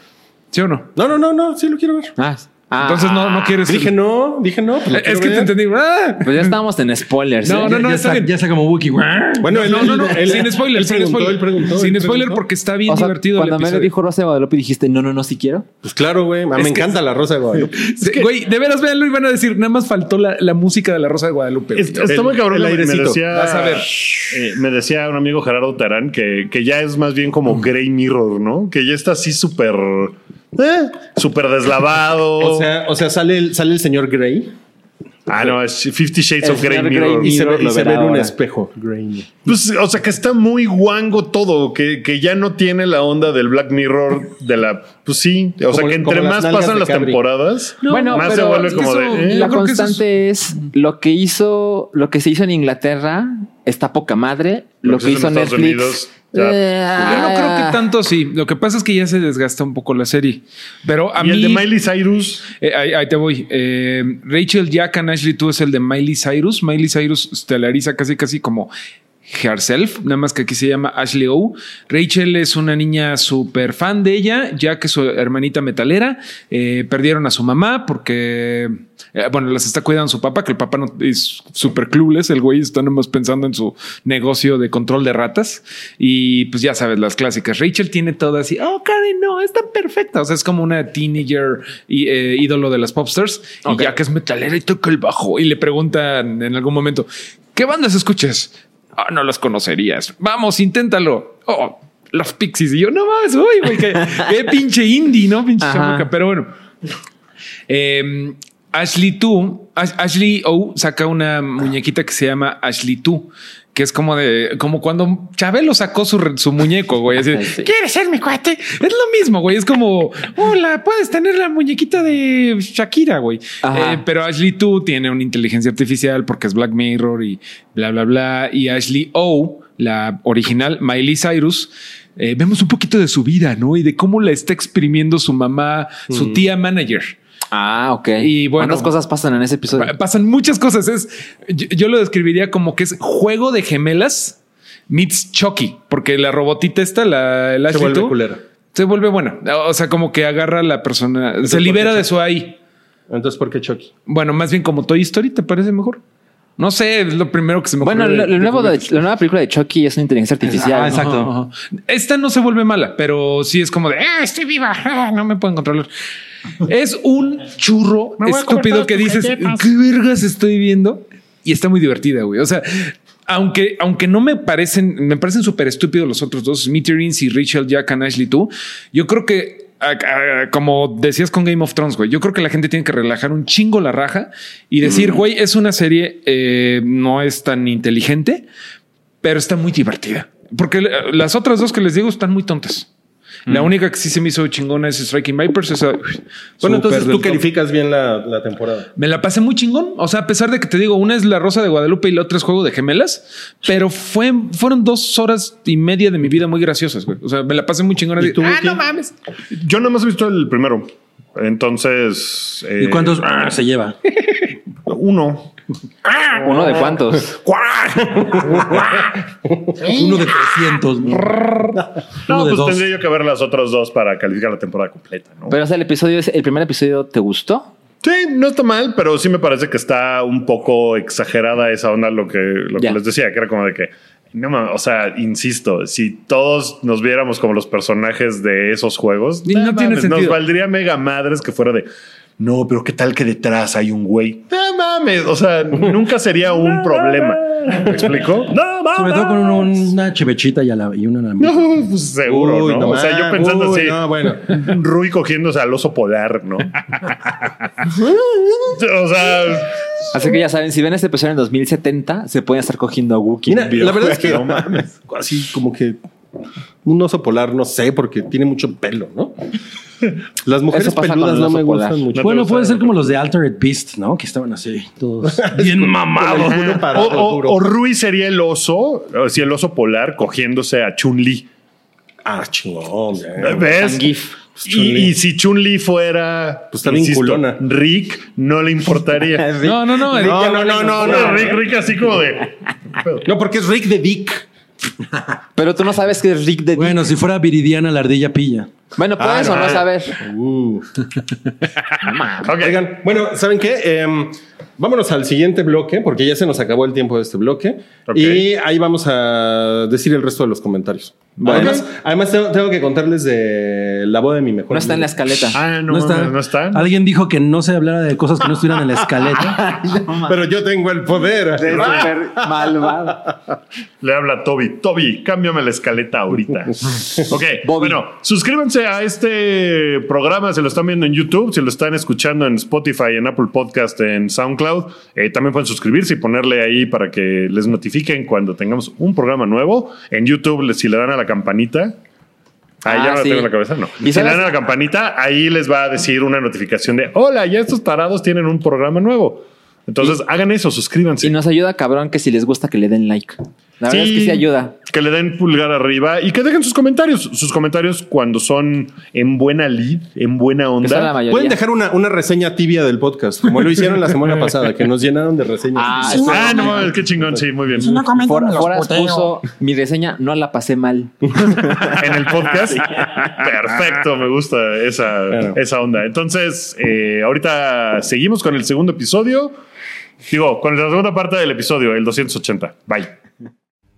[SPEAKER 5] ¿Sí o no?
[SPEAKER 6] no, no, no, no, sí lo quiero ver.
[SPEAKER 3] Ah, ah,
[SPEAKER 5] Entonces no, no quieres. Eh,
[SPEAKER 6] Dije no, dije no. pues lo
[SPEAKER 5] es
[SPEAKER 6] quiero
[SPEAKER 5] que te
[SPEAKER 6] ver.
[SPEAKER 5] entendí. Ah.
[SPEAKER 3] Pues ya estábamos en spoilers.
[SPEAKER 5] No,
[SPEAKER 3] ¿eh?
[SPEAKER 5] no, no,
[SPEAKER 7] ya,
[SPEAKER 5] está
[SPEAKER 7] está,
[SPEAKER 5] bien.
[SPEAKER 7] ya está como Wookiee. güey.
[SPEAKER 6] Bueno,
[SPEAKER 5] No, no, no, sin spoiler,
[SPEAKER 6] él
[SPEAKER 5] sin
[SPEAKER 6] preguntó,
[SPEAKER 5] spoiler.
[SPEAKER 6] él preguntó,
[SPEAKER 5] sin
[SPEAKER 6] él
[SPEAKER 5] spoiler
[SPEAKER 6] preguntó.
[SPEAKER 5] porque está bien
[SPEAKER 3] O sea,
[SPEAKER 5] divertido el
[SPEAKER 3] cuando me lo
[SPEAKER 5] episodio.
[SPEAKER 3] dijo Rosa de Guadalupe dijiste, no, no, no, si quiero.
[SPEAKER 6] Pues claro, güey. ah, Me encanta la rosa de Guadalupe.
[SPEAKER 5] Sí, Güey, de veras, véanlo y van a decir, nada más faltó la, la música de la Rosa de Guadalupe.
[SPEAKER 2] Es- está
[SPEAKER 6] El-
[SPEAKER 2] muy cabrón.
[SPEAKER 6] el
[SPEAKER 2] me- me,
[SPEAKER 6] airecito.
[SPEAKER 2] decía,
[SPEAKER 5] Vas a ver.
[SPEAKER 2] eh, me decía un amigo Gerardo Tarán que, que ya es más bien como Grey Mirror, ¿no? Que ya está así súper. eh, súper deslavado.
[SPEAKER 5] Oh.
[SPEAKER 6] O sea, o sea sale, el, sale el señor Grey
[SPEAKER 2] ah, no, es Fifty Shades
[SPEAKER 3] El
[SPEAKER 2] of Grey
[SPEAKER 3] señor Grey
[SPEAKER 2] Mirror.
[SPEAKER 6] y se ve,
[SPEAKER 3] lo
[SPEAKER 6] y se
[SPEAKER 3] verá
[SPEAKER 6] ve en un
[SPEAKER 3] ahora.
[SPEAKER 6] espejo. Grey.
[SPEAKER 2] Pues, o sea, que está muy guango todo, que, que ya no tiene la onda del Black Mirror de la. Pues sí, o sea,
[SPEAKER 6] Como-
[SPEAKER 2] que entre
[SPEAKER 6] como las
[SPEAKER 2] más
[SPEAKER 6] nalgas
[SPEAKER 2] pasan
[SPEAKER 6] de
[SPEAKER 2] las
[SPEAKER 6] Cabri.
[SPEAKER 2] temporadas,
[SPEAKER 3] Bueno,
[SPEAKER 2] más se
[SPEAKER 3] pero
[SPEAKER 2] vuelve
[SPEAKER 3] es
[SPEAKER 2] como
[SPEAKER 5] que
[SPEAKER 2] de.
[SPEAKER 5] eso-
[SPEAKER 2] eh,
[SPEAKER 3] La
[SPEAKER 5] Yo creo que eso
[SPEAKER 3] constante es... lo que hizo, lo que se hizo en Inglaterra está poca madre, lo,
[SPEAKER 2] Lo que
[SPEAKER 3] que
[SPEAKER 2] hizo
[SPEAKER 3] hizo
[SPEAKER 2] en Estados
[SPEAKER 3] Netflix.
[SPEAKER 2] Unidos, ya,
[SPEAKER 3] eh,
[SPEAKER 5] Yo no creo
[SPEAKER 3] ah,
[SPEAKER 5] que tanto sí. Lo que pasa es que ya se desgasta un poco la serie. Pero a
[SPEAKER 2] y
[SPEAKER 5] mí.
[SPEAKER 2] el de Miley Cyrus.
[SPEAKER 5] Eh, ahí, ahí te voy. Eh, Rachel Jack and Ashley Tú es el de Miley Cyrus. Miley Cyrus estelariza casi, casi como herself, nada más que aquí se llama Ashley O. Rachel es una niña súper fan de ella, Jack es su hermanita metalera. Eh, perdieron a su mamá porque, eh, bueno, las está cuidando su papá, que el papá no, es súper clueless. El güey está nomás pensando en su negocio de control de ratas. Y pues ya sabes, las clásicas. Rachel tiene todo así, oh, Karen, no, está perfecta. O sea, es como una teenager y, eh, ídolo de las popstars. Y Jack es metalera y toca el bajo. Y le preguntan en algún momento, ¿qué bandas escuchas? Ah, no las conocerías. Vamos, inténtalo. Oh, los Pixies. Y yo, no más, uy, güey, qué, qué pinche indie, ¿no? Pinche
[SPEAKER 3] Ajá.
[SPEAKER 5] chamaca. Pero bueno. Eh, Ashley 2, Ashley O saca una muñequita que se llama Ashley 2, que es como de, como cuando Chabelo sacó su, re- su muñeco, güey. Así, de,
[SPEAKER 3] <laughs> Sí.
[SPEAKER 5] ¿Quieres ser mi cuate? Es lo mismo, güey. Es como, hola, puedes tener la muñequita de Shakira, güey.
[SPEAKER 3] Ajá.
[SPEAKER 5] Eh, pero Ashley 2 tiene una inteligencia artificial porque es Black Mirror y bla, bla, bla. Y Ashley O, la original, Miley Cyrus, eh, vemos un poquito de su vida, ¿no? Y de cómo la está exprimiendo su mamá, su tía manager.
[SPEAKER 3] Ah, ok.
[SPEAKER 5] Y bueno-
[SPEAKER 3] ¿Cuántas cosas pasan en ese episodio?
[SPEAKER 5] Pa- Pasan muchas cosas. Es, yo, yo lo describiría como que es juego de gemelas meets Chucky, porque la robotita esta, la, el
[SPEAKER 6] Se
[SPEAKER 5] Ashley
[SPEAKER 6] vuelve
[SPEAKER 5] Two,
[SPEAKER 6] culera.
[SPEAKER 5] se vuelve buena. O sea, como que agarra a la persona, se
[SPEAKER 6] ¿por
[SPEAKER 5] libera
[SPEAKER 6] qué
[SPEAKER 5] de su ahí.
[SPEAKER 6] Entonces, ¿por qué Chucky?
[SPEAKER 5] Bueno, más bien como Toy Story, ¿te parece mejor? No sé, es lo primero que se me
[SPEAKER 3] Bueno,
[SPEAKER 5] ocurrió
[SPEAKER 3] lo,
[SPEAKER 5] de-
[SPEAKER 3] lo
[SPEAKER 5] de
[SPEAKER 3] nuevo de-
[SPEAKER 5] juguetes.
[SPEAKER 3] la nueva película de Chucky es una inteligencia artificial.
[SPEAKER 7] Ah,
[SPEAKER 3] ¿no?
[SPEAKER 7] exacto.
[SPEAKER 5] Ajá, ajá. Esta no se vuelve mala, pero sí es como de "Ah, estoy viva, <laughs> ah, no me pueden controlar. Es un churro estúpido que dices qué vergas estoy viendo y está muy divertida, güey. O sea, aunque, aunque no me parecen, me parecen súper estúpidos los otros dos, Smithereens y Rachel Jack and Ashley, tú. Yo creo que ah, ah, como decías con Game of Thrones, güey, yo creo que la gente tiene que relajar un chingo la raja y decir, güey, es una serie, eh, no es tan inteligente, pero está muy divertida. Porque eh, las otras dos que les digo están muy tontas. La única que sí se me hizo chingona es Striking Vipers. esa, uy,
[SPEAKER 6] Mm. Bueno,
[SPEAKER 5] súper
[SPEAKER 6] entonces
[SPEAKER 5] del
[SPEAKER 6] tú
[SPEAKER 5] top.
[SPEAKER 6] calificas bien la, la temporada.
[SPEAKER 5] Me la pasé muy chingón. O sea, a pesar de que te digo, una es La Rosa de Guadalupe y la otra es Juego de Gemelas, pero fue, fueron dos horas y media de mi vida muy graciosas. güey. O sea, me la pasé muy chingona.
[SPEAKER 6] ¿Y tú,
[SPEAKER 5] ah,
[SPEAKER 6] Wookie?
[SPEAKER 5] no mames.
[SPEAKER 2] Yo nada más he visto el primero. Entonces. eh,
[SPEAKER 7] ¿Y cuántos ah, se lleva?
[SPEAKER 2] Uno.
[SPEAKER 3] Uno de cuántos.
[SPEAKER 7] Uno de 300. güey.
[SPEAKER 2] No,
[SPEAKER 7] Uno de
[SPEAKER 2] pues
[SPEAKER 7] dos.
[SPEAKER 2] tendría yo que ver las otras dos para calificar la temporada completa, ¿no?
[SPEAKER 3] Pero o sea, el episodio, es- el primer episodio, ¿te gustó?
[SPEAKER 2] sí, no está mal, pero sí me parece que está un poco exagerada esa onda, lo que, lo que
[SPEAKER 3] Ya.
[SPEAKER 2] les decía, que era como de que. No, mames, o sea, insisto, si todos nos viéramos como los personajes de esos juegos,
[SPEAKER 5] Y no tiene sentido.
[SPEAKER 2] nos valdría mega madres que fuera de No, pero ¿qué tal que detrás hay un güey? No mames, o sea, nunca sería un problema. ¿Me explicó? No mames.
[SPEAKER 4] Sobre todo con un- una chevechita y, a la- y una alambrita.
[SPEAKER 2] No, pues seguro,
[SPEAKER 6] Uy,
[SPEAKER 2] ¿no?
[SPEAKER 6] no
[SPEAKER 2] O sea, yo
[SPEAKER 6] mames.
[SPEAKER 2] pensando
[SPEAKER 6] Uy,
[SPEAKER 2] así.
[SPEAKER 6] no,
[SPEAKER 2] <laughs>
[SPEAKER 6] bueno.
[SPEAKER 2] Rui cogiéndose al oso polar, ¿no? o sea,
[SPEAKER 3] Así que ya saben, si ven este episodio en 2070, se pueden estar cogiendo a Wookiee.
[SPEAKER 6] Mira,
[SPEAKER 2] Bien,
[SPEAKER 6] la verdad es que
[SPEAKER 2] no mames.
[SPEAKER 6] así como que un oso polar, no sé, porque tiene mucho pelo, ¿no? Las mujeres
[SPEAKER 3] Eso pasa con
[SPEAKER 6] peludas
[SPEAKER 3] el
[SPEAKER 6] no
[SPEAKER 3] oso
[SPEAKER 6] me
[SPEAKER 3] polar.
[SPEAKER 6] gustan mucho.
[SPEAKER 2] No te
[SPEAKER 4] bueno,
[SPEAKER 2] gusta,
[SPEAKER 4] puede ser
[SPEAKER 2] ¿no?
[SPEAKER 4] como los de Altered Beast, ¿no? Que estaban así,
[SPEAKER 5] <laughs>
[SPEAKER 4] todos.
[SPEAKER 2] bien mamado.
[SPEAKER 6] Con el culo
[SPEAKER 2] O,
[SPEAKER 6] parado, duro.
[SPEAKER 2] o- o Rui sería el oso, o si el oso polar cogiéndose a Chun-Li.
[SPEAKER 6] Ah, chingón. ya.
[SPEAKER 2] ¿Ves?
[SPEAKER 3] Zangief.
[SPEAKER 2] Y, y si Chun-Li fuera
[SPEAKER 6] Pues está bien culona.
[SPEAKER 2] Rick, no le
[SPEAKER 6] <laughs>
[SPEAKER 2] importaría.
[SPEAKER 3] Sí.
[SPEAKER 8] No, no, no. el-
[SPEAKER 6] No, no, no, no, no.
[SPEAKER 2] Rick, Rick, así como de.
[SPEAKER 6] No, porque es Rick de Dick.
[SPEAKER 3] Pero tú no sabes que es Rick de
[SPEAKER 4] bueno, si fuera Viridiana, la ardilla pilla.
[SPEAKER 3] Bueno, por
[SPEAKER 6] Ah,
[SPEAKER 3] eso
[SPEAKER 6] no,
[SPEAKER 3] no,
[SPEAKER 6] no.
[SPEAKER 3] saber.
[SPEAKER 2] Ok.
[SPEAKER 6] Oigan, bueno, ¿saben qué? Em, vámonos al siguiente bloque, porque ya se nos acabó el tiempo de este bloque.
[SPEAKER 2] Ok.
[SPEAKER 6] Y ahí vamos a decir el resto de los comentarios.
[SPEAKER 3] Bueno.
[SPEAKER 6] Además, además tengo, tengo que contarles de la boda de mi mejor
[SPEAKER 3] No está en la
[SPEAKER 6] amigo.
[SPEAKER 3] escaleta.
[SPEAKER 2] Ah, no, mames, no está.
[SPEAKER 4] Alguien dijo que no se hablara de cosas que no estuvieran en la
[SPEAKER 5] <laughs>
[SPEAKER 4] escaleta.
[SPEAKER 6] Pero yo tengo el poder.
[SPEAKER 3] Es súper malvado.
[SPEAKER 2] Ah. Le habla Toby. Toby, cámbiame la escaleta
[SPEAKER 3] <laughs>
[SPEAKER 2] ahorita. ok.
[SPEAKER 3] Bobby.
[SPEAKER 2] Bueno, suscríbanse a este programa. Se lo están viendo en YouTube, se lo están escuchando en Spotify, en Apple Podcast, en SoundCloud. Eh, también pueden suscribirse y ponerle ahí para que les notifiquen cuando tengamos un programa nuevo. En YouTube, le- si le dan a la campanita. Ahí
[SPEAKER 3] Ah,
[SPEAKER 2] ya no la
[SPEAKER 3] sí.
[SPEAKER 2] tengo en la cabeza, no.
[SPEAKER 3] ¿Y
[SPEAKER 2] Si le
[SPEAKER 3] sabes-
[SPEAKER 2] dan a la campanita, ahí les va a decir una notificación de: Hola, ya estos tarados tienen un programa nuevo. Entonces, hagan eso, suscríbanse.
[SPEAKER 3] Y nos ayuda, cabrón, que si les gusta que le den like. La verdad es que sí ayuda.
[SPEAKER 2] Que le den pulgar arriba y que dejen sus comentarios. Sus comentarios cuando son en buena lead, en buena
[SPEAKER 3] Que sea la
[SPEAKER 2] onda.
[SPEAKER 3] mayoría.
[SPEAKER 6] Pueden dejar una, una reseña tibia del podcast, como lo hicieron la semana pasada, que nos llenaron de reseñas.
[SPEAKER 3] Ah,
[SPEAKER 6] tibias.
[SPEAKER 2] Ah, no, mames, qué chingón, sí, muy bien.
[SPEAKER 3] For- Foras puso mi reseña, no la pasé mal.
[SPEAKER 2] En el podcast. Perfecto, me gusta esa,
[SPEAKER 6] Claro.
[SPEAKER 2] esa onda. Entonces, eh, ahorita seguimos con el segundo episodio. Digo, con la segunda parte del episodio, el 280. Bye.